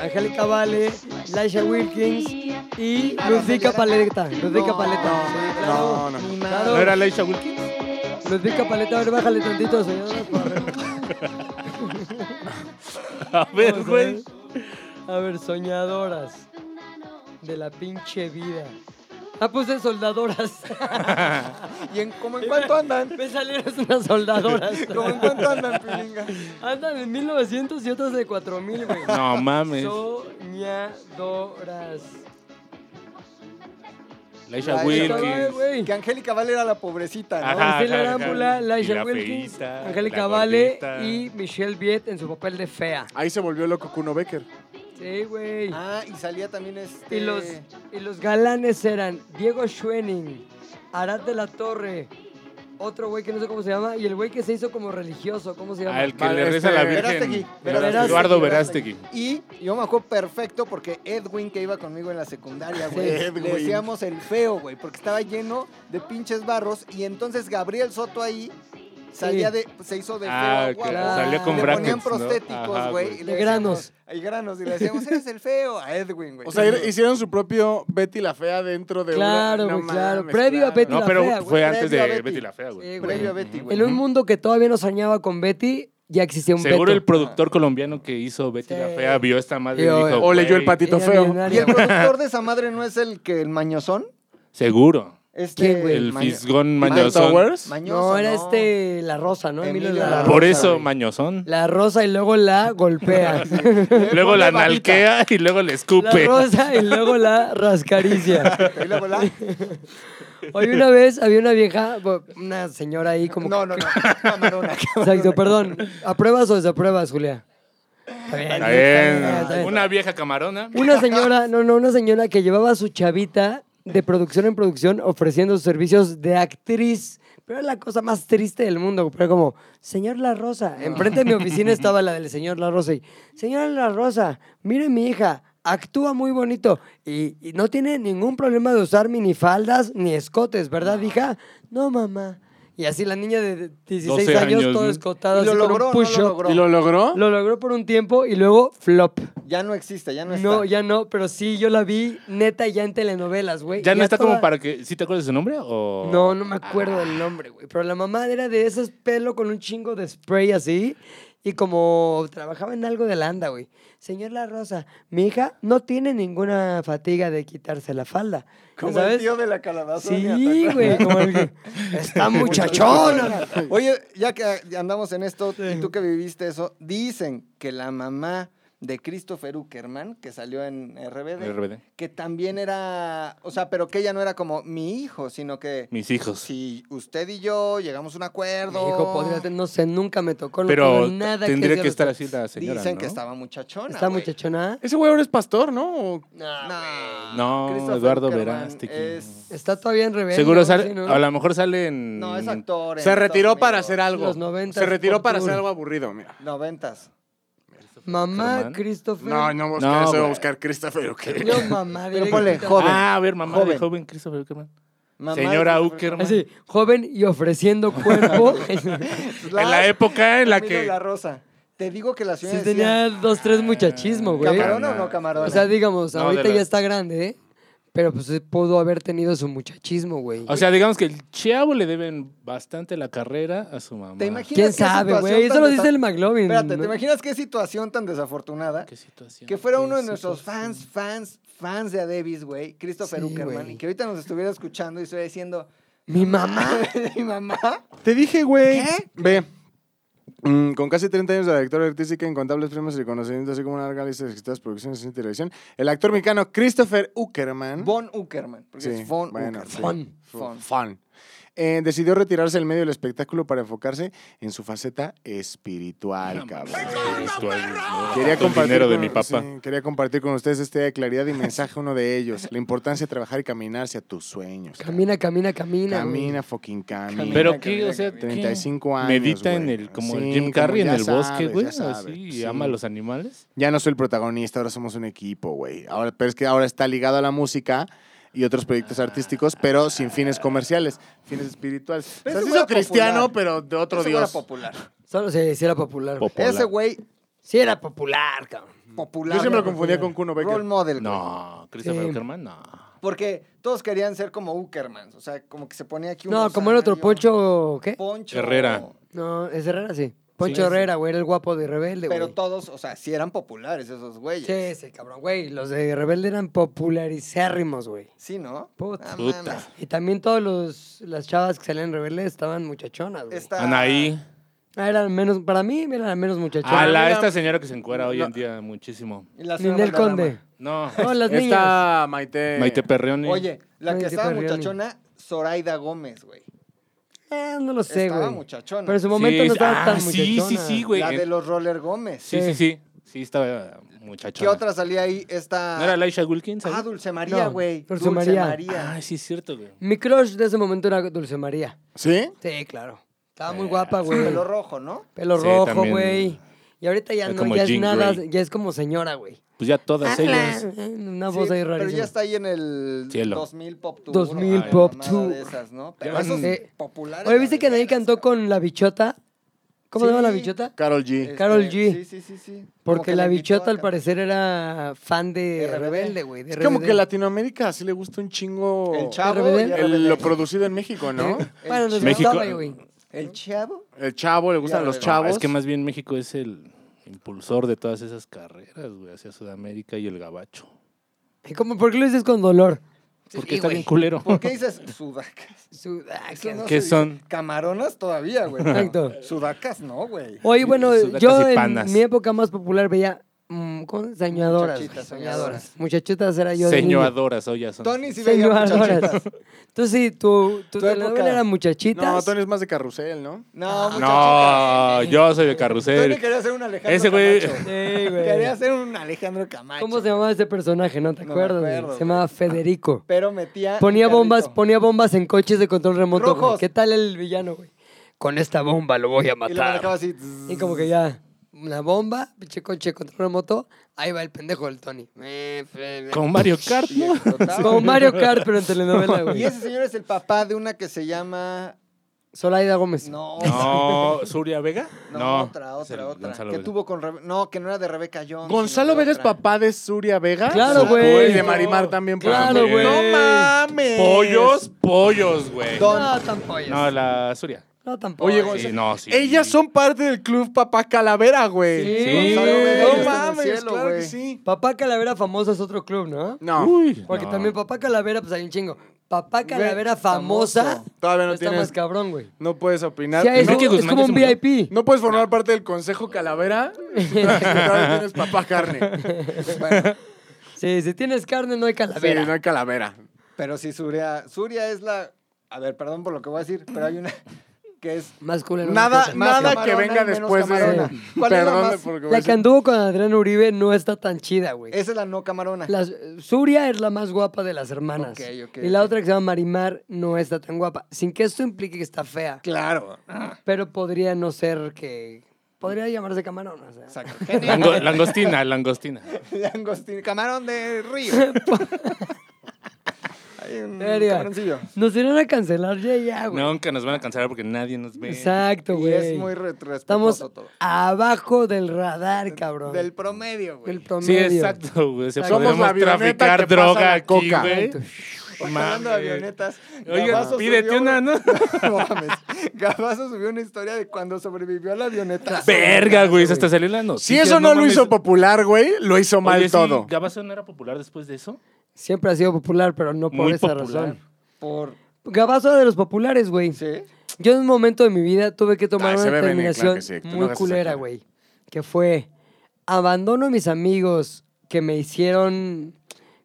Speaker 1: Angélica Vale, Laisha Wilkins, y Ludvica Paleta. Ludvica
Speaker 3: No,
Speaker 1: Paleta.
Speaker 5: No, no.
Speaker 3: Ni
Speaker 2: ¿No
Speaker 3: madre.
Speaker 2: era Leisha Wilkins?
Speaker 1: Ludvica Paleta, a ver, bájale tantito, señor. para ver.
Speaker 2: A ver,
Speaker 1: <laughs> Vamos a
Speaker 2: güey.
Speaker 1: ver. A ver, soñadoras de la pinche vida. Ah, puse soldadoras. <laughs>
Speaker 3: ¿Y en, como en cuánto andan?
Speaker 1: Me salieron unas
Speaker 2: <laughs>
Speaker 1: soldadoras.
Speaker 3: ¿Como en cuánto andan, Pilinga?
Speaker 1: Andan en 1900 y otras de 4000, güey.
Speaker 2: No mames.
Speaker 1: Soñadoras.
Speaker 2: Leisha
Speaker 3: Ahí está,
Speaker 2: Wilkins.
Speaker 1: güey.
Speaker 3: Que Angélica Vale era la pobrecita, ¿no?
Speaker 2: Ajá,
Speaker 1: Priscila
Speaker 2: ajá, ajá.
Speaker 1: Arámbula,
Speaker 2: Y
Speaker 1: Laisha
Speaker 2: la
Speaker 1: Wilkins,
Speaker 2: feíta,
Speaker 1: Angélica
Speaker 2: la
Speaker 1: Vale
Speaker 2: gordita.
Speaker 1: y Michelle Viet en su papel de fea.
Speaker 5: Ahí se volvió loco Kuno Becker.
Speaker 1: Sí, güey.
Speaker 3: Ah, y salía también este...
Speaker 1: Y los, y los galanes eran Diego Schwenning, Arad de la Torre, otro güey que no sé cómo se llama, y el güey que se hizo como religioso, ¿cómo se llama?
Speaker 2: Ah, el que
Speaker 5: Vale,
Speaker 2: le reza a la
Speaker 5: este,
Speaker 2: Virgen.
Speaker 3: Verástegui,
Speaker 1: Verástegui.
Speaker 2: Eduardo Verástegui.
Speaker 3: Y yo me acuerdo perfecto porque Edwin, que iba conmigo en la secundaria, güey,
Speaker 5: Edwin.
Speaker 3: le decíamos el feo, güey, porque estaba lleno de pinches barros. Y entonces Gabriel Soto ahí salía
Speaker 1: Sí.
Speaker 3: de, se hizo de feo
Speaker 2: Ah,
Speaker 3: a
Speaker 2: que
Speaker 3: guapo.
Speaker 1: claro.
Speaker 2: salió con
Speaker 3: Le ponían
Speaker 2: brackets, ¿no?
Speaker 3: prostéticos,
Speaker 2: Ajá,
Speaker 3: güey.
Speaker 2: güey.
Speaker 3: le
Speaker 1: Y
Speaker 3: decíamos-
Speaker 1: granos.
Speaker 3: Y granos. Y le decíamos, eres el feo a Edwin, güey.
Speaker 5: O sea, hicieron su propio Betty la Fea dentro de
Speaker 1: Claro,
Speaker 5: una...
Speaker 1: güey, claro. Previo a Betty
Speaker 2: No,
Speaker 1: la
Speaker 2: pero
Speaker 1: fea, güey.
Speaker 2: fue antes
Speaker 3: Previo a
Speaker 2: de
Speaker 3: Betty.
Speaker 2: Betty la Fea,
Speaker 1: Sí,
Speaker 2: güey.
Speaker 1: güey.
Speaker 3: Previo a Betty, güey.
Speaker 1: En un mundo que todavía no soñaba con Betty, ya existía un
Speaker 2: Seguro el
Speaker 1: Beto.
Speaker 2: productor colombiano que hizo Betty la
Speaker 1: Sí.
Speaker 2: Fea vio esta madre y
Speaker 1: Vio-
Speaker 2: dijo,
Speaker 5: O leyó el
Speaker 2: "Güey,
Speaker 5: patito
Speaker 1: Era
Speaker 5: feo.
Speaker 1: millonario.
Speaker 3: Y el productor de esa madre no es el que el mañozón.
Speaker 2: Seguro.
Speaker 3: Este,
Speaker 1: ¿Quién, güey?
Speaker 2: El
Speaker 3: maño-
Speaker 2: fisgón
Speaker 3: Maño-
Speaker 2: mañosón.
Speaker 5: Towers.
Speaker 3: Mañoso,
Speaker 1: No, era este La Rosa, Ah, ¿no?
Speaker 3: Emilio
Speaker 1: Emilio
Speaker 3: La
Speaker 1: La
Speaker 2: Por
Speaker 1: Rosa.
Speaker 2: eso
Speaker 3: güey.
Speaker 2: mañosón.
Speaker 1: La Rosa y luego la golpea.
Speaker 2: <laughs> Luego la
Speaker 3: babita.
Speaker 2: nalquea y luego le
Speaker 1: La
Speaker 2: escupe.
Speaker 1: Rosa y luego la rascaricia.
Speaker 3: Y
Speaker 1: <laughs>
Speaker 3: luego la-
Speaker 1: Hoy una vez había una vieja, bo- una señora ahí como...
Speaker 3: No, no, no.
Speaker 1: <laughs>
Speaker 3: Camarona,
Speaker 1: Exacto, perdón. ¿Apruebas o desapruebas, Julia? Está bien,
Speaker 2: Está
Speaker 1: está bien, está
Speaker 2: bien.
Speaker 1: bien.
Speaker 2: Una vieja camarona.
Speaker 3: <laughs>
Speaker 1: Una señora, no, no, una señora que llevaba a su chavita de producción en producción ofreciendo sus servicios de actriz. Pero era la cosa más triste del mundo. Pero como, señor La Rosa. Enfrente de mi oficina
Speaker 3: <laughs>
Speaker 1: estaba la del señor La Rosa. Y, señora La Rosa, mire mi hija, actúa muy bonito. Y, y no tiene ningún problema de usar minifaldas ni escotes, ¿verdad, hija? No, mamá. Y así la niña de 16
Speaker 2: 12
Speaker 1: años,
Speaker 2: años,
Speaker 1: toda
Speaker 2: ¿no?
Speaker 1: escotada,
Speaker 3: Y lo
Speaker 1: así con
Speaker 3: logró,
Speaker 1: un
Speaker 3: no lo
Speaker 1: push-up.
Speaker 3: logró.
Speaker 5: ¿Y lo logró?
Speaker 1: Lo logró por un tiempo y luego flop.
Speaker 3: Ya no existe, ya no está.
Speaker 1: No, ya no, pero sí, yo la vi neta ya en telenovelas, güey.
Speaker 2: Ya no está como
Speaker 1: toda-
Speaker 2: para que... ¿Sí te acuerdas de su nombre? O...
Speaker 1: No, no me acuerdo del nombre, güey. Pero la mamá era de esos pelo con un chingo de spray así. Y como trabajaba en algo de landa, güey. Señor La Rosa, mi hija no tiene ninguna fatiga de quitarse la falda. ¿Ya
Speaker 3: Como el
Speaker 1: ¿Sabes?
Speaker 3: tío de la calabaza.
Speaker 1: sí, güey. Como el que,
Speaker 2: <laughs>
Speaker 1: está muchachona.
Speaker 3: <laughs> Oye, ya que andamos en esto, y tú que viviste eso, dicen que la mamá de Christopher Uckerman, que salió en RBD,
Speaker 2: RBD.
Speaker 3: que también era, o sea, pero que ella no era como mi hijo, sino que
Speaker 2: Mis hijos.
Speaker 3: si usted y yo llegamos a un
Speaker 1: Mi
Speaker 3: acuerdo,
Speaker 1: hijo podría tener, no sé, nunca me tocó. No
Speaker 2: Pero
Speaker 1: tuve nada
Speaker 2: tendría
Speaker 1: que,
Speaker 2: que, estar así la señora,
Speaker 3: dicen
Speaker 2: ¿no?
Speaker 3: que estaba muchachona.
Speaker 1: ¿Está
Speaker 3: güey.
Speaker 1: muchachona?
Speaker 5: Ese güey ahora es pastor, ¿no? ¿O
Speaker 3: No,
Speaker 2: No,
Speaker 3: Christopher
Speaker 2: Eduardo
Speaker 3: Uckerman
Speaker 2: Verástegui.
Speaker 3: es-
Speaker 1: Está todavía en rebelde.
Speaker 2: Seguro
Speaker 1: algo
Speaker 2: sale...
Speaker 1: así, ¿no?
Speaker 2: A lo mejor sale en...
Speaker 3: No, es actor. en
Speaker 5: Se retiró
Speaker 3: Estados
Speaker 5: para
Speaker 3: Unidos.
Speaker 5: hacer algo.
Speaker 1: Los noventas
Speaker 5: Se retiró
Speaker 1: por
Speaker 5: para
Speaker 1: tour.
Speaker 5: hacer algo aburrido, mira.
Speaker 3: Noventas.
Speaker 1: Mamá
Speaker 2: Germán.
Speaker 1: Christopher.
Speaker 5: No, no buscar
Speaker 2: No,
Speaker 5: eso, voy a
Speaker 2: güey.
Speaker 5: buscar Christopher Uckerman.
Speaker 1: Yo mamá
Speaker 3: Pero
Speaker 1: directa.
Speaker 3: ponle, joven.
Speaker 2: Ah, a ver, mamá
Speaker 3: Joven.
Speaker 2: de joven Christopher Uckerman.
Speaker 3: Mamá
Speaker 2: Señora
Speaker 3: de-
Speaker 2: Uckerman.
Speaker 1: Así, joven y ofreciendo
Speaker 3: <laughs>
Speaker 1: cuerpo.
Speaker 2: En la época en la
Speaker 3: Camilo
Speaker 2: que...
Speaker 3: La Rosa. Te digo que la señora
Speaker 1: sí
Speaker 3: decía,
Speaker 1: tenía dos, tres muchachismo, güey.
Speaker 3: ¿Camarona o no camarona?
Speaker 1: O sea, digamos,
Speaker 2: No,
Speaker 1: ahorita
Speaker 2: de la-
Speaker 1: ya está grande, ¿eh? Pero pues pudo haber tenido su muchachismo, güey.
Speaker 2: O sea, digamos que el chavo le deben bastante la carrera a su mamá.
Speaker 3: ¿Te imaginas
Speaker 1: ¿Quién
Speaker 3: qué
Speaker 1: sabe,
Speaker 3: situación
Speaker 1: güey? Eso
Speaker 3: tan
Speaker 1: lo
Speaker 3: desa-
Speaker 1: dice el McLovin.
Speaker 3: Espérate,
Speaker 1: ¿no?
Speaker 3: ¿te imaginas qué situación tan desafortunada?
Speaker 2: ¿Qué situación?
Speaker 3: Que fuera
Speaker 2: ¿Qué
Speaker 3: uno de nuestros
Speaker 2: situación?
Speaker 3: fans, fans, fans de Adebis, güey, Christopher
Speaker 1: Sí,
Speaker 3: Uckerman,
Speaker 1: güey.
Speaker 3: y que ahorita nos estuviera escuchando y estuviera diciendo,
Speaker 1: Mi mamá.
Speaker 3: <laughs> mi mamá,
Speaker 5: Te dije, güey.
Speaker 3: ¿Qué?
Speaker 5: <laughs> Ve. Mm, con casi 30 años de trayectoria artística, incontables premios y reconocimientos, así como una larga lista de exitosas producciones en televisión, el actor mexicano Christopher Uckerman.
Speaker 3: Von Uckerman, porque
Speaker 5: ¿Mm? Sí,
Speaker 3: es Von
Speaker 5: bueno,
Speaker 3: Uckerman.
Speaker 5: sí.
Speaker 1: Fun.
Speaker 5: Fun.
Speaker 3: Fun.
Speaker 5: Fun. Eh, decidió retirarse del medio del espectáculo para enfocarse en su faceta espiritual, cabrón.
Speaker 2: Espiritualismo.
Speaker 5: Quería
Speaker 2: Todo el
Speaker 5: compartir,
Speaker 2: dinero de
Speaker 5: con-
Speaker 2: mi papá.
Speaker 5: sí, quería compartir con ustedes este día de claridad y mensaje, uno de ellos. La importancia de trabajar y caminar hacia tus sueños. cabrón.
Speaker 1: Camina, camina, camina. güey.
Speaker 5: Camina, fucking camina.
Speaker 2: Pero
Speaker 3: Mira,
Speaker 2: qué,
Speaker 3: mira,
Speaker 2: o sea, ¿qué?
Speaker 5: 35 años,
Speaker 2: Medita en
Speaker 5: güey.
Speaker 2: el, como
Speaker 5: Sí,
Speaker 2: el Jim
Speaker 5: como
Speaker 2: Carrey en
Speaker 5: ya
Speaker 2: el bosque,
Speaker 5: sabes,
Speaker 2: güey,
Speaker 5: ya sabes,
Speaker 2: así, y
Speaker 5: sí.
Speaker 2: ama a los animales.
Speaker 5: Ya no soy el protagonista, ahora somos un equipo, güey. Ahora, pero es que ahora está ligado a la música y otros proyectos artísticos, pero sin fines comerciales, fines espirituales.
Speaker 3: Pero
Speaker 5: o
Speaker 3: ese
Speaker 5: sea,
Speaker 3: güey
Speaker 5: se hizo
Speaker 3: era
Speaker 5: cristiano,
Speaker 3: popular.
Speaker 5: pero de otro
Speaker 3: Ese güey era
Speaker 5: dios.
Speaker 3: popular.
Speaker 1: Solo se sí, era popular. güey.
Speaker 2: Popola.
Speaker 3: Ese güey
Speaker 1: Sí era popular, cabrón.
Speaker 3: popular.
Speaker 5: Yo siempre lo
Speaker 3: güey,
Speaker 5: confundía con Kuno Becker.
Speaker 3: Role model, güey.
Speaker 2: No, Christopher
Speaker 1: Sí.
Speaker 2: Uckerman, no.
Speaker 3: Ah. Porque todos querían ser como Uckermans. O sea, como que se ponía aquí un.
Speaker 1: No, como el otro,
Speaker 3: rosario.
Speaker 1: Poncho, ¿qué?
Speaker 3: Poncho.
Speaker 2: Herrera.
Speaker 1: No, es Herrera, sí. Poncho
Speaker 2: Sí.
Speaker 1: Herrera, güey, era el guapo de Rebelde, güey.
Speaker 3: Pero todos, o sea, sí eran populares esos güeyes.
Speaker 1: Sí, ese cabrón, güey. Los de Rebelde eran popularizérrimos, güey.
Speaker 3: Sí, ¿no?
Speaker 1: Puta.
Speaker 3: Ah,
Speaker 2: Puta.
Speaker 3: mames.
Speaker 1: Y también todas los, las chavas que salían en Rebelde estaban muchachonas, güey.
Speaker 3: Esta-
Speaker 2: Anaí.
Speaker 1: Ah, Eran menos, para mí eran menos muchachonas.
Speaker 2: A la,
Speaker 5: mira.
Speaker 2: esta señora que se encuera hoy
Speaker 5: No.
Speaker 2: en día muchísimo.
Speaker 3: Y la señora
Speaker 1: Ninel
Speaker 3: Valderrama.
Speaker 1: Conde.
Speaker 2: No,
Speaker 1: No, las niñas.
Speaker 5: Esta Maite.
Speaker 2: <laughs> Maite Perreoni.
Speaker 3: Oye, la que
Speaker 1: Maite
Speaker 3: estaba
Speaker 1: Perroni.
Speaker 3: muchachona, Zoraida Gómez, güey.
Speaker 1: Eh, no lo sé,
Speaker 3: estaba
Speaker 1: güey.
Speaker 3: muchachona.
Speaker 1: Pero en su momento
Speaker 2: Sí,
Speaker 1: no estaba
Speaker 2: ah,
Speaker 1: tan
Speaker 2: Sí, sí,
Speaker 1: muchachona.
Speaker 2: sí, güey.
Speaker 5: eh.
Speaker 3: La de los Roller Gómez.
Speaker 2: Sí, sí, sí. Sí, estaba
Speaker 3: ¿Qué
Speaker 2: muchachona.
Speaker 3: otra salía ahí? Esta.
Speaker 2: ¿No era Laisha Wilkins? ahí?
Speaker 3: Ah, Dulce María,
Speaker 1: No,
Speaker 3: güey.
Speaker 1: Dulce
Speaker 3: Dulce
Speaker 1: María.
Speaker 3: María.
Speaker 2: Ah, sí, es cierto, güey.
Speaker 1: Mi crush de ese momento era Dulce María.
Speaker 5: ¿Sí?
Speaker 1: Sí, claro. Estaba muy
Speaker 2: Eh,
Speaker 1: guapa,
Speaker 3: Su
Speaker 1: güey.
Speaker 3: Pelo rojo, ¿no?
Speaker 1: Pelo
Speaker 2: Sí,
Speaker 1: rojo,
Speaker 2: también.
Speaker 1: güey. Y ahorita ya
Speaker 2: Es
Speaker 1: no,
Speaker 2: como
Speaker 1: ya es
Speaker 2: Jean
Speaker 1: nada,
Speaker 2: Grey.
Speaker 1: ya es como señora, güey.
Speaker 2: Pues ya todas
Speaker 1: Habla,
Speaker 2: ellas.
Speaker 1: eh, Una
Speaker 3: Sí,
Speaker 1: voz ahí
Speaker 3: Pero ya
Speaker 1: rarísima.
Speaker 3: está ahí en el
Speaker 2: Cielo.
Speaker 3: 2000 Pop Tour.
Speaker 1: 2000
Speaker 3: una
Speaker 1: Pop
Speaker 3: mamada de
Speaker 1: Tour.
Speaker 3: esas, ¿no? Pero
Speaker 2: Llevan-
Speaker 3: esos
Speaker 1: Sí.
Speaker 3: populares.
Speaker 1: Oye, ¿viste que nadie
Speaker 3: verdaderas,
Speaker 1: cantó
Speaker 3: cabrón.
Speaker 1: con la bichota? ¿Cómo se llama la
Speaker 3: Sí.
Speaker 1: bichota?
Speaker 5: Carol G.
Speaker 3: Este,
Speaker 1: Carol G?
Speaker 3: Sí, sí, sí, sí. Como
Speaker 1: Porque
Speaker 3: que
Speaker 1: la
Speaker 3: invitó a
Speaker 1: bichota al
Speaker 3: cantar.
Speaker 1: parecer era fan de
Speaker 3: RBD.
Speaker 1: Rebelde, güey. de
Speaker 5: Es como
Speaker 1: RBD.
Speaker 5: que Latinoamérica así le gusta un chingo.
Speaker 3: El Chavo.
Speaker 1: RBD.
Speaker 3: y
Speaker 5: el-
Speaker 3: RBD.
Speaker 5: lo producido en México, ¿no?
Speaker 1: Bueno, nos
Speaker 2: México-
Speaker 1: gustaba, güey.
Speaker 3: El
Speaker 1: <laughs>
Speaker 3: Chavo.
Speaker 5: El Chavo, le gustan
Speaker 3: Ya,
Speaker 5: los
Speaker 3: no,
Speaker 5: chavos.
Speaker 2: es que más bien México es el impulsor de todas esas carreras, güey, hacia Sudamérica y el gabacho.
Speaker 1: ¿Y cómo- ¿Por qué lo dices con dolor?
Speaker 2: Porque está bien culero. <laughs>
Speaker 3: ¿Por qué dices sudacas?
Speaker 1: Sudacas.
Speaker 3: Eso no
Speaker 2: ¿Qué
Speaker 3: se dice.
Speaker 2: son?
Speaker 3: Camaronas todavía, güey.
Speaker 1: Exacto.
Speaker 3: Sudacas no, güey.
Speaker 1: Oye, bueno,
Speaker 2: sudacas
Speaker 1: yo
Speaker 2: y
Speaker 1: en
Speaker 2: panas.
Speaker 1: mi época más popular veía mm, ¿cómo? soñadoras.
Speaker 3: Muchachitas,
Speaker 1: güey,
Speaker 3: soñadoras.
Speaker 1: soñadoras. Muchachitas era yo de niño.
Speaker 2: Señoadoras, hoy oh, ya son.
Speaker 3: Tony sí veía muchachitas.
Speaker 1: Señoradoras. Tú sí, tu, tu
Speaker 3: Tu época.
Speaker 1: telenovela era muchachitas.
Speaker 5: No, Tony es más de carrusel, ¿no?
Speaker 3: No, muchachitas.
Speaker 2: No, yo soy de
Speaker 3: Tony
Speaker 2: carrusel.
Speaker 3: quería ser un Alejandro
Speaker 2: Ese güey-
Speaker 3: Camacho.
Speaker 1: Sí, güey.
Speaker 3: Quería ser un Alejandro Camacho.
Speaker 1: ¿Cómo se llamaba ese personaje? No te
Speaker 3: No me
Speaker 1: acuerdas. güey?
Speaker 3: acuerdo,
Speaker 1: se llamaba Federico.
Speaker 3: Pero metía.
Speaker 1: Ponía
Speaker 3: <laughs> un carrito.
Speaker 1: bombas, ponía bombas en coches de control remoto. güey.
Speaker 3: Rojos.
Speaker 1: ¿Qué tal el villano, güey? Con esta bomba lo voy a
Speaker 3: Y lo
Speaker 1: matar.
Speaker 3: manejaba así.
Speaker 1: Y como que ya, una bomba, pinche coche de control remoto. Ahí va el pendejo del Tony. Eh, fe-
Speaker 2: Con Mario Kart,
Speaker 3: Y
Speaker 2: ¿no?
Speaker 1: <laughs>
Speaker 3: explotaba.
Speaker 1: Como Mario Kart, pero en telenovela,
Speaker 3: <laughs> Y
Speaker 1: güey.
Speaker 3: ese señor es el papá de una que se llama.
Speaker 1: Solaida Gómez.
Speaker 3: No.
Speaker 2: No, Surya Vega.
Speaker 3: No, otra,
Speaker 2: es el
Speaker 3: otra, otra.
Speaker 2: Gonzalo
Speaker 3: que
Speaker 2: Vega.
Speaker 3: tuvo con Rebe- No, que no era de Rebeca Jones.
Speaker 5: Gonzalo
Speaker 3: sino de
Speaker 5: Vega es
Speaker 3: otra.
Speaker 5: papá de Suria Vega.
Speaker 1: Claro, güey.
Speaker 5: Y de Marimar también. por
Speaker 1: Claro,
Speaker 5: supuesto.
Speaker 1: güey.
Speaker 5: No mames.
Speaker 2: Pollos, pollos, güey.
Speaker 3: Don-
Speaker 1: No, tampoco.
Speaker 2: No, la Surya.
Speaker 1: No, tampoco.
Speaker 5: Oye,
Speaker 2: Sí,
Speaker 5: Gonzalo.
Speaker 2: no, sí.
Speaker 5: Ellas son parte del club Papá Calavera, güey.
Speaker 1: Sí.
Speaker 3: Gonzalo Vega
Speaker 5: No
Speaker 3: está en el
Speaker 5: mames,
Speaker 3: cielo,
Speaker 5: claro
Speaker 3: güey.
Speaker 5: que sí.
Speaker 1: Papá Calavera Famosa es otro club, ¿no?
Speaker 5: No,
Speaker 1: Porque
Speaker 2: No.
Speaker 1: también Papá Calavera, pues hay un chingo. Papá Calavera Famosa.
Speaker 3: famoso.
Speaker 5: todavía no
Speaker 1: Está
Speaker 5: tienes.
Speaker 1: más cabrón, güey.
Speaker 5: No puedes opinar.
Speaker 1: Sí, es,
Speaker 5: no,
Speaker 2: Enrique
Speaker 1: es
Speaker 2: Guzmán
Speaker 1: como
Speaker 2: ya
Speaker 1: un
Speaker 2: se murió.
Speaker 1: VIP.
Speaker 5: no puedes formar parte del
Speaker 1: <laughs>
Speaker 5: Consejo Calavera. Todavía tienes papá carne.
Speaker 1: Sí, si tienes carne, no hay
Speaker 5: Sí,
Speaker 1: calavera.
Speaker 5: no hay calavera.
Speaker 3: Pero sí, Suria. Suria es la. A ver, perdón por lo que voy a decir, pero hay una que es.
Speaker 1: Más culero.
Speaker 5: Nada,
Speaker 1: no
Speaker 3: Más
Speaker 5: nada que
Speaker 3: camarona y
Speaker 5: venga
Speaker 3: menos
Speaker 5: después de.
Speaker 3: camarona. ¿Cuál es la
Speaker 5: Perdón,
Speaker 3: más-
Speaker 5: porque voy a
Speaker 1: La que
Speaker 5: decir-
Speaker 1: anduvo con Adrián Uribe no está tan chida, güey.
Speaker 3: Esa es la no camarona.
Speaker 1: La- Suria es la más guapa de las hermanas.
Speaker 3: Ok, ok,
Speaker 1: y la
Speaker 3: ok.
Speaker 1: otra que se llama Marimar no está tan guapa. Sin que esto implique que está fea.
Speaker 3: Claro.
Speaker 1: Pero podría no ser que. Podría llamarse camarón. o sea.
Speaker 3: Exacto. Genio.
Speaker 2: Lango- Langostina, langostina.
Speaker 3: <laughs> Langostín. Camarón de
Speaker 1: <laughs>
Speaker 3: río. Hay un
Speaker 1: Verga.
Speaker 3: camaroncillo.
Speaker 1: Nos irían a cancelar ya, ya, güey.
Speaker 2: Nunca nos van a cancelar porque nadie nos ve.
Speaker 1: Exacto,
Speaker 3: Y
Speaker 1: güey.
Speaker 3: es muy re-
Speaker 1: Estamos
Speaker 3: respetuoso todo.
Speaker 1: abajo del radar, cabrón.
Speaker 3: Del promedio, güey.
Speaker 1: Del
Speaker 2: Sí,
Speaker 1: promedio.
Speaker 2: exacto, güey. Se
Speaker 1: Exacto.
Speaker 5: Somos la
Speaker 2: podemos
Speaker 5: avioneta que
Speaker 2: traficar
Speaker 5: pasa la
Speaker 2: droga aquí,
Speaker 5: coca.
Speaker 2: güey.
Speaker 1: Exacto.
Speaker 3: Hablando de
Speaker 2: Mames.
Speaker 3: avionetas.
Speaker 2: Oigan,
Speaker 3: Gabazo
Speaker 2: pídete
Speaker 3: subió
Speaker 2: una, ¿no?
Speaker 3: <laughs> No mames. Gabazo subió una historia de cuando sobrevivió a la avioneta.
Speaker 2: <laughs> <laughs> Verga, güey. Hasta salió la
Speaker 5: Si
Speaker 2: noticia.
Speaker 5: eso no, lo
Speaker 2: mames.
Speaker 5: hizo popular, güey, lo hizo
Speaker 2: Oye,
Speaker 5: mal
Speaker 2: sí,
Speaker 5: todo.
Speaker 2: ¿Gabazo no era popular después de eso?
Speaker 1: Siempre ha sido popular, pero no por
Speaker 2: Muy
Speaker 1: esa
Speaker 2: popular.
Speaker 1: razón.
Speaker 3: Por.
Speaker 1: Gabazo era de los populares, güey.
Speaker 3: ¿Sí?
Speaker 1: Yo en un momento de mi vida tuve que tomar
Speaker 5: Ah, se
Speaker 1: una
Speaker 5: ve venir,
Speaker 1: determinación
Speaker 5: claro que sí. Tú no
Speaker 1: muy
Speaker 5: hagas esa
Speaker 1: culera,
Speaker 5: cara.
Speaker 1: güey. Que fue, abandono a mis amigos que me hicieron,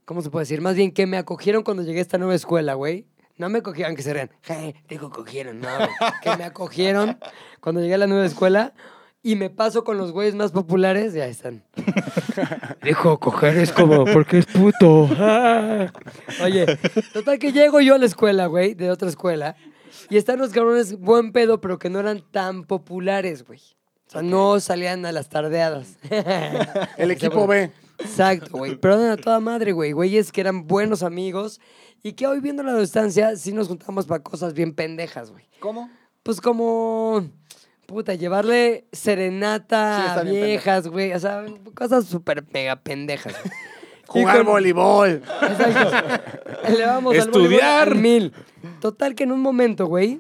Speaker 1: ¿cómo se puede decir? Más bien, que me acogieron cuando llegué a esta nueva escuela, güey. No me cogieron, que se rean. Je, digo, cogieron, no, güey. Que me acogieron cuando llegué a la nueva escuela y me paso con los güeyes más populares. Ya están. Dijo, coger es como, porque es puto. Ah. <laughs> Oye, total que llego yo a la escuela, güey, de otra escuela, y están los cabrones buen pedo, pero que no eran tan populares, güey. O sea, no salían a las tardeadas.
Speaker 5: <laughs>
Speaker 1: <laughs>
Speaker 5: El equipo B.
Speaker 1: Exacto, güey. Pero eran a toda madre, güey. Güeyes que eran buenos amigos y que hoy viendo la distancia sí nos juntamos para cosas bien pendejas, güey.
Speaker 3: ¿Cómo?
Speaker 1: Pues como Puta, llevarle serenata
Speaker 3: Sí, está
Speaker 1: a
Speaker 3: bien
Speaker 1: viejas, güey. O sea, cosas súper mega pendejas.
Speaker 5: Jugar
Speaker 1: Y con-
Speaker 5: voleibol.
Speaker 1: Exacto. Le vamos al voleibol
Speaker 2: Estudiar.
Speaker 1: al mil. Total que en un momento, güey,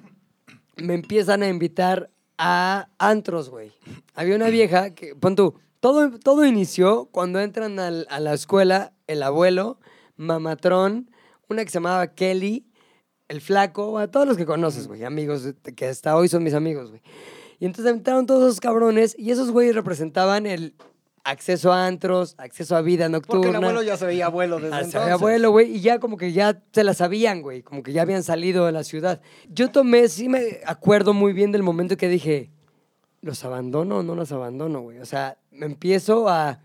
Speaker 1: me empiezan a invitar a antros, güey. Había una vieja que, pon tú, todo, todo inició cuando entran al- a la escuela el abuelo, Mamatrón, una que se llamaba Kelly, el flaco, a todos los que conoces, güey, amigos de- que hasta hoy son mis amigos, güey. Y entonces entraron todos esos cabrones y esos güeyes representaban el acceso a antros, acceso a vida nocturna.
Speaker 3: Porque el abuelo ya se veía abuelo desde
Speaker 1: Ah,
Speaker 3: entonces.
Speaker 1: se había abuelo, güey, y ya como que ya se la sabían, güey, como que ya habían salido de la ciudad. Yo tomé, sí me acuerdo muy bien del momento que dije, ¿los abandono o no los abandono, güey? O sea, me empiezo a...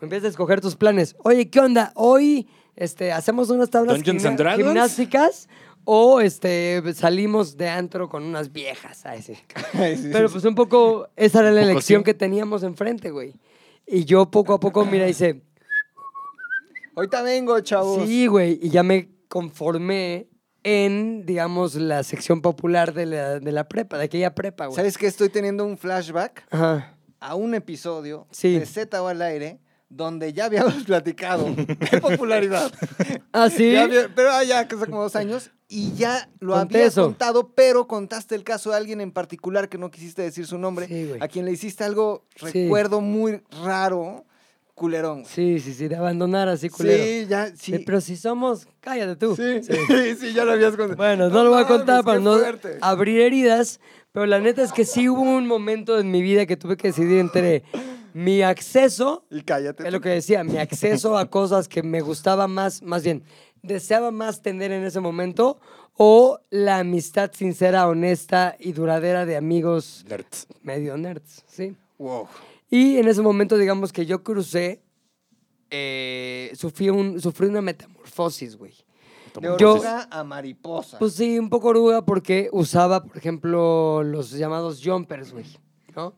Speaker 1: Me empiezas a escoger tus planes. Oye, ¿qué onda? Hoy este, hacemos unas tablas
Speaker 2: Dungeons and Dragons?
Speaker 1: gimnásticas o este, salimos de antro con unas viejas. Ay,
Speaker 2: <laughs>
Speaker 1: sí.
Speaker 3: Ay, <laughs> sí, sí,
Speaker 1: Pero
Speaker 3: sí.
Speaker 1: pues un poco, esa era la
Speaker 2: poco
Speaker 1: elección
Speaker 2: sí.
Speaker 1: que teníamos enfrente, güey. Y yo poco a poco, mira, hice...
Speaker 3: Ahorita vengo, chavos.
Speaker 1: Sí, güey, y ya me conformé en, digamos, la sección popular de la, de la prepa, de aquella prepa, güey.
Speaker 3: ¿Sabes que Estoy teniendo un flashback
Speaker 1: Ajá.
Speaker 3: a un episodio
Speaker 1: Sí.
Speaker 3: de Z o al aire donde ya habíamos <laughs> platicado de popularidad.
Speaker 1: Ah, sí.
Speaker 3: Ya había- pero ah, ya, que hace como dos años. Y ya lo
Speaker 1: Conté
Speaker 3: habías
Speaker 1: eso.
Speaker 3: contado, pero contaste el caso de alguien en particular que no quisiste decir su nombre,
Speaker 1: Sí, güey.
Speaker 3: a quien le hiciste algo,
Speaker 1: Sí.
Speaker 3: recuerdo muy raro, culerón. güey.
Speaker 1: Sí, sí, sí, de abandonar así, culero.
Speaker 3: Sí, ya, sí.
Speaker 1: De, Pero si somos, cállate tú.
Speaker 3: Sí, sí, <laughs> sí, ya lo habías contado.
Speaker 1: Bueno, no, lo voy a contar
Speaker 3: mames,
Speaker 1: para
Speaker 3: qué
Speaker 1: no Ah,
Speaker 3: fuerte.
Speaker 1: abrir heridas, pero la neta es que sí hubo un momento en mi vida que tuve que decidir entre mi acceso
Speaker 3: Y cállate.
Speaker 1: Es
Speaker 3: tú.
Speaker 1: lo que decía, mi acceso a cosas que me gustaba más, más bien, deseaba más tener en ese momento, o la amistad sincera, honesta y duradera de amigos
Speaker 2: Nerds.
Speaker 1: medio nerds, ¿sí?
Speaker 3: Wow.
Speaker 1: Y en ese momento, digamos que yo crucé, eh, sufrí, un, sufrí una metamorfosis, güey.
Speaker 3: De
Speaker 1: Yo-
Speaker 3: oruga a mariposa.
Speaker 1: Pues sí, un poco oruga porque usaba, por ejemplo, los llamados jumpers, güey, ¿no?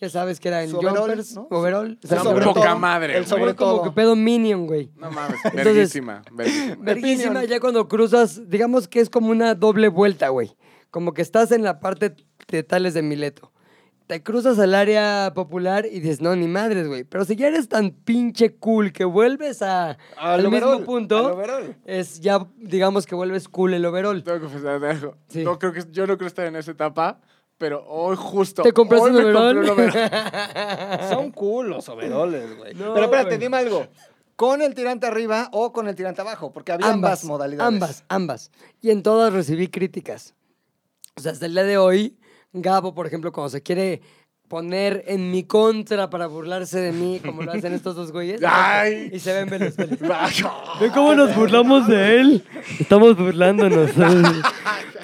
Speaker 1: Ya sabes que eran
Speaker 3: Su overall,
Speaker 1: jumpers,
Speaker 3: ¿no?
Speaker 1: overall.
Speaker 3: El
Speaker 1: eran
Speaker 3: sobre
Speaker 1: overall.
Speaker 5: pues, poca
Speaker 3: todo,
Speaker 5: madre,
Speaker 3: El
Speaker 5: güey.
Speaker 3: sobre
Speaker 1: Era como
Speaker 3: todo.
Speaker 1: que pedo minion, güey.
Speaker 5: No mames,
Speaker 1: Entonces-
Speaker 5: verguísima, verguísima.
Speaker 1: Verguísima ya cuando cruzas, digamos que es como una doble vuelta, güey. Como que estás en la parte de Tales de Mileto. Te cruzas al área popular y dices, no, ni madres, güey. Pero si ya eres tan pinche cool que vuelves a,
Speaker 3: Al
Speaker 1: al mismo
Speaker 3: overall, al
Speaker 1: punto,
Speaker 3: overall.
Speaker 1: es ya, digamos que vuelves cool el overall.
Speaker 5: Tengo que confesar algo.
Speaker 1: Sí.
Speaker 5: No creo que, yo no creo estar en esa etapa, pero hoy justo.
Speaker 1: ¿Te compraste
Speaker 5: hoy
Speaker 1: un
Speaker 5: me
Speaker 1: overall? <laughs>
Speaker 5: compré un overall.
Speaker 3: Son cool los overoles, güey.
Speaker 1: No,
Speaker 3: Pero espérate,
Speaker 1: güey.
Speaker 3: dime algo. ¿Con el tirante arriba o con el tirante abajo? Porque había ambas, modalidades.
Speaker 1: Ambas, ambas. Y en todas recibí críticas. O sea, hasta el día de hoy, Gabo, por ejemplo, cuando se quiere poner en mi contra para burlarse de mí, como lo hacen estos dos
Speaker 3: <laughs>
Speaker 1: güeyes,
Speaker 5: Ay.
Speaker 1: y se ven Venezuela. ¿Ve cómo nos burlamos de él? Estamos
Speaker 3: <laughs>
Speaker 1: burlándonos.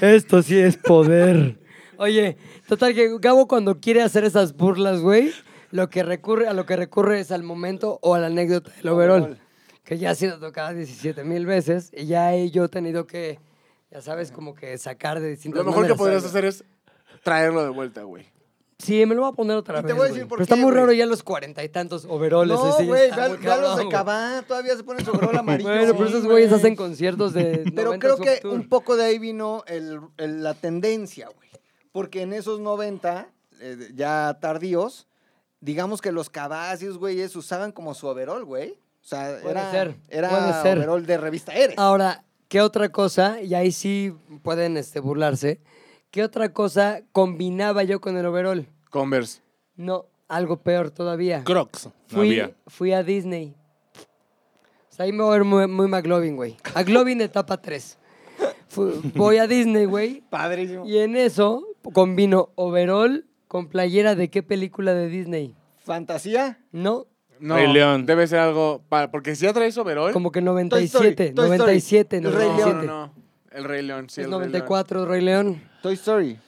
Speaker 1: Esto sí es poder. Oye, total que Gabo cuando quiere hacer esas burlas, güey, lo que recurre, a lo que recurre es al momento o a la anécdota del overall, que ya ha sido tocada 17 mil veces y ya he yo tenido que, ya sabes, como que sacar de distintas
Speaker 5: Lo mejor que
Speaker 1: maneras.
Speaker 5: podrías hacer es traerlo de vuelta, güey.
Speaker 1: Sí, me lo voy a poner otra
Speaker 3: Y te
Speaker 1: vez,
Speaker 3: voy a
Speaker 1: güey.
Speaker 3: decir por
Speaker 1: Pero está
Speaker 3: qué,
Speaker 1: muy
Speaker 3: güey.
Speaker 1: raro ya los cuarenta y tantos overoles.
Speaker 3: No,
Speaker 1: así,
Speaker 3: güey,
Speaker 1: está
Speaker 3: ve, a-
Speaker 1: muy
Speaker 3: ve a los
Speaker 1: cabrón,
Speaker 3: de
Speaker 1: güey.
Speaker 3: Cabá, todavía se ponen su overol amarillo.
Speaker 1: Bueno, pero esos
Speaker 3: Sí,
Speaker 1: güeyes
Speaker 3: güey.
Speaker 1: hacen conciertos de
Speaker 3: Pero
Speaker 1: 90
Speaker 3: creo que
Speaker 1: Subtour.
Speaker 3: un poco de ahí vino el- el- la tendencia, güey. Porque en esos 90, eh, ya tardíos, digamos que los cabas y esos güeyes usaban como su overol, güey. O sea,
Speaker 1: Puede
Speaker 3: era,
Speaker 1: ser, puede
Speaker 3: era
Speaker 1: ser. Ah.
Speaker 3: overol de revista Eres.
Speaker 1: Ahora, ¿qué otra cosa? Y ahí sí pueden este, burlarse. ¿Qué otra cosa combinaba yo con el overall?
Speaker 5: Converse.
Speaker 1: No, algo peor todavía.
Speaker 2: Crocs. No
Speaker 1: Fui,
Speaker 2: había.
Speaker 1: fui a Disney. O sea, ahí me voy a ver muy, muy McLovin, güey. McLovin etapa 3. voy a Disney, güey.
Speaker 3: Padrísimo.
Speaker 1: Y en eso combino overall con playera de qué película de Disney.
Speaker 3: Fantasía.
Speaker 1: No,
Speaker 5: No,
Speaker 2: Rey León.
Speaker 5: debe ser algo para, porque si ya traes overall.
Speaker 1: como que
Speaker 3: Toy Story,
Speaker 1: 97,
Speaker 3: Toy Story,
Speaker 1: 97,
Speaker 3: El Rey
Speaker 5: no,
Speaker 1: 97.
Speaker 5: no, no. El Rey León, sí,
Speaker 1: Es
Speaker 5: el Rey León.
Speaker 1: 94, Rey León.
Speaker 3: Toy Story.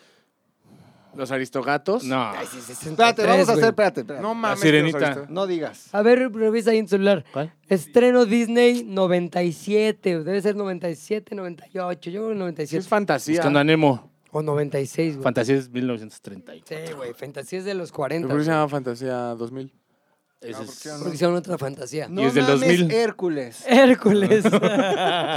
Speaker 5: Los Aristogatos.
Speaker 2: No.
Speaker 3: Espérate, vamos a hacer,
Speaker 1: 63, güey.
Speaker 3: espérate, espérate.
Speaker 5: No
Speaker 3: No,
Speaker 5: mames.
Speaker 2: Sirenita.
Speaker 5: que los Aristogatos-
Speaker 3: digas.
Speaker 1: A ver, revisa ahí en tu celular.
Speaker 2: ¿Cuál?
Speaker 1: Estreno Disney 97. Debe ser 97, 98. Yo creo que
Speaker 5: Sí, ah. es
Speaker 1: 97.
Speaker 5: fantasía.
Speaker 2: Buscando a Nemo.
Speaker 1: O 96, güey.
Speaker 2: Fantasía es 1930.
Speaker 1: Sí, güey. Fantasía es de los
Speaker 5: Yo
Speaker 1: 40.
Speaker 5: creo que
Speaker 1: güey.
Speaker 5: se llama Fantasía 2000.
Speaker 2: Ese es-
Speaker 3: producción,
Speaker 1: Porque hicieron otra fantasía.
Speaker 3: No
Speaker 2: Y es del
Speaker 3: mames,
Speaker 2: 2000.
Speaker 3: Hércules.
Speaker 5: <laughs>
Speaker 1: Hércules.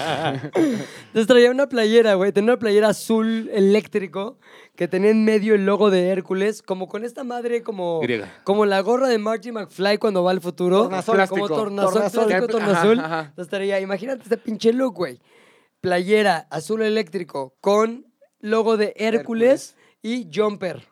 Speaker 1: Entonces traía una playera, güey. Tenía una playera azul eléctrico que tenía en medio el logo de Hércules, como con esta madre como...
Speaker 2: Griega.
Speaker 1: Como la gorra de Marty McFly cuando va al futuro. como
Speaker 3: Tornasol, plástico,
Speaker 1: tornasol,
Speaker 3: tornasol.
Speaker 1: plástico,
Speaker 5: Ajá,
Speaker 1: tornasol.
Speaker 5: ajá.
Speaker 1: Entonces traía, imagínate este pinche look, güey. Playera azul eléctrico con logo de Hércules, y jumper.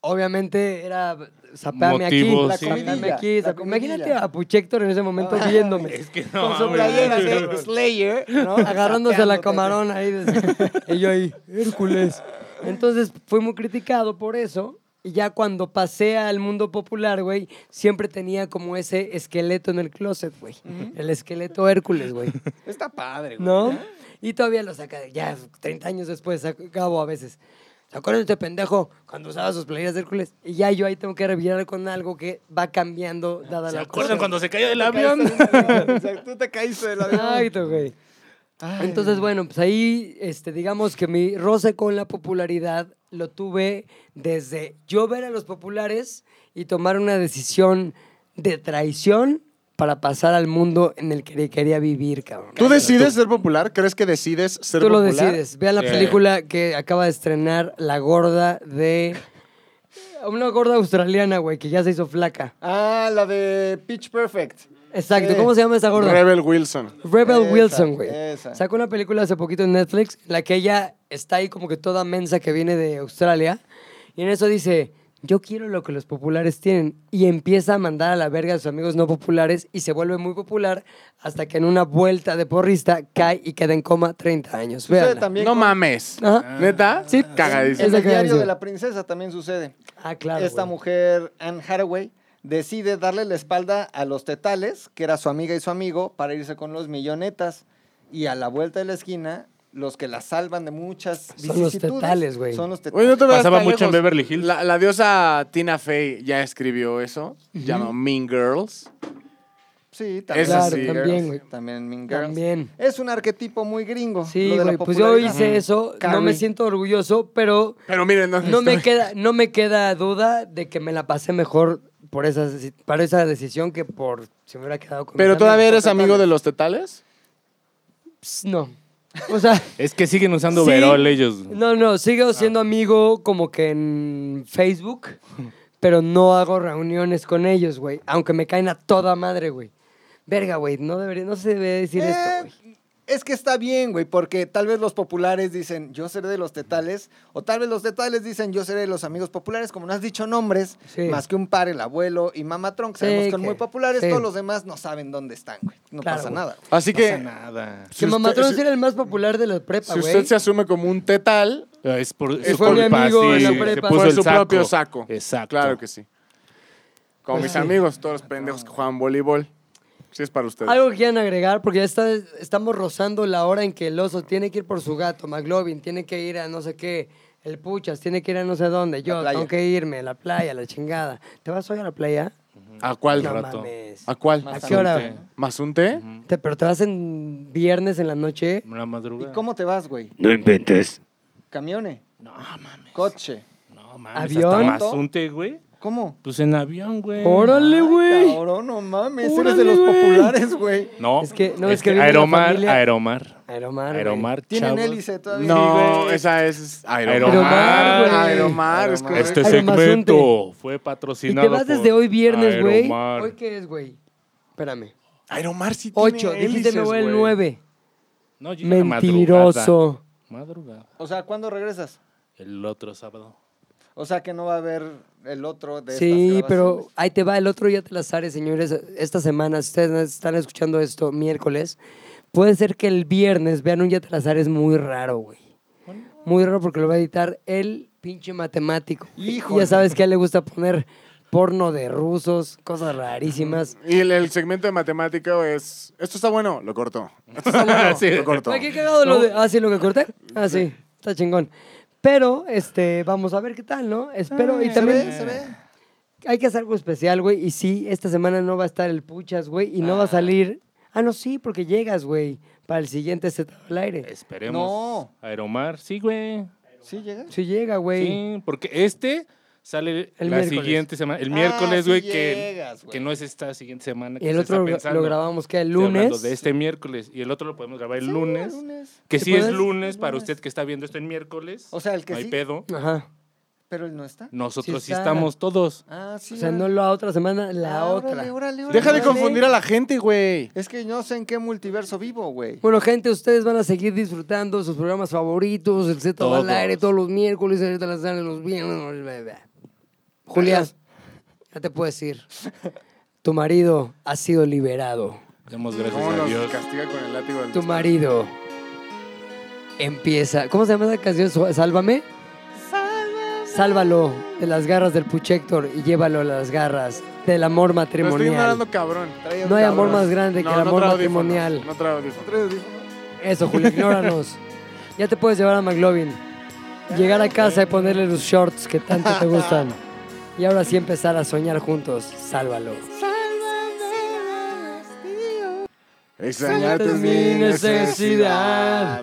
Speaker 1: Obviamente era zapeame aquí,
Speaker 2: Motivos,
Speaker 1: la
Speaker 2: sí.
Speaker 1: zapeame
Speaker 3: La
Speaker 1: aquí, zape-
Speaker 3: comidilla. Ah,
Speaker 1: Imagínate a Puchector en ese momento viéndome.
Speaker 2: Es que no.
Speaker 1: Ah,
Speaker 3: Con su
Speaker 2: mames.
Speaker 1: <laughs>
Speaker 3: playera
Speaker 2: <laughs>
Speaker 3: de Slayer, ¿no?
Speaker 1: agarrándose a la
Speaker 3: Zapeándote.
Speaker 1: camarón ahí. desde-
Speaker 2: <laughs>
Speaker 1: y yo ahí, Hércules. Entonces fui muy criticado por eso. Y ya cuando pasé al mundo popular, güey, siempre tenía como ese esqueleto en el closet, güey. El esqueleto Hércules, güey.
Speaker 3: Está padre,
Speaker 2: <laughs>
Speaker 3: güey.
Speaker 1: ¿No? Y todavía lo saca, ya 30 años después, acabo a veces. ¿Se acuerdan de este pendejo cuando usaba sus playeras de Hércules? Y ya yo ahí tengo que revirar con algo que va cambiando dada
Speaker 2: ¿Se
Speaker 1: la cosa.
Speaker 2: acuerdan cuando se cayó del avión?
Speaker 3: Exacto, tú te caíste de la
Speaker 1: Exacto, güey. Entonces, bueno, pues ahí, este, digamos que mi roce con la popularidad lo tuve desde yo ver a los populares y tomar una decisión de traición para pasar al mundo en el que quería vivir, cabrón.
Speaker 5: ¿Tú decides ser popular? ¿Crees que decides ser
Speaker 1: Tú lo
Speaker 5: popular?
Speaker 1: decides. Vean la
Speaker 2: Sí.
Speaker 1: película que acaba de estrenar La Gorda de... Una gorda australiana, güey, que ya se hizo flaca.
Speaker 3: Ah, la de Pitch Perfect.
Speaker 1: Exacto.
Speaker 3: Sí.
Speaker 1: ¿Cómo se llama esa gorda?
Speaker 5: Rebel Wilson.
Speaker 1: Rebel
Speaker 3: Esa,
Speaker 1: Wilson, güey.
Speaker 3: esa.
Speaker 1: Sacó una película hace poquito en Netflix en la que ella está ahí como que toda mensa que viene de Australia. Y en eso dice, yo quiero lo que los populares tienen. Y empieza a mandar a la verga a sus amigos no populares y se vuelve muy popular hasta que en una vuelta de porrista cae y queda en coma 30 años.
Speaker 3: Sucede
Speaker 1: Véanla.
Speaker 3: también
Speaker 5: No
Speaker 3: con-
Speaker 5: mames.
Speaker 1: Ajá.
Speaker 5: ¿Neta?
Speaker 1: Sí.
Speaker 5: Cagadísimo.
Speaker 1: Es
Speaker 3: En
Speaker 1: la
Speaker 3: el
Speaker 1: que
Speaker 3: diario
Speaker 1: decía.
Speaker 3: de la princesa también sucede.
Speaker 1: Ah, claro.
Speaker 3: Esta
Speaker 1: güey.
Speaker 3: mujer, Anne Hathaway, decide darle la espalda a los tetales, que era su amiga y su amigo, para irse con los millonetas. Y a la vuelta de la esquina, los que la salvan de muchas
Speaker 1: los
Speaker 3: vicisitudes
Speaker 1: tetales, güey.
Speaker 3: Son los tetales.
Speaker 5: Oye, no te veas
Speaker 2: Pasaba
Speaker 5: tan
Speaker 2: mucho en
Speaker 5: lejos.
Speaker 2: Beverly Hills.
Speaker 5: La, la diosa Tina Fey ya escribió eso. Llamado Mean Girls.
Speaker 3: Sí, también.
Speaker 5: Esa Claro, sí.
Speaker 1: también, güey.
Speaker 3: También Mean Girls.
Speaker 1: También.
Speaker 3: Es un arquetipo muy gringo.
Speaker 1: Sí,
Speaker 3: lo de la
Speaker 1: güey. Pues yo
Speaker 3: popularidad.
Speaker 1: hice eso. No me
Speaker 3: Carrie.
Speaker 1: siento orgulloso, pero...
Speaker 5: Pero miren, no,
Speaker 1: No me, queda, no me queda duda de que me la pasé mejor por esa, deci- para esa decisión que por si me hubiera quedado con
Speaker 5: Pero
Speaker 1: mis
Speaker 5: todavía
Speaker 1: amigos.
Speaker 5: eres amigo de los tetales.
Speaker 1: Pss, No. O
Speaker 5: <laughs>
Speaker 1: sea,
Speaker 2: Es que siguen usando
Speaker 1: Sí.
Speaker 2: verol ellos.
Speaker 1: no, no,
Speaker 5: Ah.
Speaker 1: sigo siendo amigo como que en
Speaker 5: <laughs>
Speaker 1: Facebook, pero no hago reuniones con ellos, güey. Aunque me caen a toda madre, güey. Verga, güey, no debería, no se debe decir esto,
Speaker 3: Eh,
Speaker 1: güey.
Speaker 3: Es que está bien, güey, porque tal vez los populares dicen yo seré de los tetales, o tal vez los tetales dicen yo seré de los amigos populares, como no has dicho nombres,
Speaker 1: Sí.
Speaker 3: más que un par, el abuelo y mamá Tron, que
Speaker 1: Sí,
Speaker 3: sabemos que son
Speaker 1: que-
Speaker 3: muy populares,
Speaker 1: sí.
Speaker 3: todos los demás no saben dónde están, güey. No
Speaker 1: Claro,
Speaker 3: pasa
Speaker 1: güey.
Speaker 3: nada. güey.
Speaker 5: Así que,
Speaker 2: Nada.
Speaker 5: si
Speaker 1: Que
Speaker 5: usted-
Speaker 1: Mamatrón
Speaker 5: si-
Speaker 1: era el más popular de la prepa,
Speaker 5: si
Speaker 1: güey.
Speaker 5: usted se asume como un tetal,
Speaker 2: Es por es
Speaker 5: Fue
Speaker 2: por
Speaker 5: mi
Speaker 2: culpa,
Speaker 1: amigo en
Speaker 2: sí,
Speaker 1: la
Speaker 2: se
Speaker 1: prepa.
Speaker 2: puso
Speaker 5: fue
Speaker 2: el
Speaker 5: su propio saco.
Speaker 2: Exacto.
Speaker 5: Claro que sí. Con
Speaker 1: Pues
Speaker 5: mis amigos, todos los pendejos que juegan voleibol. Sí es para ustedes.
Speaker 1: Algo que quieran agregar, porque ya está, estamos rozando la hora en que el oso tiene que ir por su gato, McLovin tiene que ir a no sé qué, el Puchas tiene que ir a no sé dónde, yo
Speaker 3: playa.
Speaker 1: tengo que irme a la playa, la chingada. ¿Te vas hoy a la playa?
Speaker 5: ¿A cuál?
Speaker 1: no
Speaker 2: rato.
Speaker 1: mames.
Speaker 5: ¿A cuál?
Speaker 1: ¿A qué hora?
Speaker 2: Mazunte.
Speaker 5: ¿Más un té?
Speaker 1: Te- pero te vas en viernes en la noche.
Speaker 2: Una
Speaker 3: ¿Y
Speaker 2: madrugada.
Speaker 3: cómo te vas, güey?
Speaker 7: No inventes.
Speaker 3: ¿Camione?
Speaker 2: No mames.
Speaker 3: ¿Coche?
Speaker 2: No mames.
Speaker 1: ¿Avión?
Speaker 2: Hasta Mazunte, güey.
Speaker 3: ¿Cómo?
Speaker 2: Pues en avión, güey.
Speaker 1: ¡Órale, güey!
Speaker 3: Cabrón, no mames,
Speaker 1: Órale,
Speaker 3: eres de los
Speaker 1: güey.
Speaker 3: populares, güey.
Speaker 2: No.
Speaker 1: Es que- no, es que viene la
Speaker 2: Aeromar,
Speaker 1: familia.
Speaker 2: Aeromar.
Speaker 1: Aeromar. güey.
Speaker 2: Aeromar,
Speaker 3: ¿Tienen
Speaker 2: chavos.
Speaker 3: hélice todavía?
Speaker 5: No, esa es
Speaker 2: Aeromar,
Speaker 5: Aeromar.
Speaker 1: güey.
Speaker 5: Aeromar, es
Speaker 3: Aeromar.
Speaker 2: Este
Speaker 1: Aeromar
Speaker 2: segmento fue
Speaker 1: Y
Speaker 2: patrocinado
Speaker 1: te vas desde
Speaker 2: por
Speaker 1: hoy viernes, güey.
Speaker 2: Aeromar.
Speaker 1: ¿Hoy qué es, güey? Espérame.
Speaker 5: Aeromar sí tiene
Speaker 1: Ocho, dijiste me voy el
Speaker 5: hélices, güey.
Speaker 1: nueve.
Speaker 2: No, yo llegué a
Speaker 1: Mentiroso.
Speaker 2: Madrugada. Madrugada.
Speaker 3: O sea, ¿cuándo regresas?
Speaker 2: El otro sábado.
Speaker 3: O sea, que no va a haber el otro de
Speaker 1: Sí,
Speaker 3: estas
Speaker 1: pero
Speaker 3: grabaciones.
Speaker 1: ahí te va el otro ya te las haré, señores. Esta semana, si ustedes están escuchando esto miércoles, puede ser que el viernes vean un ya te las haré, es muy raro, güey. Muy raro porque lo va a editar el pinche matemático. Hijo.
Speaker 3: Híjole.
Speaker 1: Ya sabes que a él le gusta poner porno de rusos, cosas rarísimas.
Speaker 5: Y el, el segmento de matemática es. Esto está bueno, lo corto. Esto
Speaker 1: <laughs>
Speaker 5: está bueno, lo corto.
Speaker 1: Ay, qué cagado lo de. Ah, sí, lo que corté. Ah, sí, está chingón. Pero, este, vamos a ver qué tal, ¿no? Espero. y también.
Speaker 3: Ah, ¿Se ve? ¿Se ve?
Speaker 1: Hay que hacer algo especial, güey. Y sí, esta semana no va a estar el Puchas, güey. Y no va a salir. Ah, no, sí, porque llegas, güey. Para el siguiente Z al aire.
Speaker 2: Esperemos.
Speaker 3: No.
Speaker 2: Aeromar, sí, güey.
Speaker 3: ¿Sí llega?
Speaker 1: Sí llega, güey.
Speaker 2: Sí, porque este sale
Speaker 1: El
Speaker 2: la
Speaker 1: miércoles.
Speaker 2: siguiente semana, el
Speaker 3: Ah,
Speaker 2: miércoles,
Speaker 3: sí
Speaker 2: güey, que,
Speaker 3: llegas, güey.
Speaker 2: que no es esta siguiente semana.
Speaker 1: Y
Speaker 2: que
Speaker 1: el
Speaker 2: se está
Speaker 1: otro lo-
Speaker 2: pensando.
Speaker 1: lo grabamos que el
Speaker 2: Estoy hablando
Speaker 1: lunes.
Speaker 2: de este miércoles y el otro lo podemos grabar el
Speaker 3: Sí,
Speaker 2: lunes.
Speaker 3: lunes.
Speaker 2: Que
Speaker 1: ¿Se
Speaker 2: si es
Speaker 1: puede?
Speaker 2: lunes para
Speaker 3: Lunes.
Speaker 2: usted que está viendo esto en miércoles.
Speaker 3: O sea, el que
Speaker 2: no hay
Speaker 3: sí,
Speaker 2: pedo.
Speaker 1: Ajá.
Speaker 3: pero él no está.
Speaker 2: Nosotros sí
Speaker 1: está.
Speaker 2: estamos todos.
Speaker 3: Ah, sí.
Speaker 1: O sea, no
Speaker 3: órale.
Speaker 1: la otra semana, la
Speaker 3: Ah,
Speaker 1: otra.
Speaker 3: órale, órale, órale,
Speaker 5: Deja de
Speaker 3: órale.
Speaker 5: confundir a la gente, güey.
Speaker 3: Es que no sé en qué multiverso vivo, güey. <laughs>
Speaker 1: Bueno, gente, ustedes van a seguir disfrutando sus programas favoritos, el Z va al
Speaker 2: Todos.
Speaker 1: aire todos los miércoles, ahorita las salen los viernes. bla, bla, bla. Julián, ya te puedes ir. Tu marido ha sido liberado.
Speaker 2: Damos gracias
Speaker 5: ¿Cómo
Speaker 2: a
Speaker 5: nos
Speaker 2: Dios.
Speaker 5: castiga con el látigo del
Speaker 1: Tu marido empieza. ¿Cómo se llama esa canción? Su- ¿Sálvame? Sálvalo de las garras del Puchector y llévalo a las garras del amor
Speaker 5: Lo estoy
Speaker 1: matrimonial.
Speaker 5: ignorando, cabrón.
Speaker 3: Traía un
Speaker 1: No hay
Speaker 3: cabrón.
Speaker 1: amor más grande que el amor
Speaker 5: trae audífonos,
Speaker 1: matrimonial.
Speaker 5: No trae audífonos.
Speaker 3: Traía un audífono.
Speaker 1: Eso, Julio, <laughs> ignóranos. Ya te puedes llevar a McLovin. Llegar a casa y ponerle los shorts que tanto te <laughs> gustan. Y ahora sí empezar a soñar juntos. Sálvalo.
Speaker 5: Extrañarte
Speaker 1: es mi necesidad.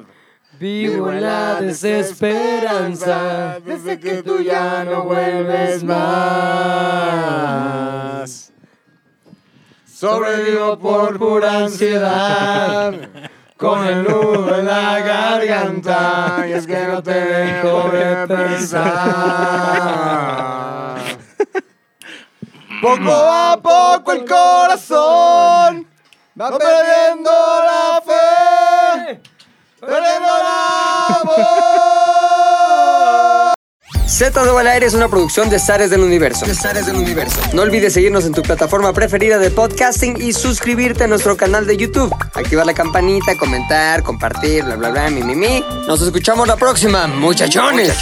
Speaker 1: Vivo en la desesperanza.
Speaker 5: Desde que
Speaker 1: tú ya no vuelves más.
Speaker 5: Sobrevivo por pura ansiedad. Con el nudo en la garganta. Y es que no te dejo de pensar.
Speaker 3: Poco a ah. poco el corazón va perdiendo la fe, perdiendo el amor.
Speaker 1: Z2 al aire es una producción de Zares del Universo. del Universo. No olvides seguirnos en tu plataforma preferida de podcasting y suscribirte a nuestro canal de YouTube. Activar la campanita, comentar, compartir, bla, bla, bla, mi, mi, mi. Nos escuchamos la próxima, muchachones.